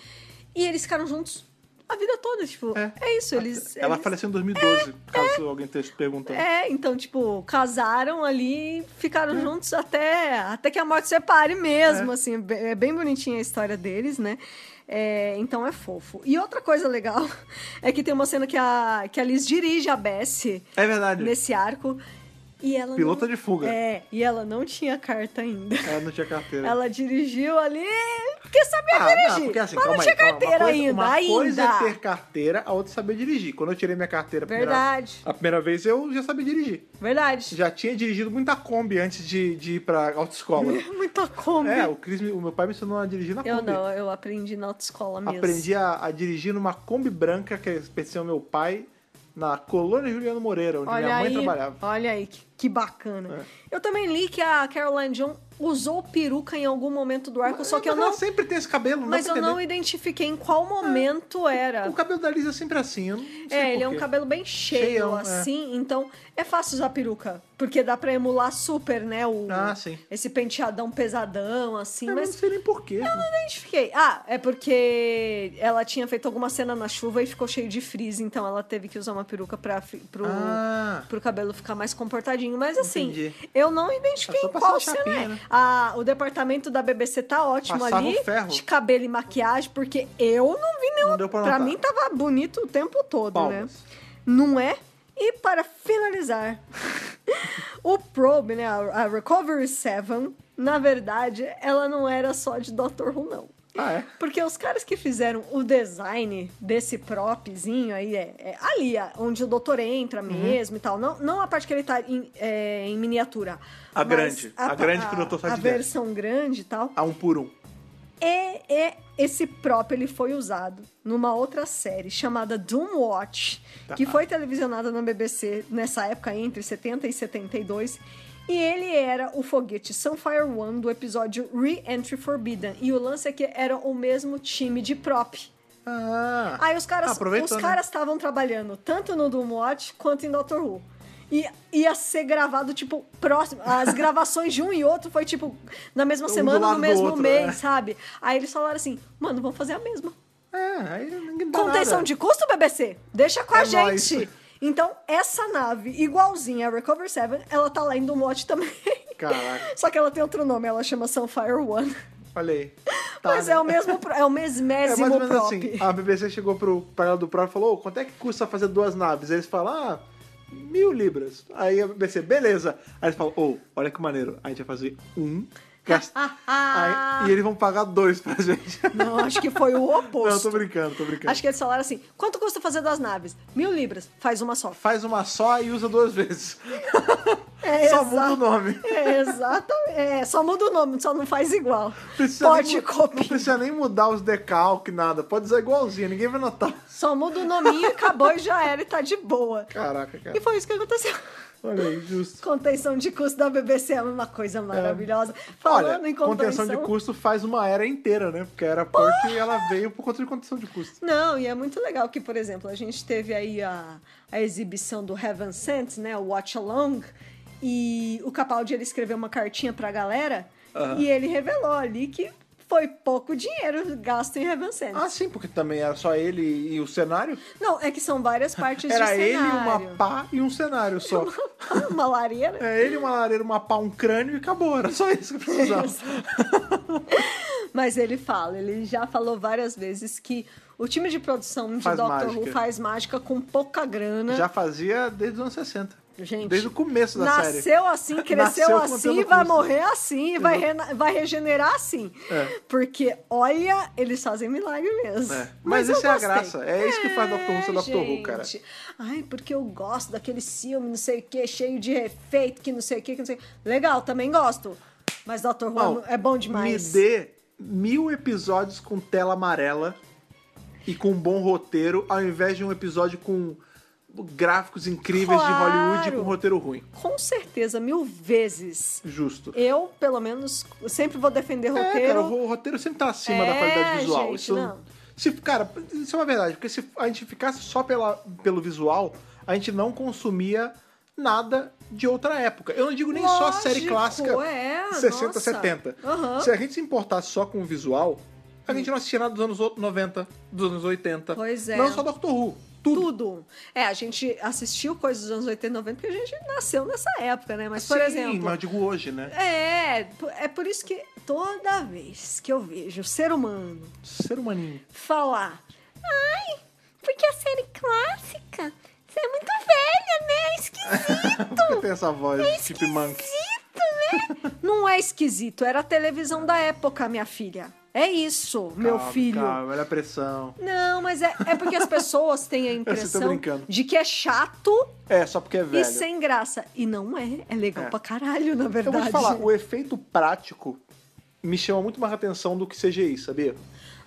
S2: E eles ficaram juntos a vida toda, tipo. É,
S1: É.
S2: isso, eles.
S1: Ela
S2: eles-
S1: faleceu em 2012, caso alguém esteja perguntando.
S2: É, então, tipo, casaram ali,
S1: Hum.
S2: ficaram juntos até, até que a morte separe mesmo, assim, é bem- é bem bonitinha a história deles, né? É, então é fofo. E outra coisa legal é que tem uma cena que a, que a Liz dirige a Bessie
S1: É verdade.
S2: nesse arco e ela
S1: Pilota
S2: não,
S1: de fuga.
S2: É, e ela não tinha carta ainda.
S1: Ela não tinha carteira.
S2: Ela dirigiu ali porque sabia
S1: Ah,
S2: dirigir,
S1: não, porque assim,
S2: mas
S1: calma
S2: não
S1: aí.
S2: tinha
S1: calma.
S2: carteira
S1: uma coisa,
S2: ainda,
S1: uma
S2: ainda.
S1: coisa é ter carteira, a outra é saber dirigir. Quando eu tirei minha carteira a primeira,
S2: Verdade,
S1: a primeira vez, eu já sabia dirigir.
S2: verdade.
S1: Já tinha dirigido muita Kombi antes de, de ir pra autoescola.
S2: Muita Kombi.
S1: É, o, Chris, me- o meu pai me ensinou a dirigir na
S2: Eu
S1: Kombi.
S2: não, eu aprendi na autoescola mesmo.
S1: Tá Aprendi a, a dirigir numa Kombi branca que pertenceu ao meu pai na colônia Juliano Moreira, onde minha mãe
S2: aí,
S1: trabalhava. É.
S2: Olha aí, que, que bacana. Eu também li que a Caroline John usou peruca em algum momento do arco, só que eu
S1: Mas
S2: não.
S1: Ela sempre tem esse cabelo, não
S2: Mas
S1: dá
S2: eu
S1: pra
S2: não
S1: entender. É,
S2: identifiquei em qual momento era.
S1: O cabelo da Liz é sempre assim, eu não sei
S2: É, ele é
S1: por
S2: um
S1: quê.
S2: cabelo bem cheio,
S1: Cheião, é.
S2: assim, então é fácil usar peruca. Porque dá pra emular super, né? O,
S1: Ah, sim. É
S2: Esse penteadão pesadão, assim,
S1: Eu
S2: mas
S1: não sei nem porquê.
S2: não identifiquei. Ah, é porque ela tinha feito alguma cena na chuva e ficou cheio de frizz, então ela teve que usar uma peruca pra, fi- pro,
S1: Ah.
S2: pro cabelo ficar mais comportadinho. Mas assim,
S1: Entendi.
S2: eu não identifiquei
S1: É só
S2: em
S1: passar
S2: qual
S1: a
S2: cena
S1: chapinha,
S2: é.
S1: né?
S2: Ah, o departamento da BBC tá ótimo
S1: Passava
S2: ali,
S1: o ferro.
S2: de cabelo e maquiagem, porque eu não vi nenhuma...
S1: Não deu pra notar.
S2: mim tava bonito o tempo todo, né?
S1: Palmas.
S2: Não é? E para finalizar, o Probe, né, a a Recovery 7, na verdade, ela não era só de Dr. Who, não.
S1: Ah, é?
S2: Porque os caras que fizeram o design desse propzinho aí, é, é ali, é, onde o doutor entra
S1: Uhum.
S2: mesmo e tal. Não, não a parte que ele tá em, é, em miniatura.
S1: A
S2: mas
S1: grande. A grande que o doutor sai
S2: A
S1: de dentro.
S2: versão grande e tal.
S1: A um por um.
S2: É, é, esse prop ele foi usado numa outra série chamada Doom Watch, que foi televisionada na BBC nessa época entre 70 e 72. E ele era o foguete Sunfire One do episódio Re-Entry Forbidden. E o lance é que era o mesmo time de prop.
S1: Ah,
S2: Aí os caras os
S1: aproveitou, né?
S2: caras estavam trabalhando tanto no Doom Watch quanto em Doctor Who. E ia ser gravado, tipo, próximo. As gravações de um e outro foi, tipo, na mesma
S1: Um do
S2: semana,
S1: lado
S2: no
S1: do
S2: mesmo
S1: outro,
S2: mês,
S1: né?
S2: sabe? Aí eles falaram assim, mano, vamos fazer a mesma.
S1: É, aí ninguém dá
S2: Contenção
S1: nada.
S2: de custo, BBC? Deixa com a
S1: É
S2: gente.
S1: nóis.
S2: Então, essa nave, igualzinha a Recover 7, ela tá lá em Doom Watch também.
S1: Caraca.
S2: Só que ela tem outro nome, ela chama Sunfire One.
S1: Olha aí. Tá,
S2: Mas
S1: né?
S2: é o mesmo, pro- é o
S1: É mais
S2: mesmésimo
S1: ou menos
S2: prop.
S1: assim, a BBC chegou pro para ela do próprio e falou, "Ô, quanto é que custa fazer duas naves? Eles falam, ah, mil libras. Aí a BBC, beleza. Aí eles falam, ô, olha que maneiro, a gente vai fazer um, gasta-
S2: Ah,
S1: Aí- e eles vão pagar dois pra gente.
S2: Não, acho que foi o oposto.
S1: Não, eu tô brincando, tô brincando.
S2: Acho que eles falaram assim: quanto custa fazer duas naves? Mil libras, faz uma só.
S1: Faz uma só e usa duas vezes.
S2: É,
S1: Só
S2: exa-
S1: muda o nome.
S2: É, exatamente. É, só muda o nome, só não faz igual.
S1: Precisa
S2: Pode
S1: nem, mu- Não
S2: copiar.
S1: precisa nem mudar os decalques, nada. Pode usar igualzinho, ninguém vai notar.
S2: Só muda o nominho, acabou e já era e tá de boa.
S1: Caraca,
S2: E
S1: cara.
S2: foi isso que aconteceu.
S1: Olha aí, justo.
S2: Contenção de custo da BBC é uma coisa maravilhosa. Falando
S1: Olha,
S2: em
S1: contenção de custo faz uma era inteira, né? Porque a era Pork ela veio por conta de contenção de custo.
S2: Não, e é muito legal que, por exemplo, a gente teve aí a, a exibição do Heaven Sent, né, o Watch Along, e o Capaldi ele escreveu uma cartinha pra galera
S1: Aham.
S2: e ele revelou ali que foi pouco dinheiro gasto em Heaven Sent.
S1: Ah, sim, porque também era só ele e o cenário.
S2: Não, é que são várias partes de
S1: Era ele,
S2: cenário.
S1: uma pá e um cenário só.
S2: uma... né? uma lareira.
S1: É ele, uma lareira, uma pá, um crânio e acabou. Era só isso que precisava.
S2: Mas ele fala, ele já falou várias vezes que o time de produção de
S1: Faz
S2: Doctor Who
S1: mágica.
S2: faz mágica com pouca grana.
S1: Já fazia desde os anos 60.
S2: Gente,
S1: Desde o começo da
S2: Nasceu
S1: série.
S2: assim, cresceu
S1: Nasceu
S2: assim,
S1: contando
S2: vai
S1: custo.
S2: morrer assim, e vai, rena- vai regenerar assim.
S1: É.
S2: Porque, olha, eles fazem milagre mesmo.
S1: É. Mas
S2: eu
S1: essa é a
S2: gostei.
S1: graça, é isso que faz Dr. Who ser
S2: É,
S1: Dr. Who, cara.
S2: gente. Ai, porque eu gosto daquele filme, não sei o que, cheio de efeito, que não sei o que, que não sei o que. Legal, também gosto. Mas Dr. Who
S1: Não,
S2: é bom
S1: Me
S2: demais.
S1: dê mil episódios com tela amarela e com um bom roteiro, ao invés de um episódio com gráficos incríveis
S2: Claro.
S1: de Hollywood e com roteiro ruim.
S2: Com certeza, mil vezes.
S1: Justo.
S2: Eu, pelo menos, sempre vou defender roteiro.
S1: É, cara, o roteiro sempre tá acima da
S2: É,
S1: qualidade visual.
S2: gente,
S1: isso
S2: não.
S1: Se, cara, isso é uma verdade, porque se a gente ficasse só pela, pelo visual, a gente não consumia nada de outra época. Eu não digo nem só
S2: Lógico,
S1: série clássica
S2: é,
S1: 60,
S2: nossa.
S1: 70.
S2: Aham.
S1: Se a gente se importasse só com o visual, a gente não assistia nada dos anos o- 90, dos anos 80.
S2: Pois é.
S1: Não só Doctor Who. Tudo.
S2: tudo. É, a gente assistiu coisas dos anos 80 e 90 porque a gente nasceu nessa época, né? Mas, por
S1: Sim,
S2: exemplo.
S1: Mas eu digo hoje, né?
S2: É, p- é por isso que toda vez que eu vejo o ser humano
S1: Ser humaninho.
S2: falar. Ai, porque a série clássica. Você é muito velha, né? É Esquisito.
S1: Por que tem essa voz
S2: é
S1: de chipmunk?
S2: Esquisito, né? Não é esquisito. Era a televisão da época, minha filha. É isso, meu
S1: Calma,
S2: filho.
S1: Ah, Calma, olha a pressão.
S2: Não, mas é, é porque as pessoas têm a impressão
S1: brincando.
S2: de que é chato
S1: É, só porque é velho.
S2: E sem graça. E não é. É legal
S1: É.
S2: pra caralho, na
S1: Eu
S2: verdade.
S1: vou te falar, o efeito prático me chama muito mais atenção do que CGI, sabia?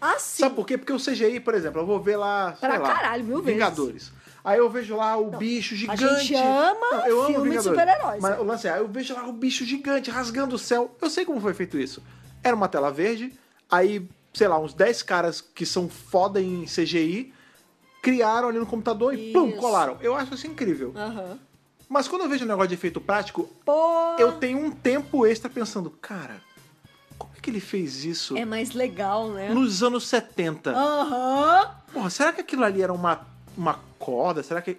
S2: Ah, sim.
S1: Sabe por quê? Porque o CGI, por exemplo, eu vou ver lá, sei
S2: Pra
S1: lá,
S2: caralho, mil vezes.
S1: Vingadores. Aí eu vejo lá o bicho gigante.
S2: gente ama
S1: Não, eu amo
S2: filme de
S1: Vingadores.
S2: super-heróis,
S1: Mas
S2: né?
S1: o lance é, aí eu vejo lá o bicho gigante rasgando o céu. Eu sei como foi feito isso. Era uma tela verde, aí, sei lá, uns 10 caras que são foda em CGI criaram ali no computador e pum,
S2: Isso. Ah.
S1: colaram. Eu acho isso incrível.
S2: Aham.
S1: Mas quando eu vejo um negócio de efeito prático,
S2: Pô,
S1: eu tenho um tempo extra pensando, cara, como é que ele fez isso
S2: é mais legal, né?
S1: nos anos 70?
S2: Aham.
S1: Porra, será que aquilo ali era uma, uma corda? Será que.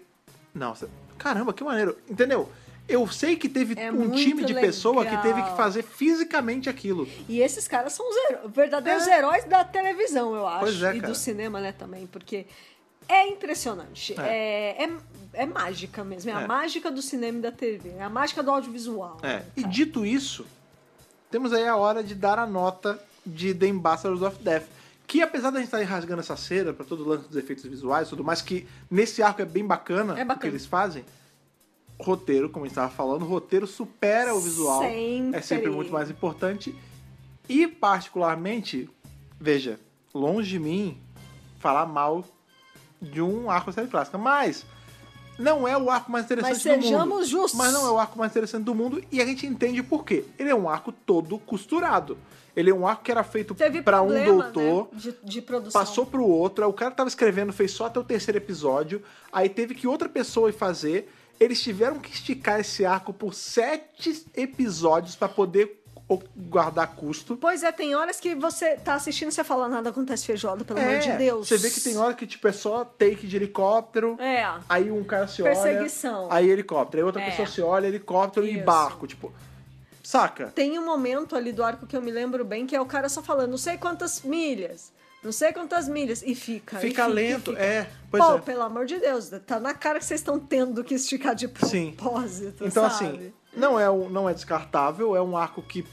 S1: Não, se- caramba, que maneiro. Entendeu? Eu sei que teve
S2: É
S1: um
S2: muito
S1: time de pessoa que
S2: legal.
S1: teve que fazer fisicamente aquilo.
S2: E esses caras são os heró- verdadeiros
S1: É.
S2: heróis da televisão, eu acho.
S1: Pois é,
S2: e
S1: cara.
S2: do cinema, né, também. Porque é impressionante. É, é, é mágica mesmo. É, a
S1: É.
S2: mágica do cinema e da TV. É a mágica do audiovisual.
S1: É. E dito isso, temos aí a hora de dar a nota de The Ambassadors of Death. Que apesar da gente estar aí rasgando essa cera pra todo o lance dos efeitos visuais e tudo mais, que nesse arco é bem bacana,
S2: É
S1: o que
S2: bacana.
S1: eles fazem. Roteiro, como a gente estava falando, roteiro supera o visual. É sempre
S2: Sempre.
S1: muito mais importante. E particularmente, veja, longe de mim falar mal de um arco de série clássica, mas Não é o arco mais interessante
S2: Mas
S1: do mundo.
S2: sejamos justos.
S1: Mas não é o arco mais interessante do mundo e a gente entende por quê. Ele é um arco todo costurado. Ele é um arco que era feito
S2: Teve
S1: pra um
S2: problema,
S1: doutor.
S2: né, de, de produção.
S1: Passou pro outro, aí o cara tava escrevendo, fez só até o terceiro episódio, aí teve que outra pessoa ir fazer. Eles tiveram que esticar esse arco por sete episódios pra poder o- guardar custo.
S2: Pois é, tem horas que você tá assistindo e você fala nada acontece feijoada, pelo amor de Deus.
S1: É, Você vê que tem hora que tipo é só take de helicóptero.
S2: É.
S1: Aí um cara se
S2: Perseguição.
S1: olha, aí helicóptero. Aí outra
S2: É.
S1: pessoa se olha, helicóptero e
S2: Isso.
S1: barco, tipo. Saca?
S2: Tem um momento ali do arco que eu me lembro bem, que é o cara só falando não sei quantas milhas, não sei quantas milhas, e fica. e
S1: Fica
S2: e
S1: lento,
S2: fica.
S1: é, pois
S2: Pô,
S1: é.
S2: pelo amor de Deus, tá na cara que vocês estão tendo que esticar de
S1: Sim.
S2: propósito,
S1: Então assim,
S2: sabe?
S1: não é um- não é descartável, é um arco que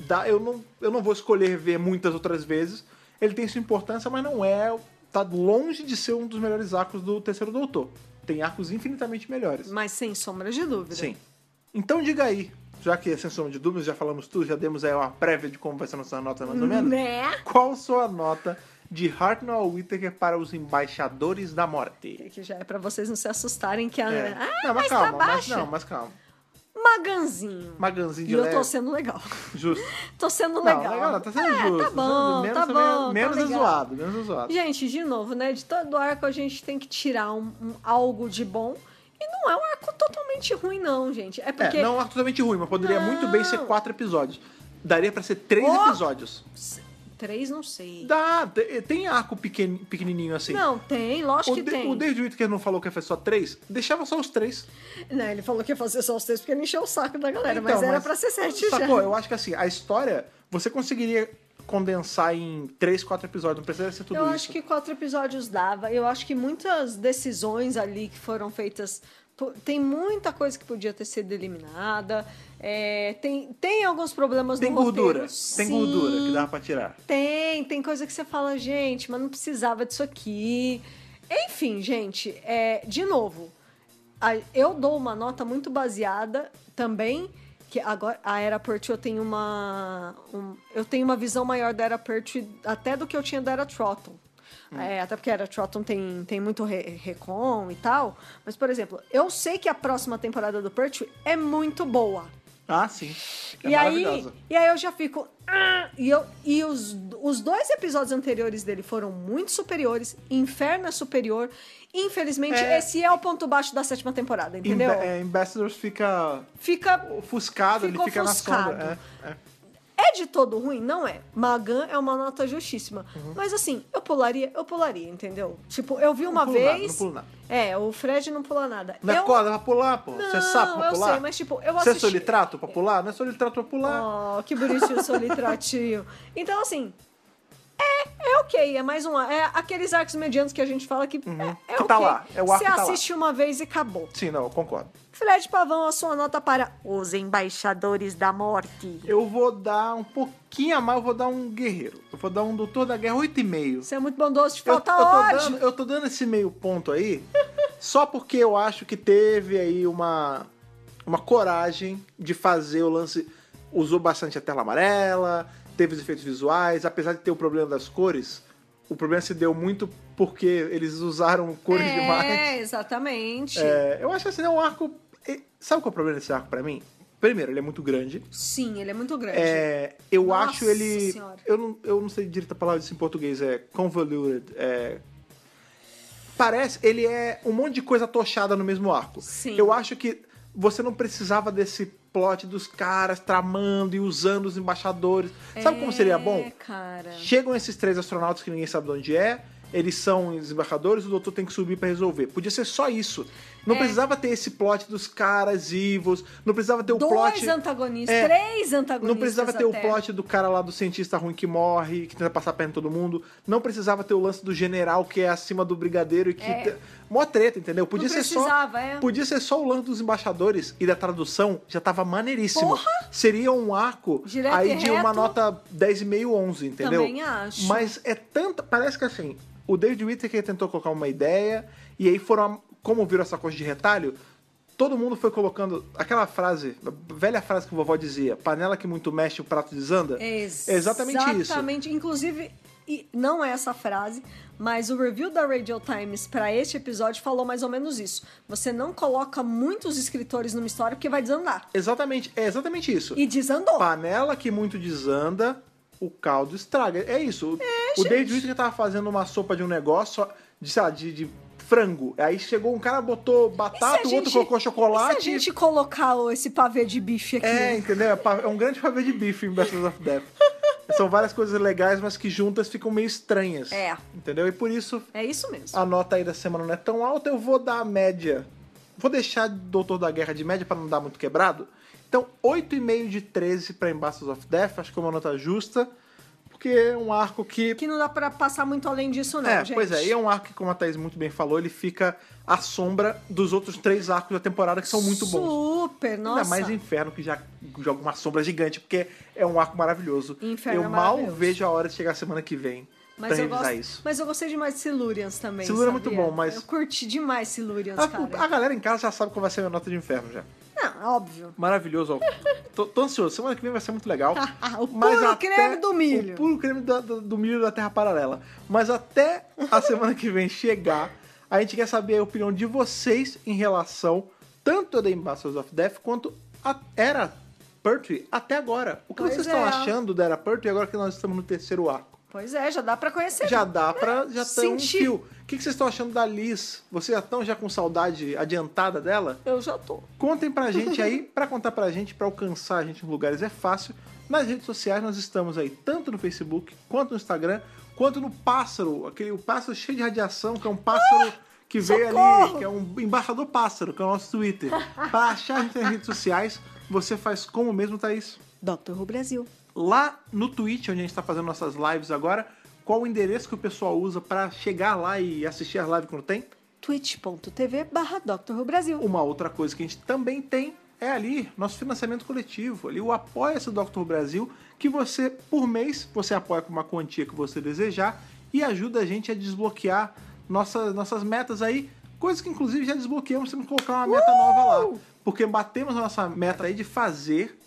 S1: dá, eu não eu não vou escolher ver muitas outras vezes. Ele tem sua importância, mas não é tá longe de ser um dos melhores arcos do Terceiro Doutor. Tem arcos infinitamente melhores.
S2: Mas sem sombra de dúvida.
S1: Sim. Então diga aí, já que é sem sombra de dúvidas, já falamos tudo, já demos aí uma prévia de como vai ser a nossa nota mais ou menos.
S2: Né?
S1: Qual sua nota de Hartnell Whittaker para os embaixadores da morte?
S2: Que já é pra vocês não se assustarem que a.
S1: É.
S2: Ah,
S1: não, mas
S2: mas
S1: calma,
S2: tá
S1: mas
S2: baixa.
S1: não, mas calma.
S2: Maganzinho.
S1: Maganzinho
S2: E
S1: de
S2: eu tô
S1: leve,
S2: sendo legal.
S1: justo.
S2: Tô sendo
S1: Não,
S2: legal.
S1: legal, não, tá sendo
S2: É,
S1: justo.
S2: Tá bom,
S1: menos
S2: tá
S1: também-
S2: bom.
S1: menos
S2: tá
S1: é
S2: legal.
S1: zoado, menos é zoado.
S2: Gente, de novo, né? De todo arco a gente tem que tirar um, um- algo de bom. E não é um arco totalmente ruim, não, gente. É porque.
S1: É, não é totalmente ruim, mas poderia
S2: Não.
S1: muito bem ser quatro episódios. Daria pra ser três
S2: Oh!
S1: episódios.
S2: S- Três, não sei.
S1: Dá, te- tem arco pequen- pequenininho assim.
S2: Não, tem, lógico
S1: o,
S2: que
S1: de,
S2: tem.
S1: o David Whittaker não falou que ia fazer só três? Deixava só os três.
S2: Não, Né, ele falou que ia fazer só os três porque ele encheu o saco da galera, mas
S1: Então,
S2: era pra ser sete
S1: Sacou?
S2: já.
S1: Eu acho que assim, a história você conseguiria condensar em três, quatro episódios. Não precisaria ser tudo
S2: Eu
S1: isso.
S2: acho que quatro episódios dava. Eu acho que muitas decisões ali que foram feitas. po- Tem muita coisa que podia ter sido eliminada. É, tem, tem alguns problemas
S1: Tem
S2: no
S1: gordura.
S2: roteiro.
S1: Tem
S2: sim.
S1: gordura que dava pra tirar.
S2: Tem, tem coisa que você fala, gente, mas não precisava disso aqui. Enfim, gente, é, de novo, a- eu dou uma nota muito baseada também, que agora a Era Pertwee eu tenho uma. um- eu tenho uma visão maior da Era Pertwee até do que eu tinha da Era Trotton. É, até porque a Era Trotton tem, tem muito re- recon e tal. Mas, por exemplo, eu sei que a próxima temporada do Pertwee é muito boa.
S1: Ah, sim. É
S2: E aí,
S1: maravilhosa.
S2: e aí eu já fico. "Ah", E, eu, e os, os dois episódios anteriores dele foram muito superiores. Inferno é superior. Infelizmente,
S1: É.
S2: esse é o ponto baixo da sétima temporada, entendeu?
S1: Emba- é, Ambassadors fica
S2: Fica.
S1: ofuscado,
S2: Ficou
S1: ele fica na
S2: ofuscado.
S1: sombra. É, é.
S2: É de todo ruim? Não é. Magan é uma nota justíssima. Mas assim, eu pularia, eu pularia, entendeu? Tipo, eu vi uma
S1: pulo nada,
S2: vez.
S1: Uhum. não pulo nada.
S2: É, o Fred não pula nada.
S1: Não é
S2: eu...
S1: corda pra pular, pô. Você é sapo pra
S2: eu
S1: pular?
S2: sei, mas, tipo, eu
S1: Você é
S2: assisti-
S1: solitrato pra pular? Não é solitrato pra pular.
S2: Oh, que bonitinho o solitratinho. Então, assim. É, é ok, é mais um. ar- É aqueles arcos medianos que a gente fala que. É, é
S1: Que tá
S2: ok.
S1: lá, é o arco que
S2: Você
S1: tá lá.
S2: assiste uma vez e acabou.
S1: Sim, não, eu concordo.
S2: Fred Pavão, a sua nota para Os Embaixadores da Morte.
S1: Eu vou dar um pouquinho a mais, eu vou dar um guerreiro. Eu vou dar um doutor da guerra 8,5.
S2: Você é muito bondoso, te
S1: Eu,
S2: falta
S1: eu tô
S2: ódio.
S1: dando, eu tô dando esse meio ponto aí, só porque eu acho que teve aí uma, uma coragem de fazer o lance. Usou bastante a tela amarela, teve os efeitos visuais, apesar de ter o problema das cores, o problema se deu muito porque eles usaram cores
S2: é,
S1: demais.
S2: exatamente.
S1: É, eu acho assim, é um arco. e- Sabe qual é o problema desse arco pra mim? Primeiro, ele é muito grande.
S2: Sim, ele é muito grande.
S1: É, eu
S2: Nossa
S1: acho ele.
S2: Senhora.
S1: Eu não, eu não sei direito a palavra disso em português, é convoluted. é- Parece, ele é um monte de coisa tochada no mesmo arco.
S2: Sim.
S1: Eu acho que você não precisava desse plot dos caras tramando e usando os embaixadores. Sabe como seria bom?
S2: É, cara.
S1: Chegam esses três astronautas que ninguém sabe de onde é, eles são desembarcadores, o doutor tem que subir pra resolver. Podia ser só isso.
S2: É.
S1: Não precisava ter esse plot dos caras vivos, não precisava ter o
S2: Dois
S1: plot.
S2: antagonistas,
S1: É.
S2: três antagonistas.
S1: Não precisava ter o
S2: até.
S1: plot do cara lá do cientista ruim que morre, que tenta passar perna em todo mundo. Não precisava ter o lance do general que é acima do brigadeiro e que.
S2: É.
S1: te- Mó treta, entendeu? Podia ser só.
S2: precisava, é.
S1: Podia ser só o lance dos embaixadores e da tradução, já tava maneiríssimo.
S2: Porra!
S1: Seria um arco
S2: Direto
S1: aí
S2: e
S1: de uma
S2: reto.
S1: nota 10,5, 11, entendeu?
S2: Também acho.
S1: Mas é tanta. Parece que assim, o David Whittaker tentou colocar uma ideia, e aí foram. Como virou essa coisa de retalho, todo mundo foi colocando aquela frase, a velha frase que a vovó dizia: panela que muito mexe, o prato desanda.
S2: É
S1: É exatamente isso.
S2: Exatamente. Inclusive, E não é essa frase, mas o review da Radio Times para este episódio falou mais ou menos isso. Você não coloca muitos escritores numa história porque vai desandar.
S1: Exatamente, é exatamente isso.
S2: E desandou.
S1: Ah, Panela que muito desanda, o caldo estraga. É isso.
S2: É,
S1: o
S2: gente.
S1: David Whittaker tava fazendo uma sopa de um negócio de, sei lá, de, de frango. Aí chegou um cara, botou batata,
S2: é
S1: o outro colocou chocolate.
S2: E se a gente colocar esse pavê de bife aqui?
S1: É, entendeu? É pa- É um grande pavê de bife em Bachelors of Death. São várias coisas legais, mas que juntas ficam meio estranhas.
S2: É.
S1: Entendeu? E por isso
S2: É isso mesmo.
S1: a nota aí da semana não é tão alta, eu vou dar a média. Vou deixar Doutor da Guerra de média pra não dar muito quebrado. Então, 8,5 de 13 pra Ambassadors of Death, acho que é uma nota justa, porque é um arco que.
S2: Que não dá pra passar muito além disso, não,
S1: é,
S2: gente.
S1: pois é, e é um arco que, como a Thaís muito bem falou, ele fica à sombra dos outros três arcos da temporada que são muito bons.
S2: Super, nossa.
S1: Ainda mais Inferno, que já joga uma sombra gigante, porque é um arco maravilhoso.
S2: Inferno
S1: eu
S2: é
S1: mal
S2: maravilhoso.
S1: vejo a hora de chegar semana que vem
S2: Mas
S1: pra
S2: eu,
S1: revisar
S2: gosto,
S1: isso.
S2: mas eu gostei demais de Silurians também.
S1: Silurian é
S2: sabia?
S1: muito bom, mas-
S2: Eu curti demais Silurians,
S1: A, a
S2: cara.
S1: galera em casa já sabe qual vai ser a minha nota de Inferno já.
S2: Não, óbvio.
S1: Maravilhoso. ó. tô, tô ansioso. Semana que vem vai ser muito legal.
S2: Ah, o puro creme do milho.
S1: O puro creme da- da- do, milho da Terra Paralela. Mas até a semana que vem chegar, a gente quer saber a opinião de vocês em relação tanto a The Ambassadors of Death quanto a Era Pertwee até agora. O que
S2: Pois
S1: vocês
S2: é.
S1: estão achando da Era Pertwee agora que nós estamos no terceiro arco?
S2: Pois é, já dá pra conhecer.
S1: Já dá pra. Já tem um
S2: Senti.
S1: fio. O que que vocês estão achando da Liz? Vocês já estão já com saudade adiantada dela?
S2: Eu já tô.
S1: Contem pra gente aí, pra contar pra gente, pra alcançar a gente em lugares é fácil. Nas redes sociais nós estamos aí, tanto no Facebook, quanto no Instagram, quanto no pássaro, aquele o pássaro cheio de radiação, que é um pássaro que veio ali,
S2: socorro!
S1: que é um embaixador pássaro, que é o nosso Twitter. pra achar a gente nas redes sociais, você faz como mesmo, Thaís?
S2: Dr. Who Brasil.
S1: Lá no Twitch, onde a gente tá fazendo nossas lives agora, qual o endereço que o pessoal usa pra chegar lá e assistir as lives quando tem?
S2: twitch.tv barra Dr. Who Brasil.
S1: Uma outra coisa que a gente também tem é ali nosso financiamento coletivo, ali o Apoia-se do Dr. Brasil, que você, por mês, você apoia com uma quantia que você desejar e ajuda a gente a desbloquear nossas, nossas metas aí, coisas que inclusive já desbloqueamos, temos que colocar uma meta nova lá, porque batemos a nossa meta aí de fazer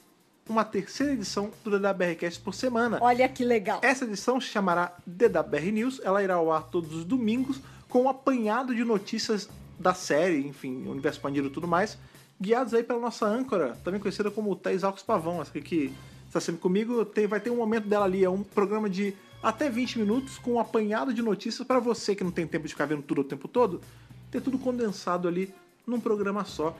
S1: uma terceira edição do DWRcast por semana.
S2: Olha que legal.
S1: Essa edição se chamará DWR News, ela irá ao ar todos os domingos com um apanhado de notícias da série, enfim, universo expandido e tudo mais, guiados aí pela nossa âncora, também conhecida como Thais Alves Pavão, essa aqui que está sempre comigo, tem- vai ter um momento dela ali, é um programa de até 20 minutos com um apanhado de notícias para você que não tem tempo de ficar vendo tudo o tempo todo, ter tudo condensado ali num programa só.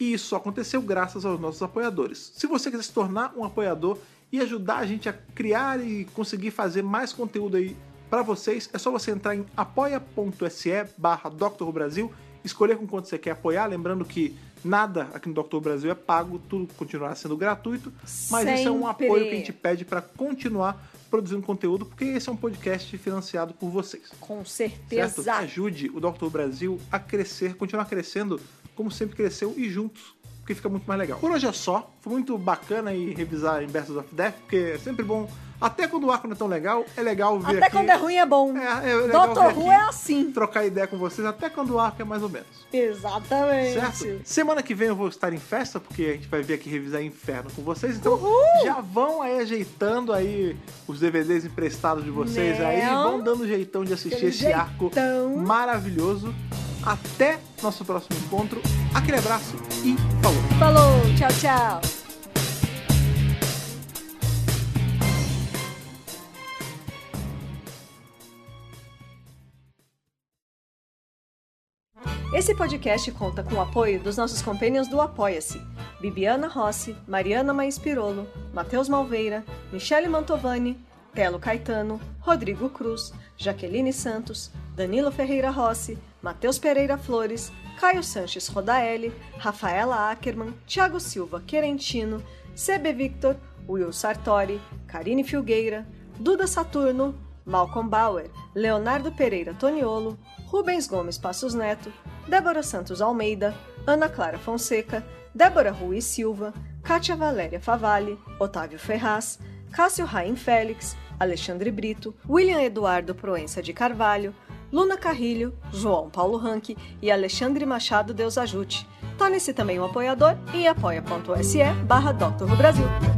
S1: E isso aconteceu graças aos nossos apoiadores. Se você quiser se tornar um apoiador e ajudar a gente a criar e conseguir fazer mais conteúdo aí para vocês, é só você entrar em apoia.se barra Dr. Brasil, escolher com quanto você quer apoiar, lembrando que nada aqui no Dr. Brasil é pago, tudo continuará sendo gratuito, mas isso é um
S2: Sempre.
S1: apoio que a gente pede para continuar produzindo conteúdo, porque esse é um podcast financiado por vocês
S2: Com
S1: certo? É,
S2: certeza.
S1: Ajude o Dr. Brasil a crescer, continuar crescendo como sempre cresceu e juntos, porque fica muito mais legal. Por hoje é só. Foi muito bacana aí revisar em Versus of Death, porque é sempre bom. Até quando o arco não é tão legal, é legal ver
S2: Até
S1: aqui.
S2: quando é ruim é bom.
S1: É, é legal ver
S2: Dr.
S1: aqui,
S2: Who é assim.
S1: Trocar ideia com vocês, até quando o arco é mais ou menos.
S2: Exatamente.
S1: Certo? Semana que vem eu vou estar em festa, porque a gente vai vir aqui revisar Inferno com vocês. Então
S2: Uhul!
S1: já vão aí ajeitando aí os DVDs emprestados de vocês aí.
S2: Não.
S1: Vão dando jeitão de assistir
S2: Aquele
S1: esse arco
S2: jeitão.
S1: maravilhoso. Até nosso próximo encontro. Aquele abraço e falou!
S2: Falou, tchau, tchau. Esse podcast conta com o apoio dos nossos companheiros do Apoia-se. Bibiana Rossi, Mariana Maes Pirolo, Matheus Malveira, Michele Mantovani, Telo Caetano, Rodrigo Cruz, Jaqueline Santos, Danilo Ferreira Rossi, Matheus Pereira Flores, Caio Sanches Rodaelli, Rafaela Ackerman, Thiago Silva Querentino, CB Victor, Will Sartori, Karine Filgueira, Duda Saturno, Malcolm Bauer, Leonardo Pereira Toniolo, Rubens Gomes Passos Neto, Débora Santos Almeida, Ana Clara Fonseca, Débora Rui Silva, Kátia Valéria Favalli, Otávio Ferraz, Cássio Raim Félix, Alexandre Brito, William Eduardo Proença de Carvalho, Luna Carrilho, João Paulo Ranque e Alexandre Machado Deus Ajute. Torne-se também um apoiador em apoia.se barra Dr. Who Brasil.